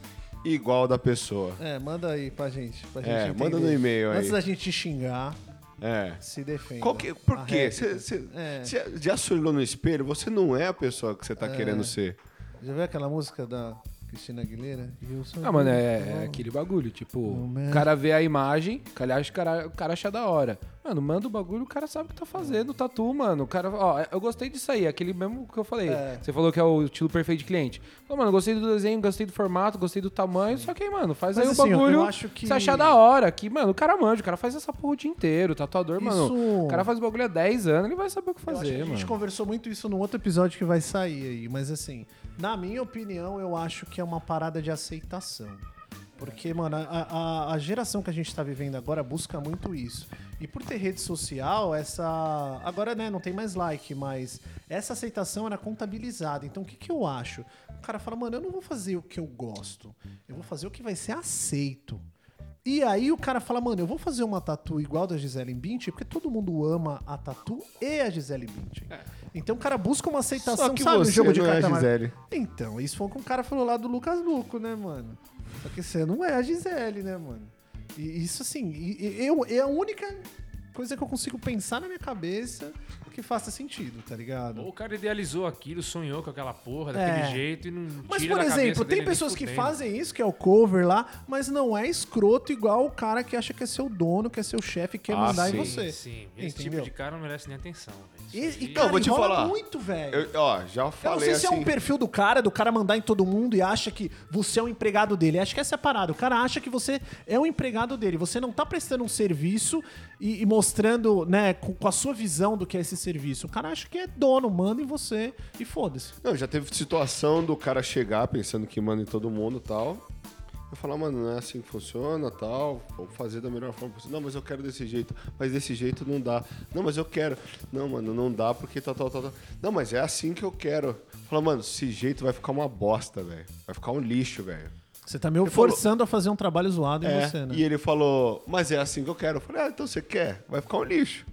Speaker 3: igual da pessoa?
Speaker 2: É, manda aí pra gente. Pra gente
Speaker 3: É,
Speaker 2: entender.
Speaker 3: manda no e-mail aí.
Speaker 2: Antes da gente xingar,
Speaker 3: É.
Speaker 2: se defenda.
Speaker 3: Qual que, por quê?
Speaker 2: Arrega.
Speaker 3: Você você-
Speaker 2: É.
Speaker 3: você já se olhou no espelho? Você não é a pessoa que você tá querendo ser.
Speaker 2: Já viu aquela música da Cristina Aguilera? Eu sou
Speaker 6: Ah, mano,
Speaker 2: bom.
Speaker 6: é, é aquele bagulho. Tipo,
Speaker 2: Momento.
Speaker 6: o cara vê a imagem, calhar o cara, o cara acha da hora. Mano, manda o bagulho, o cara sabe o que tá fazendo, o tatu, mano. O cara, ó, é, eu gostei disso aí, aquele mesmo que eu falei.
Speaker 2: É.
Speaker 6: Você falou que é o estilo perfeito de cliente. Falou, mano, gostei do desenho, gostei do formato, gostei do tamanho, só que aí, mano, faz
Speaker 2: Mas
Speaker 6: aí
Speaker 2: assim,
Speaker 6: o
Speaker 2: eu-
Speaker 6: bagulho.
Speaker 2: eu acho que-
Speaker 6: Você achar da hora, que, mano, o cara manja, o cara faz essa porra o dia inteiro, o tatuador,
Speaker 2: Isso-
Speaker 6: mano. O cara faz o bagulho há 10 anos, ele vai saber o que
Speaker 2: Eu acho que
Speaker 6: fazer,
Speaker 2: a gente
Speaker 6: mano.
Speaker 2: conversou muito isso num outro episódio que vai sair aí, mas assim, na minha opinião, eu acho que é uma parada de aceitação. Porque, mano, a, a- a geração que a gente tá vivendo agora busca muito isso. E por ter rede social, essa. Agora, né, não tem mais like, mas essa aceitação era contabilizada. Então, o que, que eu acho? O cara fala, mano, eu não vou fazer o que eu gosto. Eu vou fazer o que vai ser aceito. E aí o cara fala, mano, eu vou fazer uma tatu igual da Gisele Bündchen, porque todo mundo ama a tatu e a Gisele Bündchen. Então o cara busca uma aceitação,
Speaker 3: É. Só que
Speaker 2: sabe, no
Speaker 3: você
Speaker 2: jogo de
Speaker 3: não é a
Speaker 2: carta amarela.
Speaker 3: Gisele.
Speaker 2: Então, isso foi o que o cara falou lá do Lucas Luco, né, mano? Só que você não é a Gisele, né, mano? E isso assim, e- e- eu, é a única coisa que eu consigo pensar na minha cabeça que faça sentido, tá ligado?
Speaker 4: Ou o cara idealizou aquilo, sonhou com aquela porra daquele
Speaker 2: É.
Speaker 4: jeito e não
Speaker 2: Mas,
Speaker 4: tira
Speaker 2: por
Speaker 4: da cabeça
Speaker 2: exemplo,
Speaker 4: dele
Speaker 2: tem
Speaker 4: nem
Speaker 2: pessoas que
Speaker 4: fudendo.
Speaker 2: fazem isso, que é o cover lá, mas não é escroto igual o cara que acha que é seu dono, que é seu chefe, quer
Speaker 3: Ah,
Speaker 2: mandar em
Speaker 3: sim,
Speaker 2: você.
Speaker 4: Sim, esse
Speaker 2: Entendeu?
Speaker 4: tipo de cara não merece nem atenção. velho.
Speaker 2: E,
Speaker 4: Isso
Speaker 2: e, tá
Speaker 4: aí-
Speaker 2: cara,
Speaker 3: Não, vou te
Speaker 2: rola
Speaker 3: falar.
Speaker 2: muito, velho.
Speaker 3: Eu, ó, já
Speaker 2: Eu não
Speaker 3: falei
Speaker 2: sei se
Speaker 3: assim.
Speaker 2: é um perfil do cara, do cara mandar em todo mundo e acha que você é um empregado dele. Acho que essa é a parada. O cara acha que você é um empregado dele. Você não tá prestando um serviço e, e mostrando, né, com, com a sua visão do que é esse serviço. O cara acha que é dono, manda em você e foda-se.
Speaker 3: Não, já teve situação do cara chegar pensando que manda em todo mundo e tal. Eu falar, mano, não é assim que funciona tal. Vamos fazer da melhor forma possível. Não, mas eu quero desse jeito. Mas desse jeito não dá. Não, mas eu quero. Não, mano, não dá porque tal, tal, tal. tal. Não, mas é assim que eu quero. Falar, mano, esse jeito vai ficar uma bosta, velho. Vai ficar um lixo, velho.
Speaker 2: Você tá meio forçando a fazer um trabalho zoado em
Speaker 3: É,
Speaker 2: você, né?
Speaker 3: E ele falou, mas é assim que eu quero. Eu falei, ah, então você quer? Vai ficar um lixo.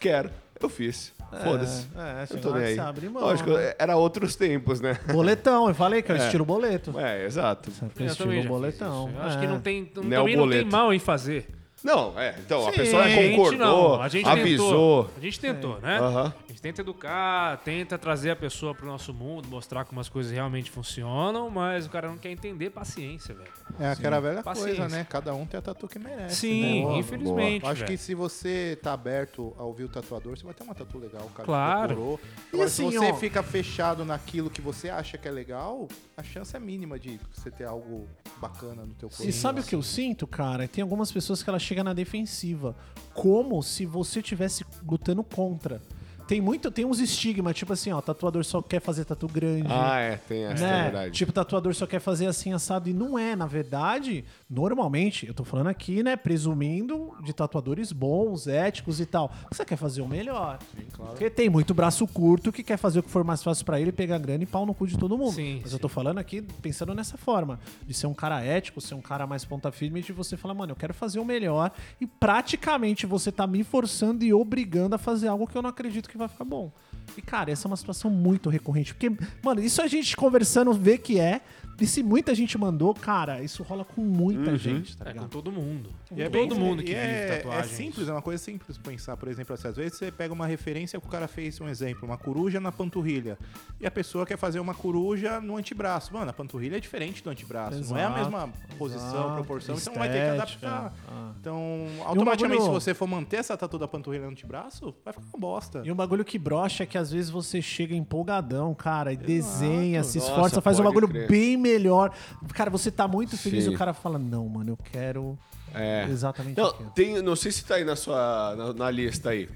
Speaker 3: quero. Eu fiz. Foda-se.
Speaker 2: é,
Speaker 3: eu
Speaker 2: chega
Speaker 3: tô
Speaker 2: uma hora
Speaker 3: nem
Speaker 2: que
Speaker 3: aí.
Speaker 2: você abre mão,
Speaker 3: Lógico, é,
Speaker 2: né?
Speaker 3: era outros tempos, né?
Speaker 2: Boletão, eu falei que é o
Speaker 3: É.
Speaker 2: estilo boleto.
Speaker 3: É, exato.
Speaker 4: Eu
Speaker 2: estilo
Speaker 4: também já fiz
Speaker 2: boletão.
Speaker 4: isso. Eu Acho
Speaker 2: é.
Speaker 4: que não tem, não,
Speaker 3: Não é o
Speaker 4: também não tem
Speaker 3: boleto.
Speaker 4: mal em fazer.
Speaker 3: Não, é. Então, a
Speaker 2: Sim,
Speaker 3: pessoa
Speaker 2: a
Speaker 4: gente
Speaker 3: concordou,
Speaker 4: não, a gente
Speaker 3: avisou.
Speaker 4: Tentou, a gente
Speaker 2: É.
Speaker 4: tentou, né?
Speaker 3: Aham.
Speaker 4: A gente tenta educar, tenta trazer a pessoa pro nosso mundo, mostrar como as coisas realmente funcionam, mas o cara não quer entender, paciência, velho.
Speaker 5: É aquela velha
Speaker 4: Paciência.
Speaker 5: coisa, né? Cada um tem a tatu que merece.
Speaker 4: Sim,
Speaker 5: né?
Speaker 4: infelizmente.
Speaker 5: Eu acho que
Speaker 4: velho.
Speaker 5: se você tá aberto a ouvir o tatuador, você vai ter uma tatu legal, cara. que
Speaker 4: Claro.
Speaker 5: decorou.
Speaker 2: E
Speaker 5: Agora,
Speaker 2: assim,
Speaker 5: se você
Speaker 2: ó-
Speaker 5: fica fechado naquilo que você acha que é legal, a chance é mínima de você ter algo bacana no teu corpo.
Speaker 2: E sabe o que eu sinto, cara? Tem algumas pessoas que ela chega na defensiva, como se você tivesse lutando contra. Tem muito, tem uns estigmas, tipo assim, ó, tatuador só quer fazer tatu grande.
Speaker 3: Ah, é, tem essa, é
Speaker 2: Uhum. né?
Speaker 3: verdade.
Speaker 2: Tipo, tatuador só quer fazer assim assado e não é, na verdade, normalmente, eu tô falando aqui, né, presumindo de tatuadores bons, éticos e tal. Você quer fazer o melhor. Porque tem muito braço curto que quer fazer o que for mais fácil pra ele, pegar grana e pau no cu de todo mundo.
Speaker 4: Sim,
Speaker 2: Mas
Speaker 4: sim.
Speaker 2: eu tô falando aqui pensando nessa forma, de ser um cara ético, ser um cara mais ponta firme, de você falar, mano, eu quero fazer o melhor e praticamente você tá me forçando e obrigando a fazer algo que eu não acredito que vai ficar bom. E, cara, essa é uma situação muito recorrente. Porque, mano, isso a gente conversando vê que é. E se muita gente mandou, cara, isso rola com muita gente, tá
Speaker 4: É com
Speaker 2: ligado?
Speaker 4: todo mundo.
Speaker 2: é
Speaker 5: E
Speaker 4: todo
Speaker 5: Um bem-
Speaker 4: mundo
Speaker 5: e
Speaker 4: que vive
Speaker 5: é,
Speaker 4: tatuagem.
Speaker 5: É
Speaker 2: né?
Speaker 5: simples, é uma coisa simples pensar, por exemplo, assim, às vezes você pega uma referência que o cara fez, um exemplo, uma coruja na panturrilha. E a pessoa quer fazer uma coruja no antebraço. Mano, a panturrilha é diferente do antebraço. não é a
Speaker 2: Exato,
Speaker 5: mesma posição,
Speaker 2: exato,
Speaker 5: proporção, então vai ter que
Speaker 2: estética,
Speaker 5: adaptar.
Speaker 2: ah.
Speaker 5: Então, automaticamente, se
Speaker 2: bagulho-
Speaker 5: você for manter essa tatu da panturrilha no antebraço, vai ficar uma bosta.
Speaker 2: E um bagulho que brocha é que às vezes você chega empolgadão, cara, e desenha, se
Speaker 3: Nossa,
Speaker 2: esforça, faz um
Speaker 3: pode
Speaker 2: bagulho
Speaker 3: crer.
Speaker 2: bem melhor. Cara, você tá muito feliz
Speaker 3: Sim.
Speaker 2: e o cara fala: Não, mano, eu quero
Speaker 3: É.
Speaker 2: exatamente
Speaker 3: Não,
Speaker 2: aquilo.
Speaker 3: tem, não sei se tá aí na sua na, na lista aí.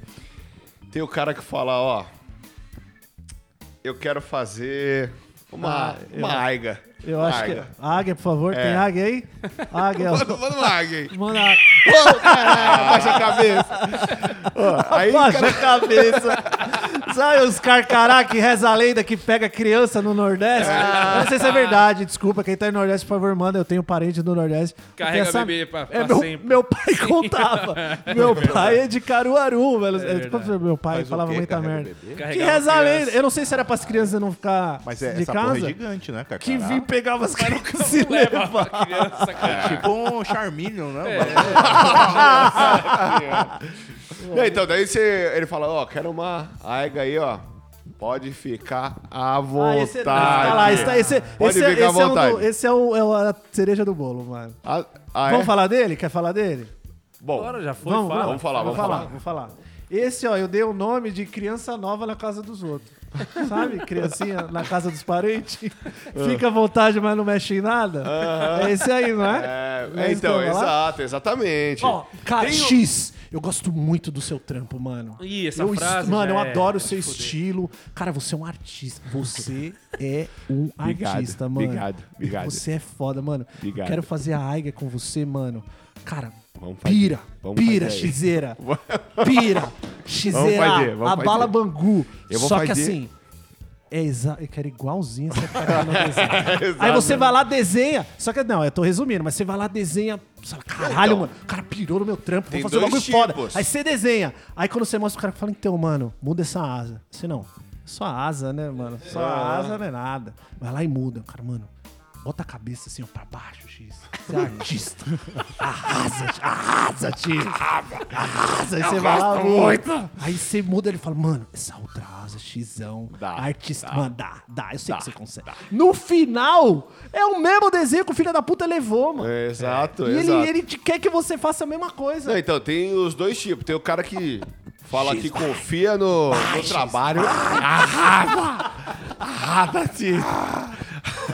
Speaker 3: Tem o cara que fala, ó, eu quero fazer uma,
Speaker 2: Ah, eu-
Speaker 3: uma aiga.
Speaker 2: Eu
Speaker 3: Uma
Speaker 2: acho que. é.
Speaker 3: aiga.
Speaker 2: Águia, por favor,
Speaker 3: É.
Speaker 2: tem águia aí? Águia.
Speaker 3: Manda, manda uma aiga aí.
Speaker 2: Manda a-
Speaker 3: Abaixa a cabeça. Ó, aí,
Speaker 2: Abaixa
Speaker 3: cara,
Speaker 2: a cabeça. Sabe os carcará que reza a lenda que pega criança no Nordeste? Eu Não sei se é verdade, desculpa. Quem tá no Nordeste, por favor, manda. Eu tenho parente do Nordeste. Porque
Speaker 4: Carrega bebê pra- pra
Speaker 2: é, meu,
Speaker 4: sempre.
Speaker 2: Meu pai contava. Meu pai é de Caruaru, velho. É, tipo,
Speaker 4: verdade.
Speaker 2: meu pai
Speaker 5: Faz o
Speaker 2: falava
Speaker 5: quê?
Speaker 2: muita
Speaker 5: Carrega
Speaker 2: merda.
Speaker 5: bebê?
Speaker 2: Que
Speaker 4: Carregava
Speaker 2: reza a
Speaker 4: criança.
Speaker 2: lenda. Eu não sei se era pras crianças não ficar
Speaker 5: Mas é,
Speaker 2: de
Speaker 5: essa porra
Speaker 2: casa.
Speaker 5: é gigante, né, cara?
Speaker 2: que vim pegava as crianças e
Speaker 4: Não leva
Speaker 2: levava.
Speaker 4: pra criança, cara.
Speaker 5: Tipo um charmilho,
Speaker 2: É.
Speaker 5: né?
Speaker 3: Não, então, daí você, ele fala, ó, quero uma aiga aí, ó. Pode ficar à
Speaker 2: Ah,
Speaker 3: vontade.
Speaker 2: esse é- tá lá, esse, tá- esse,
Speaker 3: Pode
Speaker 2: esse é-
Speaker 3: ficar à
Speaker 2: esse é o do-
Speaker 3: vontade.
Speaker 2: esse é o- é o- a cereja do bolo, mano.
Speaker 3: Ah, ah, é?
Speaker 2: Vamos falar dele? Quer falar dele?
Speaker 3: Bom,
Speaker 4: Agora já foi,
Speaker 2: vamos,
Speaker 4: fala.
Speaker 3: vamos falar,
Speaker 2: vamos
Speaker 3: vamos
Speaker 2: falar,
Speaker 3: falar.
Speaker 2: vamos falar. Esse, ó, eu dei o nome de criança nova na casa dos outros. Sabe? Criancinha na casa dos parentes.
Speaker 3: Ah.
Speaker 2: Fica à vontade, mas não mexe em nada. É esse aí, não é?
Speaker 3: É,
Speaker 2: Não isso que
Speaker 3: então,
Speaker 2: eu vou falar?
Speaker 3: exato, exatamente.
Speaker 2: Ó, cara,
Speaker 3: Tem o-
Speaker 2: X, eu gosto muito do seu trampo, mano.
Speaker 4: Ih, essa
Speaker 2: eu, es-
Speaker 4: frase
Speaker 2: Mano, eu
Speaker 4: já é-
Speaker 2: adoro o
Speaker 4: vai
Speaker 2: seu
Speaker 4: se fuder.
Speaker 2: estilo. Cara, você é um artista. Você é um
Speaker 3: Obrigado,
Speaker 2: artista, mano.
Speaker 3: obrigado, obrigado.
Speaker 2: Você é foda, mano.
Speaker 3: Obrigado.
Speaker 2: Quero fazer a Aiga com você, mano. Cara,
Speaker 3: Vamos fazer,
Speaker 2: pira,
Speaker 3: vamos
Speaker 2: pira,
Speaker 3: fazer aí.
Speaker 2: xizeira. Pira, xizeira,
Speaker 3: fazer, vamos
Speaker 2: a bala
Speaker 3: fazer.
Speaker 2: bangu.
Speaker 3: Eu vou
Speaker 2: Só que
Speaker 3: fazer.
Speaker 2: assim, é exa... eu quero igualzinho essa cara no desenho. Aí você vai lá, desenha. Só que não, eu tô resumindo, mas você vai lá, desenha. você fala, Caralho, mano, o cara pirou no meu trampo, vou
Speaker 3: Então,
Speaker 2: fazer
Speaker 3: Tem
Speaker 2: um bagulho
Speaker 3: dois
Speaker 2: foda.
Speaker 3: tipos.
Speaker 2: Aí você desenha. Aí quando você mostra, o cara fala, então, mano, muda essa asa. né? é Você não, só a asa, né, mano? Só a asa não é nada. Vai lá e muda. O cara, mano, Bota a cabeça assim, ó, pra baixo, X. Você é artista. Arrasa, tio. arrasa, tio. Arrasa. Aí você vai lá, muito. Aí você muda, ele fala, mano, essa outra asa, Xão.
Speaker 3: Dá,
Speaker 2: artista, mano, dá, dá. Eu sei que você consegue. No final, é o mesmo desenho que o filho da puta levou, mano.
Speaker 3: Exato,
Speaker 2: E ele,
Speaker 3: exato.
Speaker 2: ele te- quer que você faça a mesma coisa.
Speaker 3: Não, então, tem os dois tipos. Tem o cara que fala que confia no, no trabalho.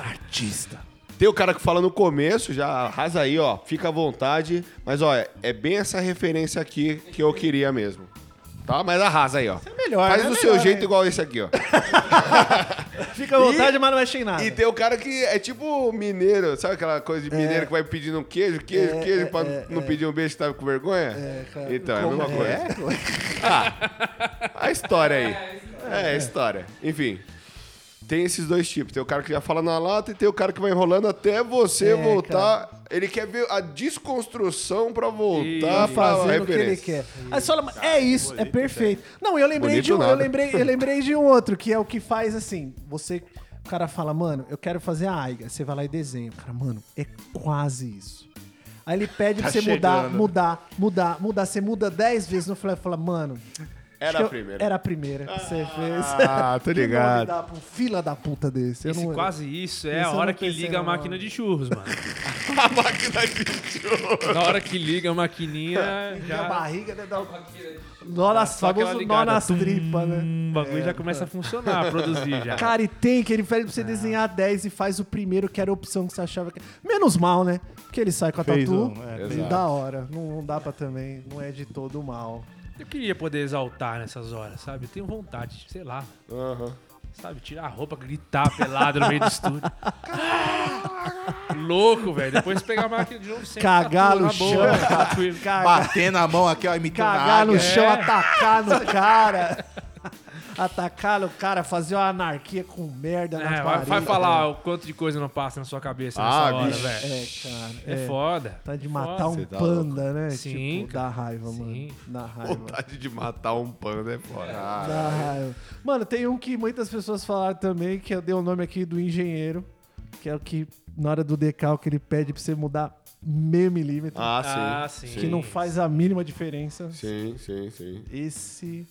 Speaker 2: Artista.
Speaker 3: Tem o cara que fala no começo, já arrasa aí, ó. Fica à vontade. Mas, ó, é bem essa referência aqui que eu queria mesmo. Tá? Mas arrasa aí, ó.
Speaker 2: É melhor,
Speaker 3: Faz
Speaker 2: né?
Speaker 3: do
Speaker 2: É
Speaker 3: seu
Speaker 2: melhor,
Speaker 3: jeito
Speaker 2: né?
Speaker 3: igual esse aqui, ó.
Speaker 2: Fica à vontade, mas não mexe em nada.
Speaker 3: E tem o cara que é tipo mineiro, sabe aquela coisa de
Speaker 2: É.
Speaker 3: mineiro que vai pedindo um queijo, queijo, queijo, pra não pedir um beijo que tava com vergonha? É,
Speaker 2: cara.
Speaker 3: Então, é a mesma coisa. ah, a história aí. É, a história. Enfim, tem esses dois tipos. Tem o cara que já fala na lata e tem o cara que vai enrolando até você
Speaker 2: É,
Speaker 3: voltar. Ele quer ver a desconstrução pra
Speaker 2: tá
Speaker 3: voltar pra
Speaker 2: fazendo o que ele quer.
Speaker 3: referência.
Speaker 2: Aí você fala, é isso, é perfeito.
Speaker 3: né?
Speaker 2: Não, eu lembrei
Speaker 3: Bonito
Speaker 2: de um, eu
Speaker 3: nada.
Speaker 2: lembrei, eu lembrei de um outro, que é o que faz assim, você, o cara fala, mano, eu quero fazer a Aiga, você vai lá e desenha. O cara, mano, é quase isso. Aí ele pede
Speaker 3: Tá
Speaker 2: pra você mudar, mudar, mudar, mudar. Você muda 10 vezes no flash e fala, mano.
Speaker 3: Era
Speaker 2: acho
Speaker 3: a
Speaker 2: que eu-
Speaker 3: primeira.
Speaker 2: Era a primeira que você fez.
Speaker 3: Ah, tô
Speaker 2: Que nome
Speaker 3: ligado.
Speaker 2: dá pra um fila da puta desse. Eu
Speaker 4: Esse
Speaker 2: não-
Speaker 4: quase isso é
Speaker 2: um- Esse
Speaker 4: a
Speaker 2: eu
Speaker 4: hora
Speaker 2: não
Speaker 4: que
Speaker 2: pensei,
Speaker 4: liga a
Speaker 2: não.
Speaker 4: máquina de churros, mano.
Speaker 3: A máquina de jogo.
Speaker 4: Na hora que liga a maquininha,
Speaker 2: A
Speaker 4: já.
Speaker 2: barriga, né? Dá um... Nó nas,
Speaker 4: Só aquela
Speaker 2: famoso nó
Speaker 4: ligada,
Speaker 2: nas
Speaker 4: tum.
Speaker 2: tripas, né?
Speaker 4: O bagulho já começa a funcionar, a produzir já.
Speaker 2: Cara, e tem que ele pede
Speaker 5: É.
Speaker 2: pra você desenhar 10 e faz o primeiro, que era a opção que você achava que. Menos mal, né? Porque ele sai com a
Speaker 5: Fez
Speaker 2: tatu.
Speaker 5: um, é,
Speaker 2: e
Speaker 3: fez um.
Speaker 2: da hora. Não, não dá pra também. Não é de todo mal.
Speaker 4: Eu queria poder exaltar nessas horas, sabe? Eu tenho vontade, sei lá,
Speaker 3: Aham.
Speaker 4: sabe? Tirar a roupa, gritar pelado no meio do estúdio. Louco, velho. Depois pegar a máquina de novo sem
Speaker 2: Cagar no chão.
Speaker 4: né? Tranquilo.
Speaker 2: Cagar,
Speaker 5: Batendo a mão aqui, ó, imitando a
Speaker 2: cagar no
Speaker 5: águia.
Speaker 2: chão, atacar no cara. atacar no cara, fazer uma anarquia com merda na
Speaker 4: É, vai,
Speaker 2: parede.
Speaker 4: vai falar o quanto de coisa não passa na sua cabeça
Speaker 3: Ah,
Speaker 4: nessa hora,
Speaker 3: bicho.
Speaker 4: velho.
Speaker 2: É, cara.
Speaker 4: É,
Speaker 2: É,
Speaker 4: foda.
Speaker 2: Tá de
Speaker 4: É
Speaker 2: matar
Speaker 4: foda.
Speaker 2: um
Speaker 3: tá
Speaker 2: panda, né?
Speaker 4: Sim,
Speaker 2: tipo, dá raiva,
Speaker 4: Sim.
Speaker 2: mano. Dá raiva.
Speaker 3: Vontade de matar um panda é foda.
Speaker 2: Dá raiva. Ah, Mano, tem um que muitas pessoas falaram também, que eu dei o nome aqui do engenheiro, que é o que, na hora do decalque, ele pede pra você mudar meio milímetro,
Speaker 3: Ah, sim.
Speaker 4: Ah, sim.
Speaker 2: que não faz a mínima diferença.
Speaker 3: Sim, sim, sim.
Speaker 2: Esse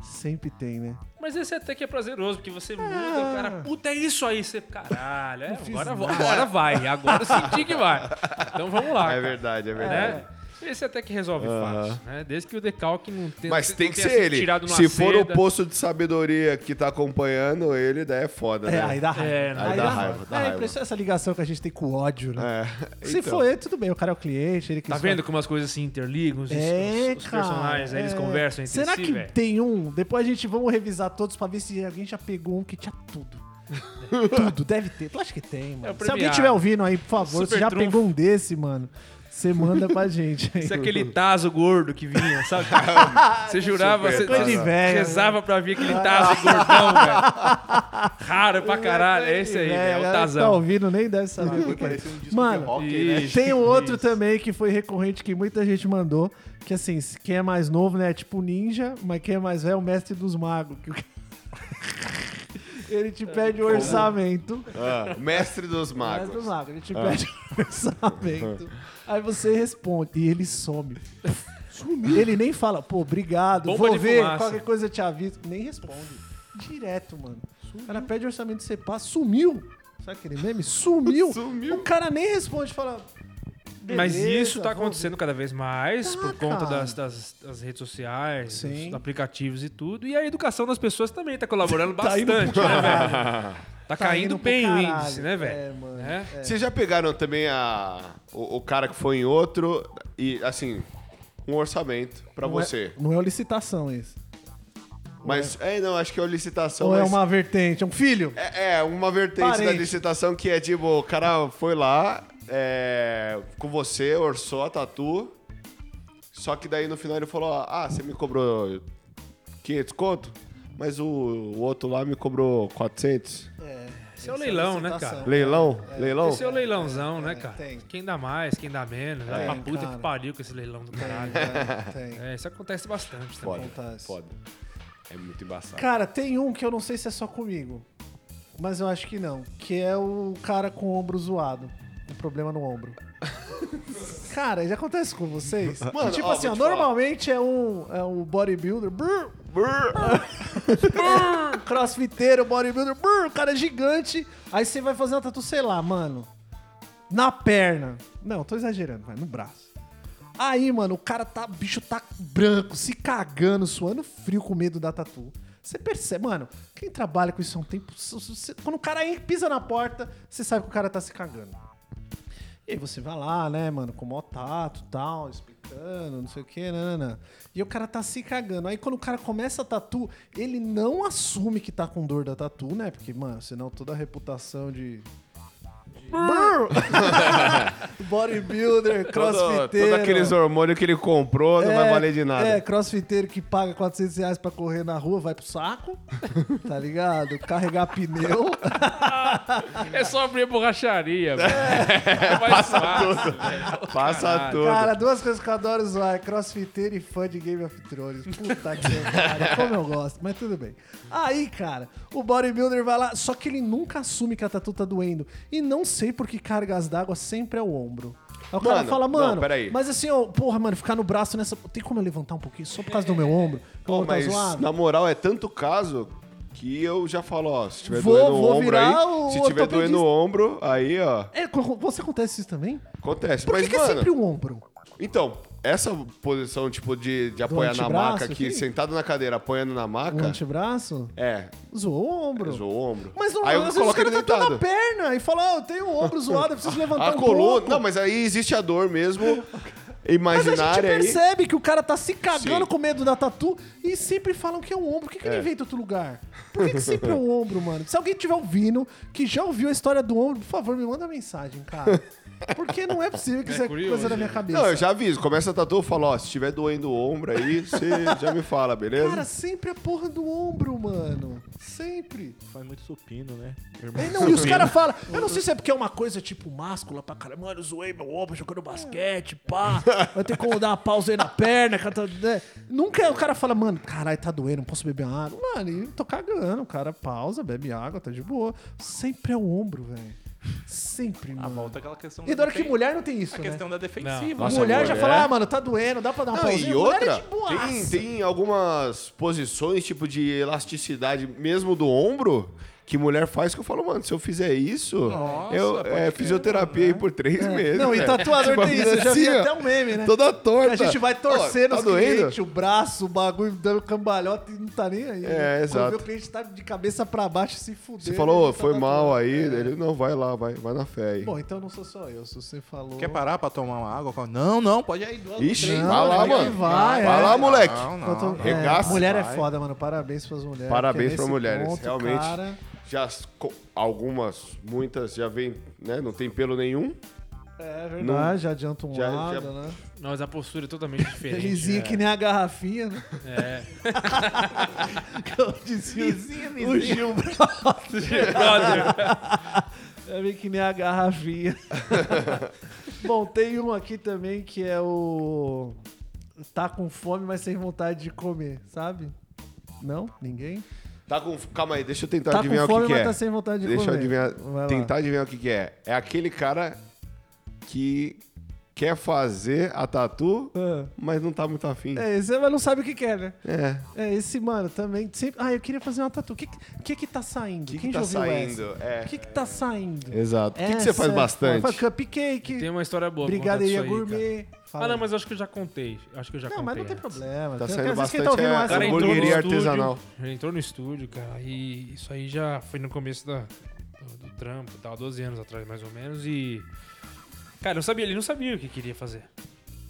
Speaker 2: sempre tem, né?
Speaker 4: Mas esse até que é prazeroso, porque
Speaker 2: Ah.
Speaker 4: você muda, o cara, puta, é isso aí. Você, caralho, é, agora, vo- agora vai, agora eu senti que vai. Então vamos lá.
Speaker 3: É
Speaker 4: cara,
Speaker 3: verdade, é verdade.
Speaker 4: Né? Esse até que resolve fácil, né? Desde que o decalque não tenha
Speaker 3: Mas
Speaker 4: não
Speaker 3: tem que
Speaker 4: tenha
Speaker 3: ser
Speaker 4: sido
Speaker 3: ele.
Speaker 4: tirado numa
Speaker 3: Se for o
Speaker 4: seda.
Speaker 3: poço de sabedoria que tá acompanhando ele, daí é foda,
Speaker 2: É, aí
Speaker 3: né?
Speaker 2: dá raiva.
Speaker 4: É, né?
Speaker 3: Aí dá raiva, dá
Speaker 2: é,
Speaker 3: raiva.
Speaker 2: impressiona essa ligação que a gente tem com o ódio, né?
Speaker 3: É,
Speaker 2: Se
Speaker 3: então.
Speaker 2: for ele, tudo bem, o cara é o cliente, ele que
Speaker 4: Tá
Speaker 3: né?
Speaker 2: escolhe.
Speaker 4: vendo como as coisas se interligam? Os,
Speaker 2: É,
Speaker 4: os- os
Speaker 2: cara,
Speaker 4: personagens, aí eles
Speaker 2: é.
Speaker 4: conversam entre
Speaker 2: Será
Speaker 4: si,
Speaker 2: que
Speaker 4: velho.
Speaker 2: tem um? Depois a gente vamos revisar todos pra ver se alguém já pegou um que tinha tudo. tudo, deve ter. Eu acho que tem, mano.
Speaker 4: É o
Speaker 2: se alguém
Speaker 4: premiado.
Speaker 2: tiver ouvindo aí, por favor,
Speaker 4: Super
Speaker 2: se já
Speaker 4: trunfo.
Speaker 2: pegou um desse, mano, você manda pra gente. aí.
Speaker 4: Isso é aquele taso gordo que vinha, sabe? Você jurava, você,
Speaker 3: Super
Speaker 4: você
Speaker 3: tazo.
Speaker 2: velho,
Speaker 4: rezava pra vir aquele taso gordão, velho. Raro pra caralho. É esse aí,
Speaker 2: É,
Speaker 4: velho. É
Speaker 2: galera
Speaker 4: o
Speaker 2: que Tá
Speaker 4: tazão.
Speaker 2: ouvindo, nem deve saber. o que é.
Speaker 5: Parecia um disco
Speaker 2: Mano,
Speaker 5: de rock, né?
Speaker 4: Isso.
Speaker 2: Tem um outro
Speaker 4: Isso.
Speaker 2: também que foi recorrente, que muita gente mandou. Que assim, quem é mais novo, né? É tipo ninja, mas quem é mais velho é o mestre dos magos. que o cara- Ele
Speaker 4: É,
Speaker 2: te pede o orçamento.
Speaker 3: Ah, o mestre dos
Speaker 2: Mestre
Speaker 3: magos.
Speaker 2: dos magos, ele te
Speaker 4: Ah.
Speaker 2: pede o orçamento. Aí você responde e ele some. Sumiu. Ele nem fala, pô, obrigado,
Speaker 4: Bomba
Speaker 2: vou
Speaker 4: de
Speaker 2: ver,
Speaker 4: fumaça.
Speaker 2: qualquer coisa eu te aviso. Nem responde. Direto, mano. O cara pede orçamento, você passa, sumiu. Sabe aquele meme? Sumiu.
Speaker 3: Sumiu.
Speaker 2: O cara nem responde, fala. "Beleza,
Speaker 4: Mas isso tá
Speaker 2: vou
Speaker 4: acontecendo cada vez mais
Speaker 2: Tá,
Speaker 4: por conta
Speaker 2: cara.
Speaker 4: das, das- das redes sociais,
Speaker 2: Sim.
Speaker 4: dos aplicativos e tudo. E a educação das pessoas também tá colaborando
Speaker 2: Tá indo
Speaker 4: bastante,
Speaker 2: pro
Speaker 4: né,
Speaker 3: é
Speaker 2: caralho.
Speaker 4: velho? Tá,
Speaker 2: Tá
Speaker 4: caindo
Speaker 2: indo pro
Speaker 4: bem o
Speaker 2: caralho.
Speaker 4: índice, né, velho?
Speaker 2: É, mano.
Speaker 4: Né?
Speaker 3: Vocês já pegaram também a, o, o cara que foi em outro e, assim, um orçamento pra
Speaker 2: Não é-
Speaker 3: você.
Speaker 2: não é uma licitação isso.
Speaker 3: Mas, é, não, acho que é uma licitação.
Speaker 2: Ou é
Speaker 3: mas-
Speaker 2: uma vertente, é um filho.
Speaker 3: É, é, uma vertente da
Speaker 2: Parente.
Speaker 3: licitação que é tipo, o cara foi lá é, com você, orçou a tatu, só que daí no final ele falou, ó, ah, você me cobrou 500 conto, mas o, o outro lá me cobrou 400.
Speaker 4: Esse é o leilão, né, cara?
Speaker 3: Leilão, leilão.
Speaker 4: Esse é o leilãozão, né, cara?
Speaker 2: tem. É,
Speaker 4: Quem dá mais, quem dá menos. né? Pra puta
Speaker 2: cara. né?
Speaker 4: que pariu com esse leilão do caralho.
Speaker 2: Tem,
Speaker 4: É, isso acontece bastante também.
Speaker 3: Foda,
Speaker 2: acontece.
Speaker 3: foda. É muito embaçado.
Speaker 2: Cara, tem um que eu não sei se é só comigo. Mas eu acho que não. Que é o cara com o ombro zoado. O problema no ombro. cara, já acontece com vocês?
Speaker 3: Mano,
Speaker 2: tipo
Speaker 3: ó,
Speaker 2: assim, ó,
Speaker 3: vou te falar.
Speaker 2: normalmente é um, é um bodybuilder. brrr, crossfiteiro, bodybuilder, brrr, o cara é gigante. Aí você vai fazer uma tatu, sei lá, mano. Na perna. Não, tô exagerando, vai, no braço. Aí, mano, o cara tá. O bicho tá branco, se cagando, suando frio com medo da tatu. Você percebe, mano, quem trabalha com isso há um tempo. s- s- cê- quando o cara en- pisa na porta, você sabe que o cara tá se cagando. E aí você vai lá, né, mano, com o maior tato e tal, explicando, não sei o que, nanana. E o cara tá se cagando. Aí quando o cara começa a tatu, ele não assume que tá com dor da tatu, né? Porque, mano, senão toda a reputação de. de- Bodybuilder,
Speaker 3: Ah. Todo,
Speaker 2: crossfiteiro.
Speaker 3: todo aqueles hormônios que ele comprou não vai valer de nada.
Speaker 2: É, crossfiteiro que paga 400 reais pra correr na rua vai pro saco, tá ligado? Carregar pneu.
Speaker 4: É só abrir a borracharia, velho. É mais fácil.
Speaker 3: Passa tudo.
Speaker 2: Cara, duas coisas que eu adoro zoar: é crossfiteiro e fã de Game of Thrones. Puta que pariu, como eu gosto, mas tudo bem. Aí, cara, o bodybuilder vai lá, só que ele nunca assume que a tatu tá doendo. E não sei por que cargas d'água sempre é o ombro. Aí o cara
Speaker 3: Mano,
Speaker 2: fala,
Speaker 3: não,
Speaker 2: mano,
Speaker 3: peraí.
Speaker 2: mas assim, ó, porra, mano, ficar no braço nessa. Tem como eu levantar um pouquinho só por causa do meu ombro? Que o
Speaker 3: Pô,
Speaker 2: ombro tá
Speaker 3: mas
Speaker 2: zoado?"
Speaker 3: na moral é tanto caso que eu já falo, ó, se tiver
Speaker 2: Vou-
Speaker 3: doendo o
Speaker 2: vou
Speaker 3: ombro aí,
Speaker 2: virar o
Speaker 3: se tiver
Speaker 2: ortopedista.
Speaker 3: doendo o ombro, aí, ó,
Speaker 2: É, co- você acontece isso também?
Speaker 3: acontece.
Speaker 2: Por que,
Speaker 3: mas,
Speaker 2: que é
Speaker 3: mano,
Speaker 2: sempre o ombro?
Speaker 3: então, essa posição, tipo, de, de apoiar na
Speaker 2: antebraço
Speaker 3: maca aqui,
Speaker 2: aqui?
Speaker 3: sentado na cadeira, apoiando na
Speaker 2: O
Speaker 3: maca,
Speaker 2: antebraço?
Speaker 3: é,
Speaker 2: Zoou o ombro.
Speaker 3: zoou o ombro.
Speaker 2: Mas não,
Speaker 3: aí
Speaker 2: às
Speaker 3: eu
Speaker 2: vezes o
Speaker 3: coloco
Speaker 2: cara tá
Speaker 3: ele
Speaker 2: toda a
Speaker 3: deitado.
Speaker 2: perna e fala, ah, eu tenho o ombro zoado, eu preciso levantar
Speaker 3: A
Speaker 2: um
Speaker 3: coluna,
Speaker 2: pouco.
Speaker 3: não, mas aí existe a dor mesmo
Speaker 2: Mas a gente
Speaker 3: imaginária aí.
Speaker 2: percebe que o cara tá se cagando
Speaker 3: Sim.
Speaker 2: com medo da tatu e sempre falam que é o ombro. Por que, que ele inventa outro lugar? Por que, que sempre é o ombro, mano? Se alguém tiver ouvindo, que já ouviu a história do ombro, por favor, me manda mensagem, cara. Porque não é possível que isso é,
Speaker 4: curioso,
Speaker 2: coisa da minha
Speaker 4: né?
Speaker 2: cabeça.
Speaker 3: Não, eu já aviso, começa a tatu, eu falo, ó, se tiver doendo o ombro aí, você já me fala, beleza?
Speaker 2: Cara, sempre é a porra do ombro, mano. Sempre.
Speaker 5: Faz muito supino, né?
Speaker 2: É, não, e os caras falam, eu não sei se é porque é uma coisa tipo máscula pra caramba, mano, eu zoei meu ombro jogando basquete, pá, vai ter como dar uma pausa aí na perna, cara, tá, né? Nunca é- o cara fala, mano, caralho, tá doendo, não posso beber água. Mano, e eu tô cagando, o cara pausa, bebe água, tá de boa. Sempre é o ombro, velho. Sempre,
Speaker 5: Ah,
Speaker 2: mano.
Speaker 5: volta aquela questão
Speaker 2: E da hora que
Speaker 5: defen-
Speaker 2: mulher não tem isso,
Speaker 5: A
Speaker 2: né?
Speaker 5: questão da defensiva.
Speaker 3: Nossa,
Speaker 2: mulher já
Speaker 3: mulher.
Speaker 2: fala, ah, mano, tá doendo, dá pra dar uma
Speaker 3: Não,
Speaker 2: pausa.
Speaker 3: e
Speaker 2: Mulher é
Speaker 3: outra,
Speaker 2: de boaça.
Speaker 3: tem, tem algumas posições, tipo de elasticidade mesmo do ombro, que mulher faz que eu falo, mano, se eu fizer isso, eu, é fisioterapia
Speaker 2: né?
Speaker 3: aí por três meses.
Speaker 2: Não, e
Speaker 3: velho.
Speaker 2: tatuador
Speaker 3: Tipo,
Speaker 2: tem isso, eu já vi
Speaker 3: assim, ó,
Speaker 2: até um meme, né?
Speaker 3: Toda torta.
Speaker 2: A gente vai torcendo os
Speaker 3: Ó, tá
Speaker 2: clientes, o braço, o bagulho dando cambalhota e não tá nem aí.
Speaker 3: É,
Speaker 2: Quando
Speaker 3: exato.
Speaker 2: vê o cliente tá de cabeça pra baixo se fudendo.
Speaker 3: Você falou,
Speaker 2: ele
Speaker 3: "Ô,
Speaker 2: tá
Speaker 3: foi
Speaker 2: na
Speaker 3: mal
Speaker 2: dor.
Speaker 3: aí. Ele, não, vai lá, vai, vai na fé aí.
Speaker 2: Bom, então não sou só eu, se você falou.
Speaker 5: Quer parar pra tomar uma água? Não, não, pode ir.
Speaker 3: Ixi,
Speaker 2: Não,
Speaker 3: vai lá,
Speaker 2: vai,
Speaker 3: mano.
Speaker 2: vai,
Speaker 3: Vai,
Speaker 2: é.
Speaker 3: lá, moleque.
Speaker 5: Não,
Speaker 2: Eu tô-
Speaker 5: não.
Speaker 2: é,
Speaker 3: Regaça,
Speaker 2: mulher é
Speaker 5: vai.
Speaker 2: foda, mano. Parabéns pras mulheres.
Speaker 3: Parabéns
Speaker 2: porque
Speaker 3: pra
Speaker 2: nesse
Speaker 3: mulheres,
Speaker 2: ponto,
Speaker 3: realmente.
Speaker 2: cara,
Speaker 3: Já as co- algumas, muitas já vem, né? Não tem pelo nenhum.
Speaker 2: é verdade, já adianta um
Speaker 3: já-
Speaker 2: lado,
Speaker 3: já-
Speaker 2: né?
Speaker 4: Não, mas a postura é totalmente diferente.
Speaker 2: Lisinha
Speaker 4: né?
Speaker 2: que nem a garrafinha, né?
Speaker 4: É.
Speaker 2: Eu dizia o Gil
Speaker 4: Brother.
Speaker 2: É meio que nem a garrafinha. Bom, tem um aqui também que é o. Tá com fome, mas sem vontade de comer, sabe? Não? Ninguém?
Speaker 3: Tá com. Calma aí, deixa eu tentar
Speaker 2: Tá com
Speaker 3: adivinhar o
Speaker 2: fome,
Speaker 3: que, que
Speaker 2: mas
Speaker 3: é.
Speaker 2: tá sem vontade de
Speaker 3: deixa eu
Speaker 2: comer.
Speaker 3: adivinhar.
Speaker 2: Vai lá.
Speaker 3: tentar adivinhar o que, que é. É aquele cara que quer fazer a tatu,
Speaker 2: Ah.
Speaker 3: mas não tá muito afim. É.
Speaker 2: É, esse mas não sabe o que quer, né? É, esse mano também. Sempre... Ah, eu queria fazer uma tatu. O que, que que tá saindo?
Speaker 3: O que,
Speaker 2: Quem
Speaker 3: que
Speaker 2: já
Speaker 3: tá
Speaker 2: ouviu
Speaker 3: saindo?
Speaker 2: essa?
Speaker 3: É.
Speaker 2: O que que tá saindo?
Speaker 3: Exato. O que, que você faz
Speaker 2: Essa- é
Speaker 3: bastante?
Speaker 2: Fala Cupcake,
Speaker 4: Tem uma história boa. pra contar
Speaker 2: brigadeira
Speaker 4: disso aí, cara.
Speaker 2: gourmet. Fala
Speaker 4: Ah, não,
Speaker 2: aí.
Speaker 4: mas eu acho que eu já contei. Eu Acho que eu já
Speaker 2: Não,
Speaker 4: contei.
Speaker 2: mas não tem
Speaker 4: né?
Speaker 2: problema.
Speaker 3: Tá
Speaker 2: Tem-
Speaker 3: saindo
Speaker 2: às vezes quem tá
Speaker 3: bastante,
Speaker 2: ouvindo
Speaker 3: é,
Speaker 4: O
Speaker 2: essa
Speaker 4: cara entrou no
Speaker 3: Hamburgueria
Speaker 4: estúdio,
Speaker 3: artesanal.
Speaker 4: Ele entrou no estúdio, cara, e isso aí já foi no começo da, do, do trampo, tava 12 anos atrás, mais ou menos, e. Cara, eu não sabia, ele não sabia o que queria fazer.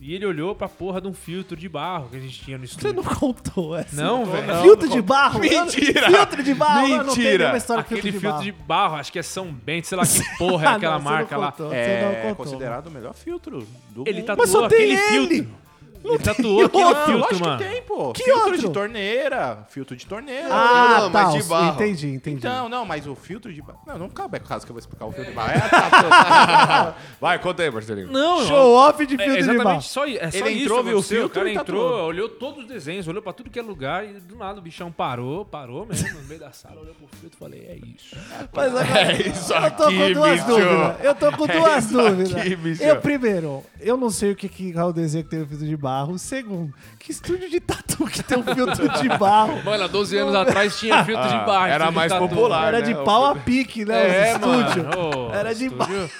Speaker 4: E ele olhou pra porra de um filtro de barro que a gente tinha no
Speaker 2: Você
Speaker 4: estúdio.
Speaker 2: não contou essa?
Speaker 4: Não, velho.
Speaker 2: filtro de barro?
Speaker 3: Mentira!
Speaker 2: Filtro de barro? Não, Não tem
Speaker 3: Mentira!
Speaker 2: nenhuma história com
Speaker 4: Aquele
Speaker 2: filtro de barro.
Speaker 4: acho que é São Bento, sei lá que porra é aquela
Speaker 2: Ah, não, você
Speaker 4: marca
Speaker 2: não
Speaker 4: lá.
Speaker 2: contou, você não
Speaker 5: É
Speaker 2: contou.
Speaker 5: considerado o melhor filtro do
Speaker 4: Ele
Speaker 5: mundo.
Speaker 4: tatuou
Speaker 2: Mas só tem
Speaker 4: aquele
Speaker 2: ele!
Speaker 4: filtro. Ele tatuou aqui
Speaker 2: Ô,
Speaker 4: no
Speaker 2: filtro,
Speaker 4: filtro,
Speaker 5: Lógico
Speaker 4: mano.
Speaker 5: que tem, pô.
Speaker 2: Que
Speaker 5: filtro
Speaker 2: outro?
Speaker 5: de torneira. Filtro de torneira.
Speaker 2: Ah,
Speaker 3: não,
Speaker 2: tá.
Speaker 3: mas de
Speaker 2: o-
Speaker 3: barro.
Speaker 2: Entendi, entendi.
Speaker 5: Então, não, mas o filtro de barro. Não, não cabe é caso que eu vou explicar o filtro de barro. É a tatuagem.
Speaker 3: Vai, conta aí, Marcelinho.
Speaker 4: Não,
Speaker 2: Show off de filtro
Speaker 4: É
Speaker 2: de barro.
Speaker 4: exatamente só, i- é só
Speaker 5: Ele
Speaker 4: isso.
Speaker 5: entrou, viu o
Speaker 4: aconteceu.
Speaker 5: filtro
Speaker 4: O cara
Speaker 5: e
Speaker 4: entrou,
Speaker 5: tatuou.
Speaker 4: olhou todos os desenhos, olhou pra tudo que é lugar e do nada o bichão parou, parou mesmo no meio da sala, olhou pro filtro e falei, é isso.
Speaker 2: Mas agora,
Speaker 3: isso
Speaker 2: eu tô com
Speaker 3: aqui,
Speaker 2: duas
Speaker 3: bicho.
Speaker 2: dúvidas. Eu tô com duas
Speaker 3: isso
Speaker 2: dúvidas.
Speaker 3: aqui, bicho.
Speaker 2: eu, primeiro, eu não sei o que, que Raul Desenho que tem um filtro de barro. Segundo, que estúdio de tatu que tem um filtro de barro?
Speaker 4: Mano, há 12 anos atrás tinha filtro de
Speaker 3: Ah,
Speaker 4: barro.
Speaker 3: era
Speaker 4: filtro
Speaker 3: mais
Speaker 4: tatu.
Speaker 3: popular.
Speaker 2: Era
Speaker 3: né?
Speaker 2: de
Speaker 3: O
Speaker 2: pau a pique, né?
Speaker 4: É,
Speaker 2: Os estúdios.
Speaker 4: mano. Ô,
Speaker 2: Era de
Speaker 4: estúdio.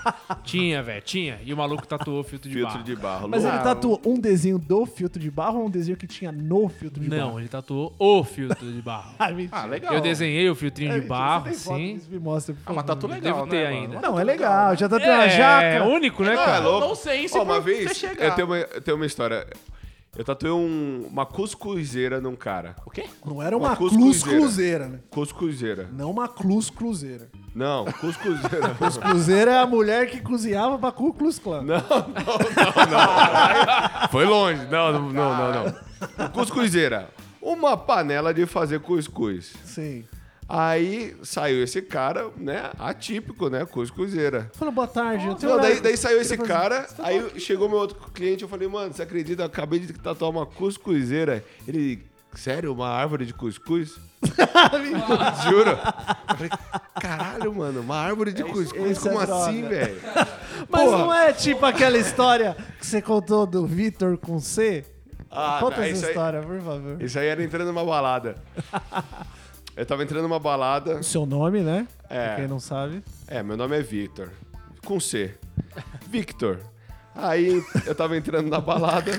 Speaker 4: Tinha, velho, tinha. E o maluco tatuou filtro de
Speaker 3: Filtro
Speaker 4: barro.
Speaker 3: de barro.
Speaker 2: Mas
Speaker 3: Lu.
Speaker 2: ele tatuou um desenho do filtro de barro ou um desenho que tinha no filtro de barro?
Speaker 4: Não, ele tatuou o filtro de barro.
Speaker 2: Ah, mentira.
Speaker 5: Ah, legal.
Speaker 4: Eu desenhei o filtrinho de barro,
Speaker 2: É, Você tem foto
Speaker 4: sim.
Speaker 2: disso? Me mostra, por
Speaker 5: Ah, mas
Speaker 2: favor.
Speaker 5: tatu legal,
Speaker 4: Devo
Speaker 5: né,
Speaker 4: ter
Speaker 5: mano?
Speaker 4: ainda.
Speaker 5: Uma
Speaker 2: Não,
Speaker 5: tatu
Speaker 2: é legal. Já tatuou uma
Speaker 4: É, é
Speaker 2: jaca.
Speaker 4: único, né,
Speaker 3: Ah, é
Speaker 4: cara?
Speaker 3: louco.
Speaker 5: Não sei se
Speaker 3: Ó, uma
Speaker 5: por
Speaker 3: vez,
Speaker 5: você chegar.
Speaker 3: Eu tenho uma, eu tenho uma história. Eu tatuei um- uma cuscuzeira num cara.
Speaker 5: O quê?
Speaker 2: Não era uma,
Speaker 3: Uma
Speaker 2: cruz
Speaker 3: cruz
Speaker 2: cruzeira.
Speaker 3: cruzeira.
Speaker 2: né?
Speaker 3: Cuscuzeira.
Speaker 2: Não uma cruz cruzeira.
Speaker 3: Não, cuscuzeira.
Speaker 2: Cruzeira é a mulher que cozinhava pra Ku Klux Klan.
Speaker 3: Foi longe. Não, não, não, não. não. Cuscuzeira. Uma panela de fazer cuscuz.
Speaker 2: Sim.
Speaker 3: Aí saiu esse cara, né? Atípico, né? Cuscuzeira.
Speaker 2: Falou, boa tarde. eu tenho
Speaker 3: Não, daí,
Speaker 2: horário.
Speaker 3: daí saiu esse
Speaker 2: Ele falou
Speaker 3: cara,
Speaker 2: tá
Speaker 3: aí chegou meu outro cliente, eu falei, mano, você acredita? Eu acabei de tatuar uma cuscuzeira. Ele, sério, uma árvore de cuscuz? Juro. Eu falei, caralho, mano, uma árvore de cuscuz,
Speaker 2: isso é
Speaker 3: como
Speaker 2: droga.
Speaker 3: assim, velho?
Speaker 2: assim, Mas não é tipo aquela história que você contou do Vitor com C?
Speaker 3: Ah,
Speaker 2: Conta
Speaker 3: não,
Speaker 2: é essa
Speaker 3: isso aí-
Speaker 2: história, por favor.
Speaker 3: Isso aí era entrando numa balada. Eu tava entrando numa balada.
Speaker 2: Seu nome, né?
Speaker 3: É.
Speaker 2: Pra quem não sabe.
Speaker 3: É, meu nome é Victor. Com C. Victor. Aí eu tava entrando na balada.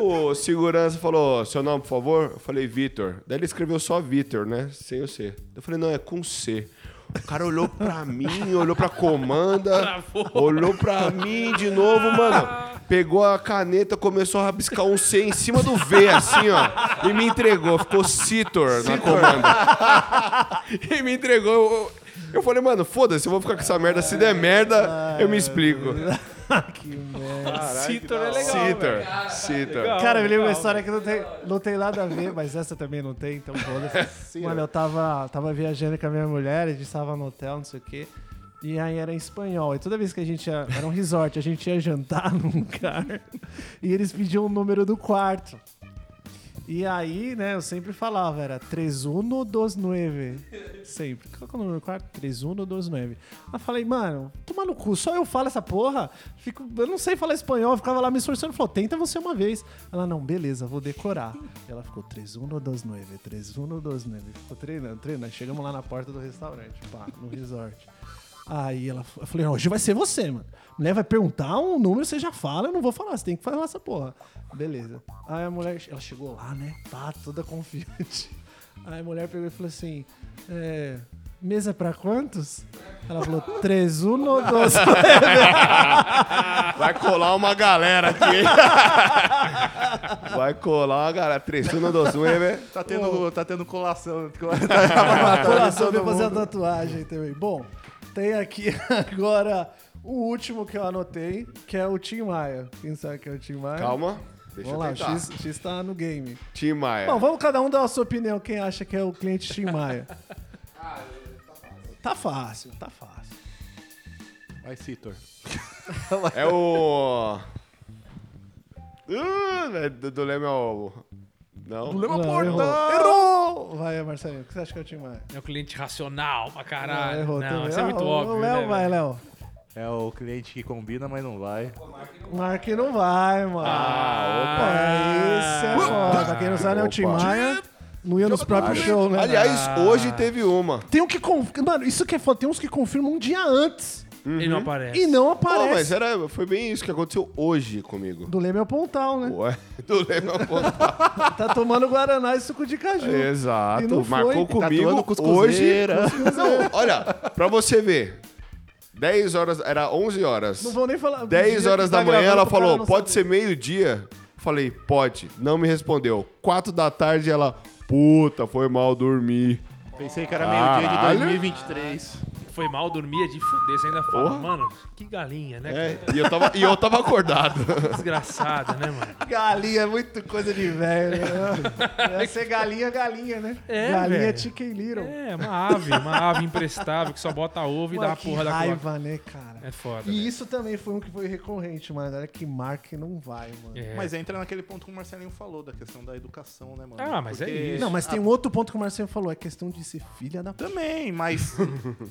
Speaker 3: O segurança falou: seu nome, por favor? Eu falei, Vitor. Daí ele escreveu só Vitor, né? Sem o C. Eu falei, não, é com C. O cara olhou pra mim, olhou pra comanda, olhou pra mim de novo, mano. Pegou a caneta, começou a rabiscar um C em cima do V, assim, ó. E me entregou. Ficou Citor na comanda e me entregou. Eu, eu falei, mano, foda-se, eu vou ficar com essa merda. Se der merda, eu me explico.
Speaker 2: Que merda.
Speaker 4: Citor é legal. né? velho.
Speaker 3: Citor, Citor.
Speaker 2: Cara, eu me lembro uma história que não tem, não tem nada a ver, mas essa também não tem, então foda-se. Mano, eu tava, tava viajando com a minha mulher, a gente tava no hotel, não sei o quê. E aí era em espanhol. E toda vez que a gente ia. Era um resort, a gente ia jantar num lugar. E eles pediam o número do quarto. E aí, né, eu sempre falava, era 3129. Sempre. Qual que é o número do quarto? 3129. Aí eu falei, mano, toma no cu, só eu falo essa porra. Fico, eu não sei falar espanhol, eu ficava lá me esforçando. Falou, tenta você uma vez. Ela, não, beleza, vou decorar. Ela ficou 3129, 3129. Ficou treinando, treinando. Chegamos lá na porta do restaurante, pá, no resort. Aí ela, eu falei, hoje vai ser você, mano. A mulher vai perguntar um número, você já fala, eu não vou falar, você tem que falar essa porra. Beleza. Aí a mulher, ela chegou lá, né? Tá, toda confiante. Aí a mulher pegou e falou assim: é, mesa pra quantos? Ela falou, três, um ou dois.
Speaker 3: Vai colar uma galera aqui. Vai colar uma galera. um, Tressuna do Sul, hein, velho?
Speaker 5: Tá tendo, tá tendo colação.
Speaker 2: Coração pra fazer a tatuagem também. Bom, tem aqui agora o último que eu anotei, que é o Tim Maia. Quem sabe que é o Tim Maia?
Speaker 3: Calma. Deixa
Speaker 2: Vamos lá,
Speaker 3: eu
Speaker 2: o
Speaker 3: tentar.
Speaker 2: X, X tá no game.
Speaker 3: Tim Maia.
Speaker 2: Bom, vamos cada um dar a sua opinião, quem acha que é o cliente Tim Maia.
Speaker 3: Ah, é,
Speaker 2: Tá fácil, tá fácil.
Speaker 5: Vai, Citor.
Speaker 3: É o... Uh, né, do, do Leme é o... Não?
Speaker 2: Não, errou. errou! Vai, Marcelinho, o que você acha que é o Tim Maia?
Speaker 4: É um cliente racional pra caralho.
Speaker 2: errou
Speaker 4: não,
Speaker 2: também.
Speaker 4: isso é
Speaker 2: Ah,
Speaker 4: muito
Speaker 2: o-
Speaker 4: óbvio.
Speaker 2: O
Speaker 4: né,
Speaker 2: Léo
Speaker 4: velho?
Speaker 2: vai, Léo.
Speaker 5: É o cliente que combina, mas não vai.
Speaker 2: O Mark não vai, mano.
Speaker 4: Ah.
Speaker 2: Ah, opa. Esse é foda. Pra Quem não sabe, é o Tim
Speaker 3: Opa.
Speaker 2: Maia. Não ia nos próprios shows, né?
Speaker 3: Aliás, hoje teve uma.
Speaker 2: Tem um que confirma. Mano, isso que é foda. Tem uns que confirmam um dia antes
Speaker 4: Ele não aparece.
Speaker 2: e não
Speaker 3: Pô, mas
Speaker 2: aparece.
Speaker 3: era, foi bem isso que aconteceu hoje comigo.
Speaker 2: Do Leme ao Pontal, né?
Speaker 3: Ué, do Leme ao Pontal.
Speaker 2: Tá tomando Guaraná e suco de caju. E não
Speaker 3: Exato.
Speaker 2: foi.
Speaker 3: Marcou
Speaker 2: Tá
Speaker 3: comigo
Speaker 5: atuando com os
Speaker 3: hoje.
Speaker 5: cozeira.
Speaker 3: Não, olha, pra você ver. 10 horas, era 11 horas.
Speaker 2: Não vão nem falar.
Speaker 3: 10
Speaker 2: dizer
Speaker 3: horas
Speaker 2: que tá
Speaker 3: da manhã
Speaker 2: gravando
Speaker 3: ela
Speaker 2: pro cara
Speaker 3: falou,
Speaker 2: não
Speaker 3: pode
Speaker 2: saber."
Speaker 3: ser meio-dia? Falei, pode. Não me respondeu. 4 da tarde ela, puta, foi mal dormir.
Speaker 5: Pensei que era meio-dia de
Speaker 3: Caralho.
Speaker 5: 2023.
Speaker 4: Foi mal, dormia de fuder. Você ainda fala,
Speaker 3: Porra.
Speaker 4: mano, que galinha, né?
Speaker 3: É,
Speaker 4: cara?
Speaker 3: e eu tava, e eu tava acordado.
Speaker 4: Desgraçada, né, mano?
Speaker 2: Galinha é muito coisa de velho. Né? Ser galinha, galinha, né?
Speaker 4: É,
Speaker 2: galinha
Speaker 4: velho.
Speaker 2: chicken little.
Speaker 4: É, uma ave, uma ave imprestável que só bota ovo e
Speaker 2: Pô,
Speaker 4: dá a
Speaker 2: que
Speaker 4: porra da
Speaker 2: raiva,
Speaker 4: cloaca.
Speaker 2: né, cara?
Speaker 4: É foda.
Speaker 2: E isso também foi um que foi recorrente, mano. Era que marca e não vai, mano.
Speaker 4: né? É.
Speaker 5: Mas entra naquele ponto que o Marcelinho falou, da questão da educação, né, mano?
Speaker 4: Ah, mas é isso.
Speaker 2: Não, mas tem um outro ponto que o Marcelo falou. É questão de ser filha da... p-
Speaker 5: Também, mas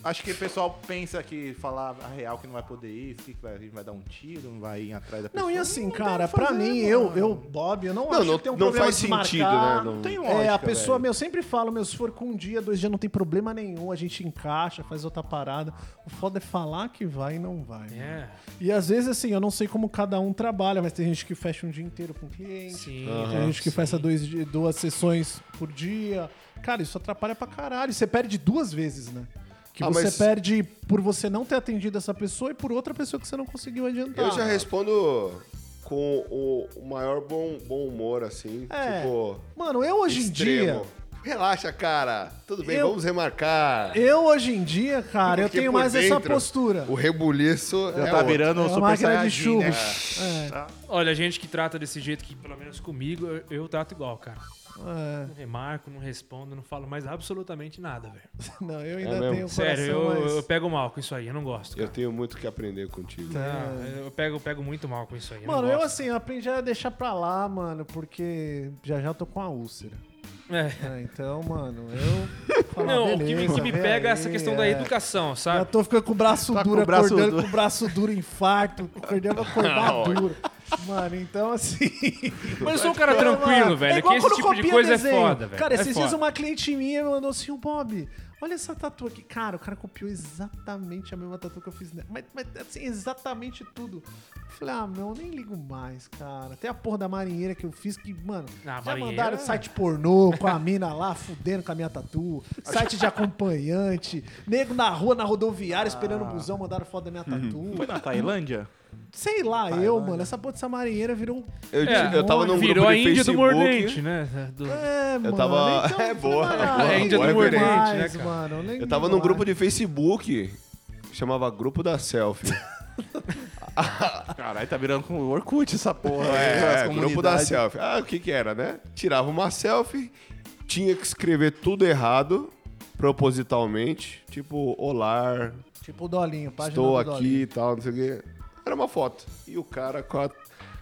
Speaker 5: acho que o pessoal pensa que falar a real que não vai poder ir, que vai, vai dar um tiro, não vai ir atrás da pessoa.
Speaker 2: Não, e assim,
Speaker 5: tem o que
Speaker 2: cara,
Speaker 5: fazer,
Speaker 2: pra mim,
Speaker 5: mano.
Speaker 2: eu, eu, Bob, eu não,
Speaker 3: Não,
Speaker 2: acho
Speaker 3: não-
Speaker 2: que tem um
Speaker 3: não
Speaker 2: problema
Speaker 3: faz
Speaker 2: de
Speaker 3: sentido,
Speaker 2: marcar.
Speaker 3: né? Não-
Speaker 5: Tem
Speaker 2: É,
Speaker 5: lógica,
Speaker 2: a pessoa,
Speaker 5: velho.
Speaker 2: meu, eu sempre falo, meu, se for com um dia, dois dias, não tem problema nenhum, a gente encaixa, faz outra parada. O foda é falar que vai e não vai. né? mano.
Speaker 4: É,
Speaker 2: E às vezes, assim, eu não sei como cada um trabalha, mas tem gente que fecha um dia inteiro com cliente,
Speaker 4: sim. é.
Speaker 2: tem gente que
Speaker 3: Ah,
Speaker 2: fecha dois, di- duas sessões por dia. Cara, isso atrapalha pra caralho. Você perde duas vezes, né? Que
Speaker 3: Ah,
Speaker 2: você
Speaker 3: mas-
Speaker 2: perde por você não ter atendido essa pessoa e por outra pessoa que você não conseguiu adiantar.
Speaker 3: Eu já respondo com o, o maior bom, bom humor, assim.
Speaker 2: É.
Speaker 3: Tipo,
Speaker 2: Mano, eu hoje em dia.
Speaker 3: extremo. Relaxa, cara. Tudo bem,
Speaker 2: Eu-
Speaker 3: vamos remarcar.
Speaker 2: Eu hoje em dia, cara,
Speaker 3: Porque
Speaker 2: eu tenho
Speaker 3: por
Speaker 2: mais essa
Speaker 3: dentro,
Speaker 2: postura.
Speaker 3: O rebuliço
Speaker 5: Já
Speaker 3: é
Speaker 5: tá
Speaker 3: outro.
Speaker 5: virando
Speaker 2: É
Speaker 5: um
Speaker 2: uma
Speaker 5: super
Speaker 2: máquina de
Speaker 5: saiyajin, né?
Speaker 2: É.
Speaker 4: Olha, gente que trata desse jeito que, pelo menos comigo, eu, eu trato igual, cara.
Speaker 2: É,
Speaker 4: Não remarco, não respondo, não falo mais absolutamente nada, velho.
Speaker 2: não, eu
Speaker 3: É
Speaker 2: ainda
Speaker 3: mesmo?
Speaker 2: tenho o coração
Speaker 4: Sério, eu,
Speaker 2: mais...
Speaker 4: eu pego mal com isso aí, eu não gosto.
Speaker 3: Eu
Speaker 4: cara.
Speaker 3: tenho muito que aprender contigo.
Speaker 4: Não, eu pego, eu pego muito mal com isso aí.
Speaker 2: Mano,
Speaker 4: não
Speaker 2: eu
Speaker 4: gosto.
Speaker 2: assim, eu aprendi a deixar pra lá, mano, porque já já tô com a úlcera.
Speaker 4: É.
Speaker 2: É, então, mano, eu... falo,
Speaker 4: Não,
Speaker 2: ah,
Speaker 4: o que me,
Speaker 2: beleza,
Speaker 4: que me
Speaker 2: vem
Speaker 4: pega é
Speaker 2: aí,
Speaker 4: essa questão da
Speaker 2: é.
Speaker 4: educação,
Speaker 2: Já
Speaker 4: sabe?
Speaker 2: tô ficando com o braço
Speaker 5: Tá com
Speaker 2: duro,
Speaker 5: o braço
Speaker 2: acordando
Speaker 5: duro.
Speaker 2: com o braço duro, infarto, acordando acordar duro. Mano, então assim...
Speaker 4: Mas eu sou um cara
Speaker 2: Então,
Speaker 4: tranquilo,
Speaker 2: mano,
Speaker 4: velho.
Speaker 2: é
Speaker 4: É que
Speaker 2: igual
Speaker 4: esse
Speaker 2: quando
Speaker 4: tipo de
Speaker 2: copia
Speaker 4: coisa é
Speaker 2: desenho.
Speaker 4: foda, velho.
Speaker 2: Cara,
Speaker 4: é
Speaker 2: esses
Speaker 4: foda.
Speaker 2: dias uma cliente minha me mandou assim, o Bob, olha essa tatu aqui. Cara, o cara copiou exatamente a mesma tatu que eu fiz nela. Mas, mas, assim, exatamente tudo. Eu falei, ah, meu, eu nem ligo mais, cara. Até a porra da marinheira que eu fiz que, mano,
Speaker 4: Ah,
Speaker 2: já
Speaker 4: marinheira-
Speaker 2: mandaram site pornô com a mina lá, fudendo com a minha tatu. Site de acompanhante. Nego na rua, na rodoviária, esperando o
Speaker 4: Ah.
Speaker 2: busão, mandaram foto da minha
Speaker 4: Uhum.
Speaker 2: tatu.
Speaker 5: Foi na Tailândia?
Speaker 2: Sei lá, eu,
Speaker 4: né?
Speaker 2: mano, essa porra dessa marinheira virou um
Speaker 3: Eu,
Speaker 4: É,
Speaker 3: tive- eu tava num
Speaker 4: Virou
Speaker 3: grupo
Speaker 4: a
Speaker 3: de
Speaker 4: Índia do
Speaker 3: Facebook,
Speaker 4: Mordente, né? Do-
Speaker 2: É, mano.
Speaker 3: tava-
Speaker 2: Então,
Speaker 3: é, boa.
Speaker 2: não,
Speaker 3: É,
Speaker 2: não
Speaker 4: a Índia
Speaker 2: ligo
Speaker 4: do Oriente,
Speaker 2: mais,
Speaker 4: né, cara?
Speaker 2: mano, nem
Speaker 3: Eu tava
Speaker 2: ligo
Speaker 3: num grupo
Speaker 2: mais.
Speaker 3: de Facebook, chamava Grupo da Selfie.
Speaker 5: Caralho, tá virando com o Orkut essa porra. né?
Speaker 3: É,
Speaker 5: As
Speaker 3: grupo da
Speaker 5: comunidades.
Speaker 3: selfie. Ah, o que que era, né? Tirava uma selfie, tinha que escrever tudo errado, propositalmente. Tipo, olá,
Speaker 2: Tipo o Dolinho, página
Speaker 3: estou
Speaker 2: do
Speaker 3: aqui e
Speaker 2: Dolinho.
Speaker 3: tal, não sei o quê. Era uma foto. E o cara com a...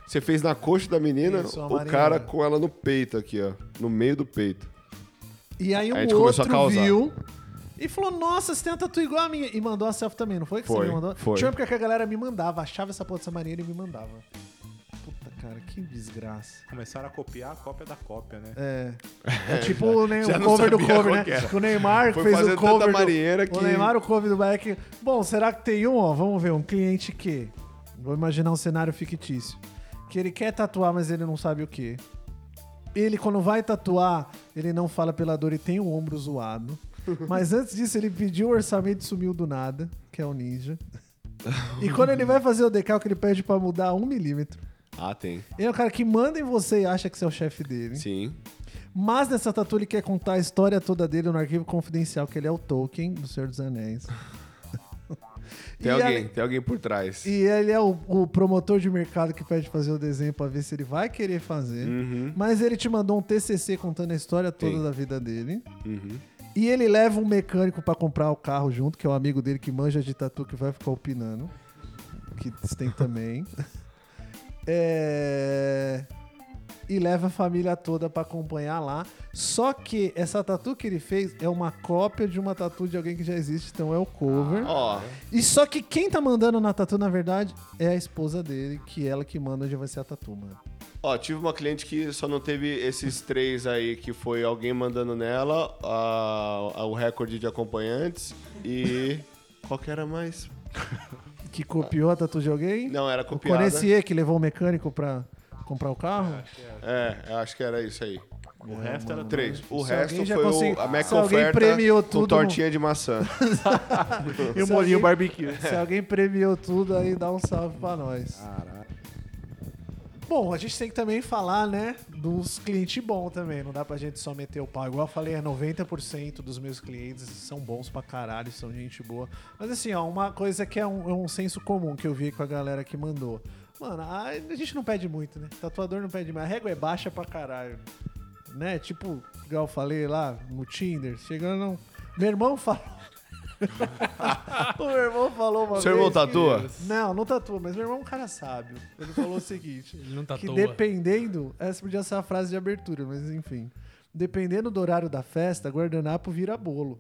Speaker 3: Você fez na coxa da menina,
Speaker 2: Isso, a
Speaker 3: o
Speaker 2: Marina.
Speaker 3: cara com ela no peito aqui, ó. No meio do peito.
Speaker 2: E aí um
Speaker 3: a gente começou a
Speaker 2: outro
Speaker 3: causar.
Speaker 2: viu e falou, nossa, você tem uma tatu igual a minha. E mandou a selfie também, não foi que você
Speaker 3: Foi,
Speaker 2: me mandou?
Speaker 3: foi.
Speaker 2: Tinha uma época que a galera me mandava, achava essa porra dessa marinheira e me mandava. Puta, cara, que desgraça.
Speaker 5: Começaram a copiar a cópia da cópia, né?
Speaker 2: É. É tipo né,
Speaker 3: já
Speaker 2: o
Speaker 3: não
Speaker 2: cover do
Speaker 3: sabia
Speaker 2: cover,
Speaker 3: qual
Speaker 2: né?
Speaker 3: que era.
Speaker 2: O Neymar
Speaker 3: Foi
Speaker 2: fez
Speaker 3: fazer
Speaker 2: o
Speaker 3: tanta
Speaker 2: cover.
Speaker 3: marinheira
Speaker 2: do,
Speaker 3: que-
Speaker 2: O Neymar, o cover do Beck. Bom, será que tem um? Ó, vamos ver. Um cliente que. Vou imaginar um cenário fictício. Que ele quer tatuar, mas ele não sabe o que. Ele, quando vai tatuar, ele não fala pela dor e tem o ombro zoado. Mas antes disso, ele pediu o orçamento e sumiu do nada, que é o ninja. E quando ele vai fazer o decalque, ele pede pra mudar um milímetro.
Speaker 3: Ah, tem.
Speaker 2: Ele é o cara que manda em você e acha que você é o chefe dele.
Speaker 3: Sim.
Speaker 2: Mas nessa tatu ele quer contar a história toda dele no arquivo confidencial, que ele é o Tolkien do Senhor dos Anéis.
Speaker 3: Tem
Speaker 2: E
Speaker 3: alguém,
Speaker 2: ele-
Speaker 3: tem alguém por trás.
Speaker 2: E ele é o, o promotor de mercado que pede fazer o desenho pra ver se ele vai querer fazer. Mas ele te mandou um TCC contando a história toda
Speaker 3: Uhum. Sim.
Speaker 2: da vida dele.
Speaker 3: Uhum.
Speaker 2: E ele leva um mecânico pra comprar o carro junto, que é um amigo dele que manja de tatu que vai ficar opinando. Que tem também. É, E leva a família toda pra acompanhar lá. Só que essa tatu que ele fez é uma cópia de uma tatu de alguém que já existe, então é o cover.
Speaker 3: Ó,
Speaker 2: E só que quem tá mandando na tatu, na verdade, é a esposa dele, que ela que manda onde vai ser a tatu, mano.
Speaker 3: ó, tive uma cliente que só não teve esses três aí, que foi alguém mandando nela, a- a- o recorde de acompanhantes e... Qual que era mais?
Speaker 2: Que copiou a tatu de alguém?
Speaker 3: Não, era
Speaker 2: O
Speaker 3: copiada.
Speaker 2: Conessier, que levou o mecânico pra comprar o carro?
Speaker 3: É, eu acho que era isso aí.
Speaker 5: O resto era
Speaker 3: Três. O
Speaker 2: Se
Speaker 3: resto
Speaker 2: alguém já
Speaker 3: foi o,
Speaker 2: conseguiu-
Speaker 3: a Mac
Speaker 2: se alguém
Speaker 3: oferta
Speaker 2: premiou
Speaker 3: com
Speaker 2: tudo,
Speaker 3: tortinha de maçã.
Speaker 5: E o
Speaker 2: Se
Speaker 5: molinho
Speaker 2: alguém-
Speaker 5: barbecue.
Speaker 2: Se alguém premiou tudo aí, dá um salve pra nós. Bom, a gente tem que também falar, né, dos clientes bons também. Não dá pra gente só meter o pau. Igual eu falei, é 90% dos meus clientes são bons pra caralho, são gente boa. Mas assim, ó, uma coisa que é um, é um senso comum que eu vi com a galera que mandou. Mano, a, a gente não pede muito, né? Tatuador não pede mais. A régua é baixa pra caralho. Né? Tipo, igual eu falei lá no Tinder, chegando. não- Meu irmão falou. o meu irmão falou uma
Speaker 3: Seu
Speaker 2: vez
Speaker 3: irmão
Speaker 2: que-
Speaker 3: tatua?
Speaker 2: Não, não tatua, mas meu irmão é um cara sábio. Ele falou o seguinte:
Speaker 4: Ele não tá à
Speaker 2: que
Speaker 4: toa.
Speaker 2: dependendo, essa podia ser a frase de abertura, mas enfim. Dependendo do horário da festa, guardanapo vira bolo.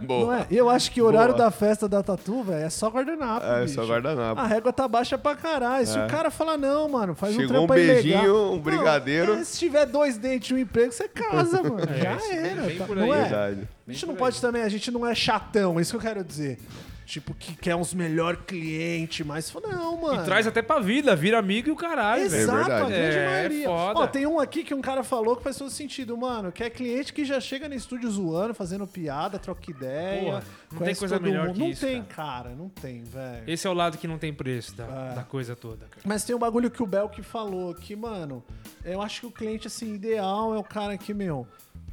Speaker 2: Não
Speaker 3: Boa.
Speaker 2: é? Eu acho que o horário
Speaker 3: Boa.
Speaker 2: da festa da tatu, velho, é só guardanapo.
Speaker 3: É,
Speaker 2: bicho.
Speaker 3: só guardanapo. É.
Speaker 2: A régua tá baixa pra caralho. Se o cara falar, não, mano, faz um
Speaker 3: Chegou um
Speaker 2: trampo aí
Speaker 3: beijinho,
Speaker 2: legal.
Speaker 3: um brigadeiro.
Speaker 2: Não, é, se tiver dois dentes e um emprego, você casa, mano. Já era.
Speaker 4: É, bem
Speaker 2: tá-
Speaker 4: por
Speaker 2: não
Speaker 4: aí.
Speaker 2: é?
Speaker 3: Verdade.
Speaker 2: A gente não pode também, a gente não é chatão, é isso que eu quero dizer. Tipo, que quer uns melhor clientes, mas fala, não, mano.
Speaker 4: E traz até pra vida, vira amigo e o caralho, velho.
Speaker 2: Exato, a
Speaker 3: verdade.
Speaker 2: grande
Speaker 4: É,
Speaker 2: maioria.
Speaker 4: foda.
Speaker 2: Ó, tem um aqui que um cara falou que faz todo sentido, mano. Que é cliente que já chega no estúdio zoando, fazendo piada, troca ideia.
Speaker 4: Porra, não
Speaker 2: conhece
Speaker 4: tem coisa
Speaker 2: todo
Speaker 4: melhor
Speaker 2: mundo.
Speaker 4: que
Speaker 2: Não
Speaker 4: isso,
Speaker 2: tem, cara. não tem, velho.
Speaker 4: Esse é o lado que não tem preço da,
Speaker 2: É.
Speaker 4: da coisa toda, cara.
Speaker 2: Mas tem um bagulho que o Belk falou, que, mano, eu acho que o cliente, assim, ideal é o cara que, meu,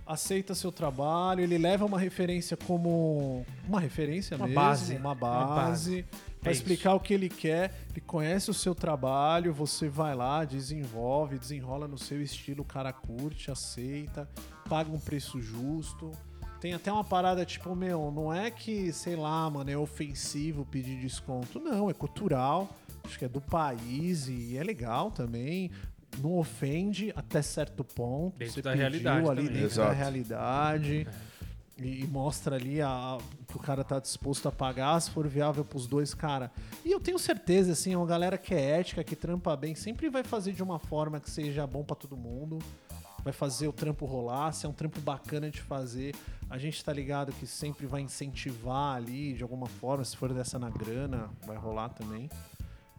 Speaker 2: aceita seu trabalho, ele leva uma referência como. Uma referência
Speaker 4: Uma
Speaker 2: mesmo,
Speaker 4: base. né?
Speaker 2: uma
Speaker 4: Uma
Speaker 2: base.
Speaker 4: base.
Speaker 2: Pra
Speaker 4: É
Speaker 2: explicar o que ele quer, ele conhece o seu trabalho, você vai lá, desenvolve, desenrola no seu estilo, o cara curte, aceita, paga um preço justo. Tem até uma parada tipo, meu, não é que, sei lá, mano, é ofensivo pedir desconto. Não, é cultural. Acho que é do país e é legal também. Não ofende até certo ponto.
Speaker 4: Dentro
Speaker 2: Você
Speaker 4: da
Speaker 2: pediu
Speaker 4: realidade
Speaker 2: ali dentro
Speaker 4: também.
Speaker 2: da
Speaker 3: Exato.
Speaker 2: realidade. E, e mostra ali a, que o cara tá disposto a pagar, se for viável pros dois, cara. E eu tenho certeza, assim, uma galera que é ética, que trampa bem, sempre vai fazer de uma forma que seja bom pra todo mundo. Vai fazer o trampo rolar, se é um trampo bacana de fazer. A gente tá ligado que sempre vai incentivar ali de alguma forma, se for dessa na grana, vai rolar também.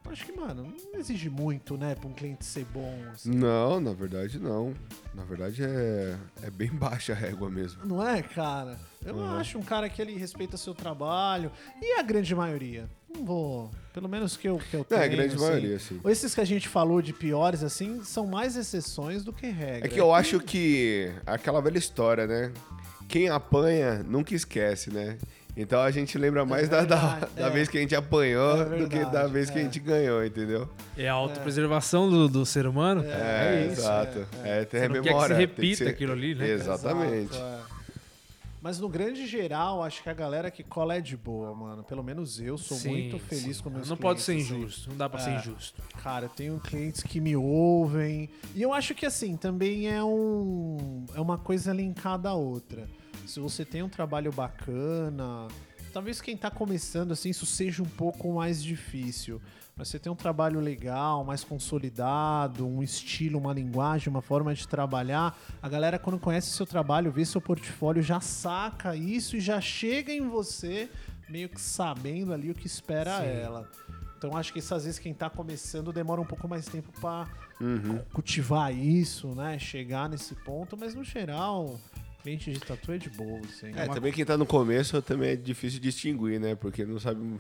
Speaker 2: Então, Acho que, mano, não exige muito, né, pra um cliente ser bom. assim.
Speaker 3: Não, na verdade não. Na verdade é, é bem baixa a régua mesmo.
Speaker 2: Não é, cara? Eu
Speaker 3: Uhum.
Speaker 2: acho um cara que ele respeita seu trabalho. E a grande maioria? Não vou. Pelo menos que eu, que eu
Speaker 3: É, a
Speaker 2: tenho.
Speaker 3: grande
Speaker 2: assim.
Speaker 3: maioria, sim.
Speaker 2: Esses que a gente falou de piores, assim, são mais exceções do que regra.
Speaker 3: É que eu acho que aquela velha história, né? Quem apanha nunca esquece, né? Então a gente lembra mais da, da,
Speaker 2: É verdade,
Speaker 3: da
Speaker 2: é.
Speaker 3: vez que a gente apanhou
Speaker 2: É
Speaker 3: do que da
Speaker 2: verdade,
Speaker 3: vez que a
Speaker 2: é.
Speaker 3: gente ganhou, entendeu?
Speaker 4: É a autopreservação do, do ser humano.
Speaker 3: É,
Speaker 2: isso,
Speaker 3: exato. É, tem
Speaker 4: Você não quer que se
Speaker 3: memória. tem
Speaker 4: repita aquilo ali, né?
Speaker 3: Exatamente.
Speaker 2: Exato, é. Mas no grande geral, acho que a galera que cola é de boa, mano. Pelo menos eu sou
Speaker 4: Sim,
Speaker 2: muito feliz
Speaker 4: sim.
Speaker 2: com meus
Speaker 4: Não pode ser
Speaker 2: clientes, assim.
Speaker 4: injusto, não dá pra ser
Speaker 2: É.
Speaker 4: injusto.
Speaker 2: Cara, eu tenho clientes que me ouvem. E eu acho que assim, também é um. É uma coisa linkada à outra. Se você tem um trabalho bacana, talvez quem tá começando assim, isso seja um pouco mais difícil. Mas você tem um trabalho legal, mais consolidado, um estilo, uma linguagem, uma forma de trabalhar. A galera, quando conhece seu trabalho, vê seu portfólio, já saca isso e já chega em você, meio que sabendo ali o que espera ela. Então acho que isso às vezes quem tá começando demora um pouco mais tempo pra
Speaker 5: Uhum.
Speaker 2: cultivar isso, né? Chegar nesse ponto, mas no geral, cliente de tatu é de boa, assim.
Speaker 3: É, também quem tá no começo também é difícil distinguir, né? Porque não sabe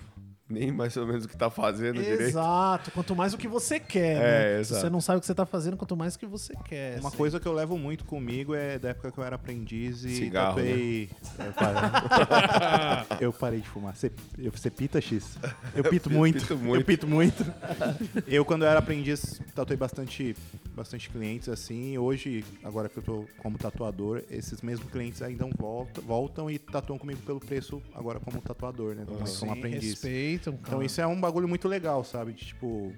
Speaker 3: nem mais ou menos o que tá fazendo direito.
Speaker 2: Exato, quanto mais o que você quer,
Speaker 3: É,
Speaker 2: né? Se
Speaker 3: exato.
Speaker 2: você não sabe o que você tá fazendo, quanto mais o que você quer.
Speaker 5: Uma
Speaker 2: assim.
Speaker 5: coisa que eu levo muito comigo é da época que eu era aprendiz e
Speaker 3: Cigarro,
Speaker 5: tatuei. Eu, parei. eu parei de fumar. Você, eu- você pita, X? Eu pito muito.
Speaker 3: pito muito.
Speaker 5: Eu pito muito. eu, quando eu era aprendiz, tatuei bastante, bastante clientes assim. Hoje, agora que eu tô como tatuador, esses mesmos clientes ainda voltam, voltam e tatuam comigo pelo preço agora como tatuador, né? Não mais
Speaker 2: Sim,
Speaker 5: como aprendiz.
Speaker 2: respeitam, cara.
Speaker 5: Então isso é um bagulho muito legal, sabe? De, tipo,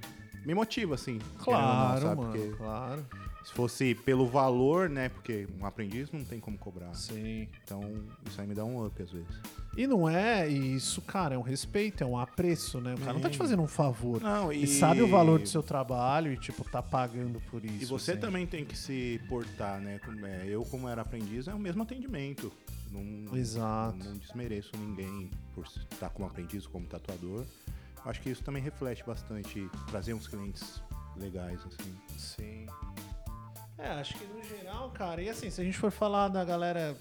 Speaker 5: me motiva, assim.
Speaker 2: Claro,
Speaker 5: querendo ou não, sabe?
Speaker 2: mano,
Speaker 5: Porque-
Speaker 2: claro.
Speaker 5: se fosse pelo valor, né? Porque um aprendiz não tem como cobrar.
Speaker 2: Sim.
Speaker 5: Então, isso aí me dá um up às vezes.
Speaker 2: E não é e isso, cara, é um respeito, é um apreço, né? O cara não tá te fazendo um favor.
Speaker 5: Não,
Speaker 2: Ele
Speaker 5: Ah, e-
Speaker 2: sabe o valor do seu trabalho e, tipo, tá pagando por isso.
Speaker 5: e você
Speaker 2: assim.
Speaker 5: também tem que se portar, né? Como é, Eu, como era aprendiz, é o mesmo atendimento. Não,
Speaker 2: Exato.
Speaker 5: Não desmereço ninguém por estar como aprendiz, como tatuador. Acho que isso também reflete bastante, trazer uns clientes legais, assim.
Speaker 2: Sim. É, acho que no geral, cara, e assim, se a gente for falar da galera.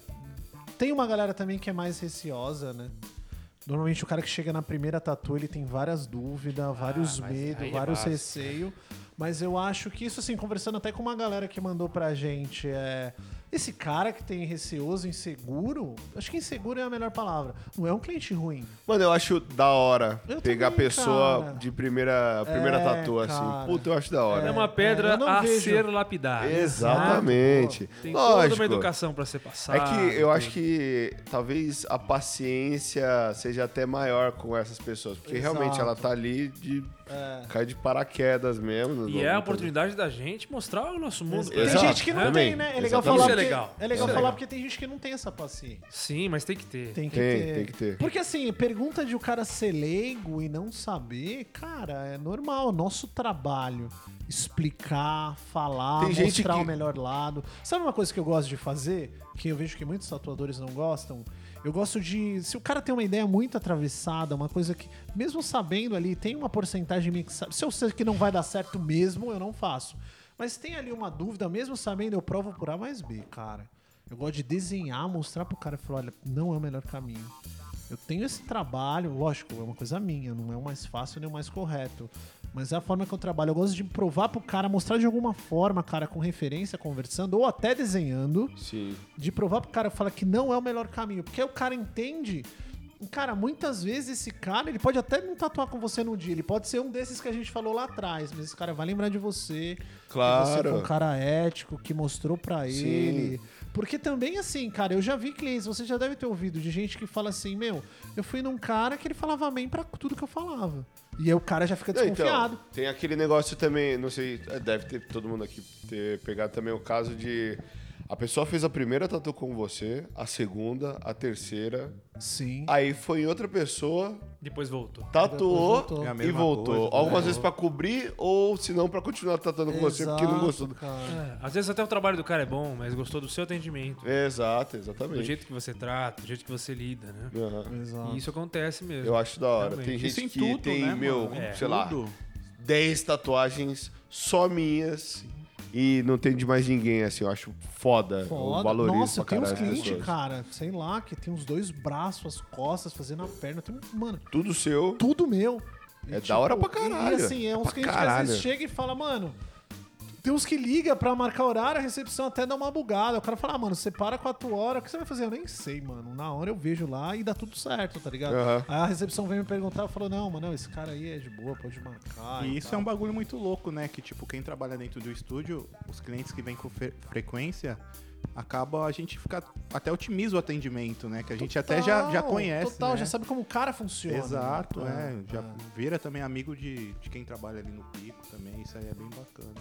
Speaker 2: Tem uma galera também que é mais receosa, né? Normalmente o cara que chega na primeira tatu, ele tem várias dúvidas, vários
Speaker 4: mas
Speaker 2: medos,
Speaker 4: aí é
Speaker 2: vários
Speaker 4: básico,
Speaker 2: receios.
Speaker 1: Mas eu acho que isso, assim, conversando até com uma galera que mandou pra gente, é. Esse cara que tem receoso, inseguro, acho que inseguro é a melhor palavra. Não é um cliente ruim.
Speaker 3: Mano, eu acho da hora
Speaker 1: Eu
Speaker 3: pegar
Speaker 1: também,
Speaker 3: a pessoa
Speaker 1: cara.
Speaker 3: de primeira, primeira
Speaker 1: É,
Speaker 3: tatu, assim.
Speaker 1: cara.
Speaker 3: Puta, eu acho da
Speaker 4: É,
Speaker 3: hora.
Speaker 4: uma pedra
Speaker 1: eu não
Speaker 4: a
Speaker 1: vejo.
Speaker 4: ser lapidada.
Speaker 3: Exatamente.
Speaker 4: Tem toda
Speaker 3: Lógico.
Speaker 4: uma educação Ah, pra ser passada.
Speaker 3: É que eu acho
Speaker 4: tudo.
Speaker 3: que talvez a paciência seja até maior com essas pessoas, porque realmente
Speaker 1: Exato. É.
Speaker 3: ela tá ali de cai de paraquedas mesmo. tá
Speaker 4: E é a oportunidade da gente mostrar o nosso mundo.
Speaker 1: Tem
Speaker 3: Exato.
Speaker 1: gente que não
Speaker 3: Também.
Speaker 1: tem, né? É legal
Speaker 3: Exatamente.
Speaker 1: falar.
Speaker 4: Isso é
Speaker 1: porque-
Speaker 4: legal.
Speaker 1: É legal
Speaker 3: Isso é
Speaker 1: falar
Speaker 3: legal.
Speaker 1: porque tem gente que não tem essa paciência.
Speaker 4: Sim, mas tem que ter.
Speaker 1: Tem que
Speaker 3: Tem,
Speaker 1: ter.
Speaker 3: tem que ter.
Speaker 1: Porque assim, pergunta de o cara ser leigo e não saber, cara, é normal. Nosso trabalho. Explicar, falar,
Speaker 3: Tem gente
Speaker 1: mostrar
Speaker 3: que-
Speaker 1: o melhor lado. Sabe uma coisa que eu gosto de fazer? Que eu vejo que muitos tatuadores não gostam? Eu gosto de. Se o cara tem uma ideia muito atravessada, uma coisa que. Mesmo sabendo ali, tem uma porcentagem minha que sabe. Se eu sei que não vai dar certo mesmo, eu não faço. Mas tem ali uma dúvida, mesmo sabendo, eu provo por A mais B, cara. Eu gosto de desenhar, mostrar pro cara e falar: olha, não é o melhor caminho. Eu tenho esse trabalho, lógico, é uma coisa minha, não é o mais fácil nem o mais correto. Mas é a forma que eu trabalho. Eu gosto de provar pro cara, mostrar de alguma forma, cara, com referência, conversando, ou até desenhando,
Speaker 3: Sim.
Speaker 1: de provar pro cara falar que não é o melhor caminho. Porque aí o cara entende. Cara, muitas vezes esse cara, ele pode até não tatuar com você no dia, ele pode ser um desses que a gente falou lá atrás, mas esse cara vai lembrar de você. Que você foi um
Speaker 3: Claro.
Speaker 1: cara ético, que mostrou pra
Speaker 3: Sim.
Speaker 1: ele. Porque também, assim, cara, eu já vi clientes, você já deve ter ouvido, de gente que fala assim, meu, eu fui num cara que ele falava amém pra tudo que eu falava. E aí o cara já fica
Speaker 3: Não, então,
Speaker 1: desconfiado.
Speaker 3: tem aquele negócio também, não sei, deve ter todo mundo aqui ter pegado também o caso de a pessoa fez a primeira tatu com você, a segunda, a terceira,
Speaker 1: Sim.
Speaker 3: aí foi em outra pessoa,
Speaker 4: Depois voltou.
Speaker 3: tatuou
Speaker 1: Depois voltou.
Speaker 5: É a
Speaker 3: e
Speaker 5: mesma
Speaker 3: voltou.
Speaker 5: coisa, né?
Speaker 3: Algumas vezes pra cobrir ou se não pra continuar tatuando com você porque não
Speaker 1: Exato,
Speaker 3: gostou. do-
Speaker 1: cara.
Speaker 4: É, às vezes até o trabalho do cara é bom, mas gostou do seu atendimento.
Speaker 3: Exato,
Speaker 4: Do
Speaker 3: exatamente.
Speaker 4: jeito que você trata, do jeito que você lida, né?
Speaker 3: Aham.
Speaker 1: Exato.
Speaker 4: E isso acontece mesmo.
Speaker 3: Eu acho da hora. Tem
Speaker 4: Realmente.
Speaker 3: gente
Speaker 5: Isso em
Speaker 3: que
Speaker 5: tudo,
Speaker 3: tem,
Speaker 5: né,
Speaker 3: meu,
Speaker 5: mano?
Speaker 4: É.
Speaker 3: sei lá,
Speaker 5: Tudo.
Speaker 3: 10 tatuagens só minhas e não tem de mais ninguém, assim. Eu acho foda. Eu valorizo
Speaker 1: É Nossa,
Speaker 3: pra
Speaker 1: tem uns
Speaker 3: caralho as
Speaker 1: clientes,
Speaker 3: pessoas.
Speaker 1: cara, sei lá, que tem os dois braços, as costas, fazendo a perna. Tem, um- mano,
Speaker 3: Tudo seu.
Speaker 1: tudo meu.
Speaker 3: É da hora pra caralho.
Speaker 1: E assim, é uns
Speaker 3: Pra
Speaker 1: clientes que às
Speaker 3: caralho.
Speaker 1: vezes chega e fala, mano. Tem uns que liga pra marcar horário, a recepção até dá uma bugada. O cara fala, ah, mano, você para 4 horas, o que você vai fazer? Eu nem sei, mano. Na hora eu vejo lá e dá tudo certo, tá ligado?
Speaker 3: Aham.
Speaker 1: Aí a recepção vem me perguntar, eu falo, não, mano, não, esse cara aí é de boa, pode marcar.
Speaker 5: E isso é um bagulho muito louco, né? Que, tipo, quem trabalha dentro do estúdio, os clientes que vêm com fre- frequência, acaba a gente ficar. Até otimiza o atendimento, né? Que a gente até já, já conhece.
Speaker 1: Total,
Speaker 5: né?
Speaker 1: já sabe né? como o cara funciona.
Speaker 5: Exato, é. Já
Speaker 1: Ah.
Speaker 5: vira também amigo de, de quem trabalha ali no pico também, isso aí é bem bacana.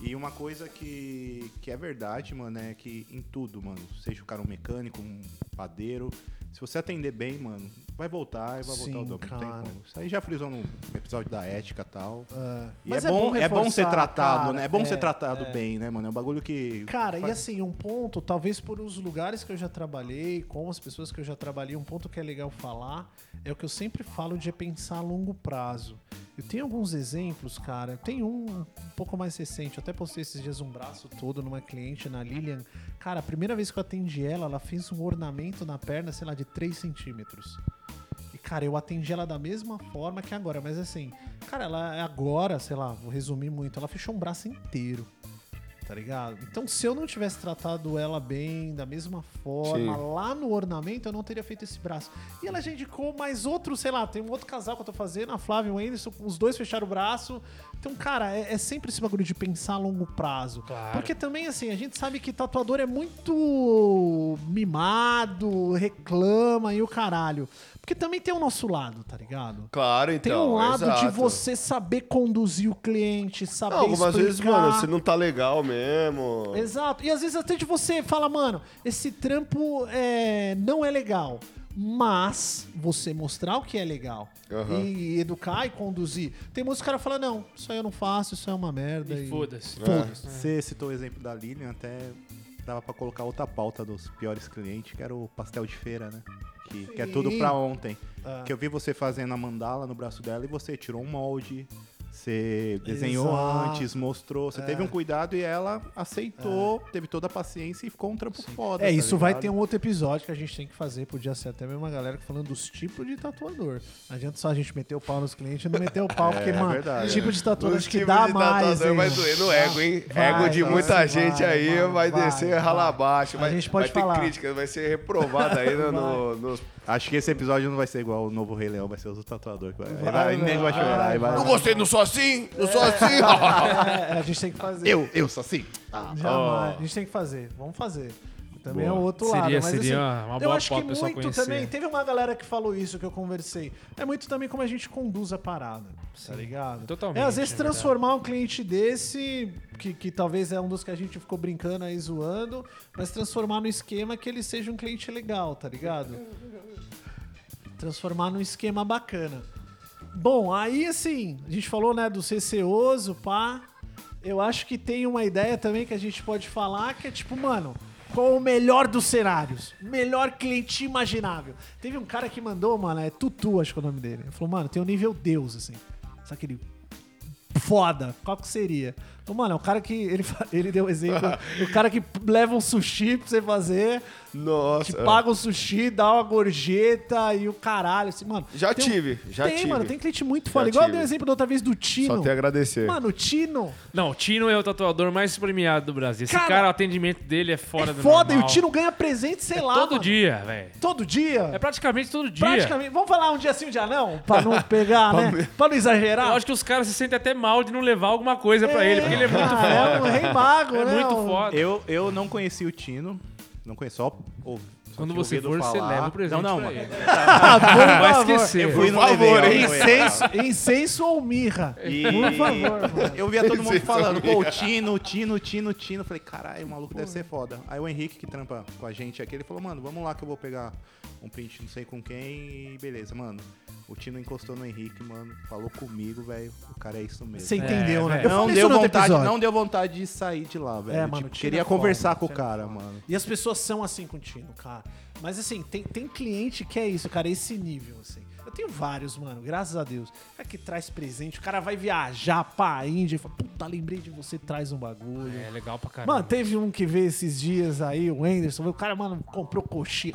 Speaker 5: E uma coisa que, que é verdade, mano, é que em tudo, mano, seja o cara um mecânico, um padeiro, se você atender bem, mano, vai voltar e vai voltar
Speaker 1: Sim,
Speaker 5: o dobro. Não tem
Speaker 1: cara.
Speaker 5: como. Isso aí já frisou no episódio da ética e tal.
Speaker 1: É.
Speaker 5: E
Speaker 1: Mas
Speaker 5: é, bom, é bom ser
Speaker 1: reforçar,
Speaker 5: tratado,
Speaker 1: cara,
Speaker 5: né? É bom
Speaker 1: é.
Speaker 5: ser tratado bem, né, mano? É um bagulho que.
Speaker 1: Cara, e
Speaker 5: faz-
Speaker 1: assim, um ponto, talvez por os lugares que eu já trabalhei, com as pessoas que eu já trabalhei, um ponto que é legal falar é o que eu sempre falo de pensar a longo prazo. Eu tenho alguns exemplos, cara. Tem um um pouco mais recente, eu até postei esses dias um braço todo numa cliente, na Lilian. Cara, a primeira vez que eu atendi ela, ela fez um ornamento na perna, sei lá, de 3 centímetros. E, cara, eu atendi ela da mesma forma que agora, mas assim, cara, ela agora, sei lá, vou resumir muito, ela fechou um braço inteiro tá ligado? Então, se eu não tivesse tratado ela bem, da mesma forma, lá no ornamento, eu não teria feito esse braço. E ela já indicou mais outro, sei lá, tem um outro casal que eu tô fazendo, a Flávia e o Anderson, os dois fecharam o braço. Então, cara, é, é sempre esse bagulho de pensar a longo prazo.
Speaker 4: Claro.
Speaker 1: Porque também, assim, a gente sabe que tatuador é muito mimado, reclama e o caralho. Porque também tem o nosso lado, tá ligado?
Speaker 3: Claro, então.
Speaker 1: Tem um lado de
Speaker 3: exato.
Speaker 1: você saber conduzir o cliente, saber
Speaker 3: Não, algumas
Speaker 1: explicar.
Speaker 3: vezes, mano, você não tá legal mesmo.
Speaker 1: Exato. E às vezes até de você fala, mano, esse trampo é, não é legal. Mas você mostrar o que é legal.
Speaker 3: Aham.
Speaker 1: E educar e conduzir. Tem muitos caras que falam, não, isso aí eu não faço, isso aí é uma merda.
Speaker 4: E
Speaker 1: E
Speaker 4: foda-se.
Speaker 1: assim,
Speaker 5: Você citou o exemplo da Lilian, até dava pra colocar outra pauta dos piores clientes, que era o pastel de feira, né? Que, que é
Speaker 1: Sim.
Speaker 5: tudo pra ontem.
Speaker 1: Ah.
Speaker 5: Que eu vi você fazendo a mandala no braço dela e você tirou um molde, Você desenhou
Speaker 1: Exato. É.
Speaker 5: antes, mostrou, você teve um cuidado e ela aceitou, teve toda a paciência e ficou um trampo foda.
Speaker 1: É,
Speaker 5: tá
Speaker 1: isso vai
Speaker 5: ligado?
Speaker 1: ter um outro episódio que a gente tem que fazer. Podia ser até mesmo uma galera falando dos tipos de tatuador. Não adianta só a gente meter o pau nos clientes e não meter o pau, porque, mano,
Speaker 5: verdade,
Speaker 1: tipo de tatuador
Speaker 3: É, Os
Speaker 1: acho que
Speaker 3: tipos
Speaker 1: dá
Speaker 3: de
Speaker 1: mais.
Speaker 3: tatuador
Speaker 1: hein?
Speaker 3: vai doer no ego, hein?
Speaker 1: Vai,
Speaker 3: ego de
Speaker 1: vai,
Speaker 3: muita
Speaker 1: vai,
Speaker 3: gente aí vai,
Speaker 1: vai, vai,
Speaker 3: descer
Speaker 1: vai.
Speaker 3: rala abaixo.
Speaker 1: A
Speaker 3: Vai,
Speaker 1: gente pode
Speaker 3: vai ter
Speaker 1: falar.
Speaker 3: críticas, vai ser reprovado aí no, no- nos-
Speaker 5: Acho que esse episódio não vai ser igual o novo Rei Leão, vai ser o tatuador que vai. Vai,
Speaker 1: Vai,
Speaker 5: vai, nego vai
Speaker 1: vai,
Speaker 5: chorar. aí vai-
Speaker 3: Não gostei, não sou assim, não sou assim.
Speaker 1: É, a gente tem que fazer.
Speaker 5: Eu, eu sou assim. Ah,
Speaker 1: Jamais. A gente tem que fazer. Vamos fazer. Também é o outro
Speaker 4: Seria-
Speaker 1: lado. Mas,
Speaker 4: seria
Speaker 1: assim,
Speaker 4: uma
Speaker 1: eu
Speaker 4: boa
Speaker 1: acho que
Speaker 4: pauta pra pessoa
Speaker 1: muito
Speaker 4: conhecer.
Speaker 1: também. Teve uma galera que falou isso que eu conversei. É muito também como a gente conduz a parada. Tá ligado?
Speaker 4: Totalmente,
Speaker 1: É às vezes
Speaker 4: é
Speaker 1: transformar um cliente desse, que, que talvez é um dos que a gente ficou brincando aí zoando, mas transformar no esquema que ele seja um cliente legal, tá ligado? Transformar num esquema bacana. Bom, aí assim, a gente falou, né, do CCOso, pá. Eu acho que tem uma ideia também que a gente pode falar, que é tipo, mano, qual o melhor dos cenários? Melhor cliente imaginável. Teve um cara que mandou, mano, é Tutu, acho que é o nome dele. Ele falou, mano, tem um nível Deus, assim. Sabe aquele foda, qual que seria? Então, mano, é o cara que, ele, fa- ele deu um exemplo, o cara que leva um sushi pra você fazer,
Speaker 3: Nossa.
Speaker 1: que paga o sushi, dá uma gorjeta e o caralho, assim, mano.
Speaker 3: Já
Speaker 1: tem um-
Speaker 3: tive, já
Speaker 1: tem,
Speaker 3: tive.
Speaker 1: mano, tem cliente muito foda.
Speaker 3: Já
Speaker 1: Igual eu
Speaker 3: tive.
Speaker 1: dei o exemplo da outra vez do
Speaker 3: Só
Speaker 1: Tino.
Speaker 3: tenho a agradecer.
Speaker 1: Mano, o Tino
Speaker 4: Não, o Tino é o tatuador mais premiado do Brasil. Esse
Speaker 1: Cara,
Speaker 4: cara, o atendimento dele é fora
Speaker 1: é
Speaker 4: do
Speaker 1: foda e o
Speaker 4: normal. É
Speaker 1: Tino ganha presente, sei lá.
Speaker 4: Todo
Speaker 1: mano.
Speaker 4: dia, velho.
Speaker 1: Todo dia?
Speaker 4: É praticamente todo dia.
Speaker 1: Praticamente. Vamos falar um dia sim, um dia não? Pra não pegar, né? Pra não exagerar.
Speaker 4: Eu acho que os caras se sentem até mal de não levar alguma coisa pra
Speaker 1: É,
Speaker 4: ele, porque ele é muito
Speaker 1: cara,
Speaker 4: foda.
Speaker 1: É um rei mago,
Speaker 4: É
Speaker 1: né?
Speaker 4: muito
Speaker 1: Um-
Speaker 4: foda.
Speaker 5: Eu, eu não conheci o Tino. Não conheci, só, ouvi- só
Speaker 4: Quando
Speaker 5: tinha
Speaker 4: você
Speaker 5: ouvido
Speaker 4: for, você
Speaker 5: falar.
Speaker 4: leva o presente
Speaker 5: Não, não,
Speaker 4: pra
Speaker 5: mano. Ah,
Speaker 4: ele.
Speaker 1: Por
Speaker 4: Vai
Speaker 1: favor.
Speaker 4: esquecer.
Speaker 5: Eu fui no
Speaker 3: favor,
Speaker 5: Réveillon, é.
Speaker 3: hein?
Speaker 5: eu ia.
Speaker 1: Incenso, incenso ou mirra?
Speaker 5: E-
Speaker 1: Por favor, mano.
Speaker 5: Eu via todo mundo falando, pô, Tino, Tino, Tino, Tino. Falei, caralho, o maluco deve ser foda. Aí o Henrique, que trampa com a gente aqui, ele falou, mano, vamos lá que eu vou pegar um print não sei com quem e beleza, mano. O Tino encostou no Henrique, mano, falou comigo, velho. O cara é isso mesmo.
Speaker 1: Você entendeu, né?
Speaker 4: velho.
Speaker 1: Eu
Speaker 5: Não
Speaker 1: falei isso
Speaker 5: deu,
Speaker 1: no outro
Speaker 5: vontade,
Speaker 1: episódio.
Speaker 5: não deu vontade de sair de lá, velho.
Speaker 1: mano,
Speaker 5: Tipo,
Speaker 1: Tino é
Speaker 5: queria
Speaker 1: foda,
Speaker 5: conversar com o
Speaker 1: Tino é
Speaker 5: cara,
Speaker 1: foda.
Speaker 5: mano.
Speaker 1: E as pessoas são assim com o Tino, cara. Mas assim, tem, tem cliente que é isso, cara, é esse nível, assim. Eu tenho vários, mano, graças a Deus. É que traz presente, o cara vai viajar pra Índia e fala, puta, lembrei de você, traz um bagulho.
Speaker 4: É legal pra caramba.
Speaker 1: Mano, teve um que veio esses dias aí, o Anderson. O cara, mano, comprou coxinha.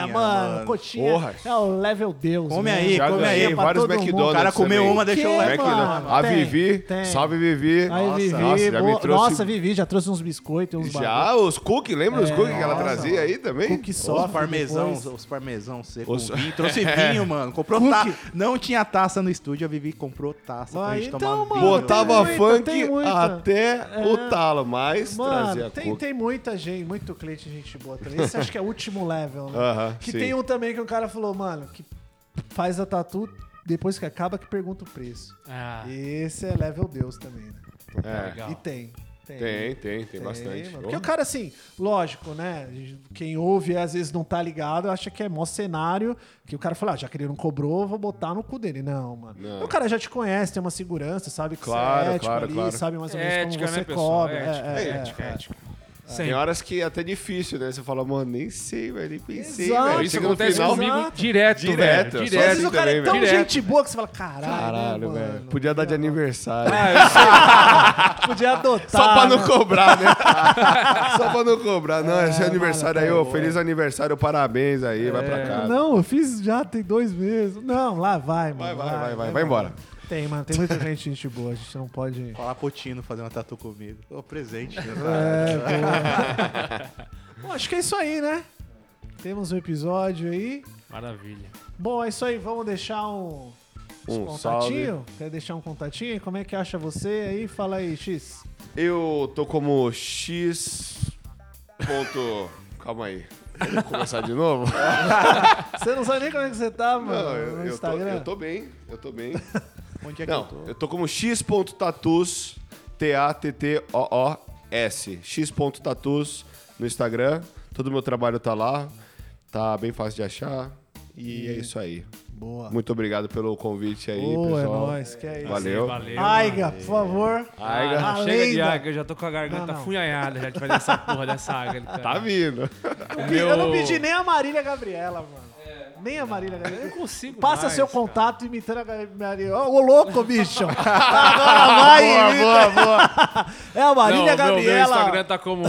Speaker 5: Coxinha,
Speaker 1: mano.
Speaker 5: mano.
Speaker 1: Coxinha.
Speaker 3: Porra.
Speaker 1: É o level Deus. né?
Speaker 5: Come
Speaker 1: mano.
Speaker 5: aí,
Speaker 3: Já
Speaker 5: come aí.
Speaker 3: ganhei
Speaker 1: pra
Speaker 3: vários
Speaker 1: todo mundo.
Speaker 3: McDonald's.
Speaker 5: O cara comeu
Speaker 3: também.
Speaker 5: uma, deixou
Speaker 1: Que,
Speaker 5: o
Speaker 3: Como é
Speaker 5: leque.
Speaker 3: que
Speaker 1: mano?
Speaker 3: não? A
Speaker 1: Tem,
Speaker 3: Vivi.
Speaker 1: tem.
Speaker 3: Salve, Vivi.
Speaker 1: Aí, Vivi,
Speaker 3: Nossa, já me
Speaker 1: boa-
Speaker 3: trouxe-
Speaker 1: nossa, Vivi, já trouxe uns biscoitos, uns
Speaker 3: Já Ah, os cookies, lembra os
Speaker 1: É,
Speaker 3: cookies que ela
Speaker 1: nossa,
Speaker 3: trazia aí também?
Speaker 1: bagulho. Que só.
Speaker 5: Os parmesão, os parmesão seco
Speaker 3: Os-
Speaker 5: com vinho. Trouxe vinho, mano. Comprou
Speaker 1: Cookie.
Speaker 5: taça. Não tinha taça no estúdio, a Vivi comprou taça pra
Speaker 1: Mas
Speaker 5: gente tomar
Speaker 1: então, mano,
Speaker 5: vinho.
Speaker 3: Botava
Speaker 1: tem muita, tem
Speaker 3: funk
Speaker 1: muita.
Speaker 3: até
Speaker 1: É.
Speaker 3: o talo, mas trazia
Speaker 1: Mano, tem,
Speaker 3: cookie.
Speaker 1: tem muita gente, muito cliente gente boa também. Esse acho que é o último level, né?
Speaker 3: Aham,
Speaker 1: que
Speaker 3: sim.
Speaker 1: tem um também que o cara falou, mano, que faz a tatu, depois que acaba que pergunta o preço.
Speaker 4: Ah,
Speaker 1: Esse é level Deus também, né?
Speaker 3: É.
Speaker 4: legal.
Speaker 1: E tem. Tem,
Speaker 3: Tem, tem, tem
Speaker 1: Tem,
Speaker 3: bastante.
Speaker 1: mano. Porque o cara, assim, lógico, né? Quem ouve às vezes não tá ligado, acha que é mó cenário, que o cara fala, ah, já que ele não cobrou, vou botar no cu dele. Não, mano.
Speaker 3: Não.
Speaker 1: O cara já te conhece, tem uma segurança, sabe que
Speaker 3: Claro,
Speaker 1: você é ético
Speaker 3: claro,
Speaker 1: ali,
Speaker 3: claro.
Speaker 1: sabe mais ou
Speaker 4: É
Speaker 1: menos
Speaker 4: ética,
Speaker 1: como você
Speaker 4: né, pessoal?
Speaker 1: cobra.
Speaker 4: É ética,
Speaker 1: É,
Speaker 4: é
Speaker 1: é, é,
Speaker 4: ética,
Speaker 1: é.
Speaker 4: é ética.
Speaker 3: Tem
Speaker 4: Sempre.
Speaker 3: horas que é até difícil, né? Você fala, mano, nem sei, velho, nem pensei,
Speaker 1: Exato.
Speaker 3: velho.
Speaker 4: Isso
Speaker 3: Chega no
Speaker 4: acontece
Speaker 3: final,
Speaker 4: comigo
Speaker 1: Exato.
Speaker 4: direto,
Speaker 3: Direto,
Speaker 4: velho.
Speaker 3: só assim
Speaker 1: Às vezes
Speaker 4: Direto.
Speaker 1: o cara é
Speaker 3: também,
Speaker 1: tão
Speaker 4: velho.
Speaker 1: gente boa que você fala, caralho, né,
Speaker 3: Caralho, velho.
Speaker 1: mano?
Speaker 3: Podia dar de aniversário.
Speaker 1: Podia
Speaker 3: Ah,
Speaker 1: adotar.
Speaker 3: Só pra não
Speaker 1: né?
Speaker 3: cobrar, né? Só pra não cobrar. Não, é seu aniversário aí,
Speaker 1: mano, É.
Speaker 3: ô. Feliz aniversário, parabéns aí, vai pra casa.
Speaker 1: Não, eu fiz já tem dois meses. Não, lá vai,
Speaker 3: Vai,
Speaker 1: mano.
Speaker 3: vai, vai, vai, vai embora.
Speaker 1: Tem, mano, tem muita gente, gente boa, a gente não pode...
Speaker 5: Falar pro Tino fazer uma tatu comigo. Ô, presente, né,
Speaker 1: É,
Speaker 5: cara?
Speaker 1: boa. Bom, acho que é isso aí, né? Temos um episódio aí.
Speaker 4: Maravilha.
Speaker 1: Bom, é isso aí. Vamos deixar um, uns
Speaker 3: Um
Speaker 1: contatinho? Quer deixar um contatinho? Como é que acha você aí? Fala aí, X.
Speaker 3: Eu tô como X. Ponto. Calma aí. Vamos começar de novo?
Speaker 1: Você não sabe nem como é que você tá, É, mano,
Speaker 3: Não, eu,
Speaker 1: no
Speaker 3: eu, tô,
Speaker 1: Instagram.
Speaker 3: eu tô bem. Eu tô bem.
Speaker 5: Onde é que eu
Speaker 3: Não,
Speaker 5: tô?
Speaker 3: eu tô como x.tatus, T-A-T-T-O-O-S, x.tatus no Instagram. Todo meu trabalho tá lá, tá bem fácil de achar. E é isso aí.
Speaker 1: Boa.
Speaker 3: Muito obrigado pelo convite aí,
Speaker 1: Boa, é
Speaker 3: pessoal.
Speaker 1: nóis. Que é isso.
Speaker 3: Valeu.
Speaker 4: Valeu.
Speaker 1: Aiga, por favor.
Speaker 3: Aiga.
Speaker 4: Ah,
Speaker 1: A
Speaker 4: chega de
Speaker 1: lenda.
Speaker 4: água, eu já tô com a garganta
Speaker 1: Não, não.
Speaker 4: afunhanhada já de fazer essa porra dessa água. ali, cara.
Speaker 3: Tá vindo.
Speaker 1: Eu não pedi nem a Marília Gabriela, mano.
Speaker 2: Nem a Marília Gabriela.
Speaker 4: Eu
Speaker 3: É
Speaker 4: não consigo
Speaker 2: Passa
Speaker 4: mais,
Speaker 2: seu
Speaker 4: cara.
Speaker 2: contato imitando a Gabi Maria. Ô, ô, louco, bicho! Agora vai! Boa, boa, boa. É a
Speaker 4: Não,
Speaker 2: Marília
Speaker 4: meu- Meu,
Speaker 2: Gabriela.
Speaker 4: Instagram tá como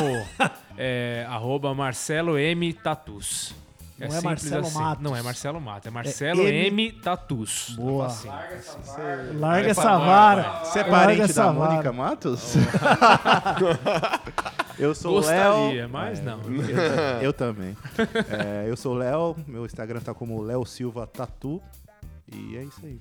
Speaker 4: é, arroba Marcelo M Tatus.
Speaker 2: Não é
Speaker 4: simples
Speaker 2: Marcelo Matos.
Speaker 4: Não é Marcelo Matos, é Marcelo
Speaker 2: M-
Speaker 4: M, Tatus.
Speaker 2: Boa.
Speaker 4: Tá facinho.
Speaker 2: Larga essa vara.
Speaker 5: Você é
Speaker 2: Larga
Speaker 5: parente
Speaker 2: essa
Speaker 5: da
Speaker 2: vara.
Speaker 5: Mônica Matos? eu sou o
Speaker 4: Gostaria,
Speaker 5: Léo.
Speaker 4: mas
Speaker 2: É.
Speaker 4: não.
Speaker 5: Eu, eu também. É, eu sou o Léo, meu Instagram tá como Léo Silva Tatu. E é isso aí.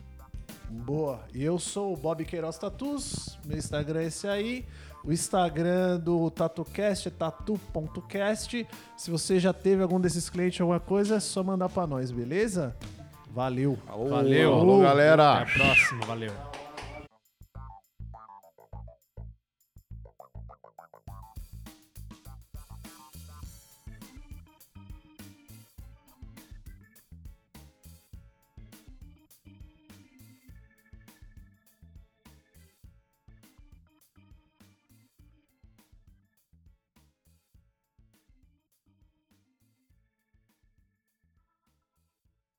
Speaker 2: Boa. E eu sou o Bob Queiroz Tatus. Meu Instagram é esse aí. O Instagram do TatuCast é tatu.cast. Se você já teve algum desses clientes, alguma coisa, é só mandar pra nós, beleza? Valeu.
Speaker 4: Valeu.
Speaker 3: Falou,
Speaker 4: Até
Speaker 3: galera.
Speaker 4: a próxima, valeu.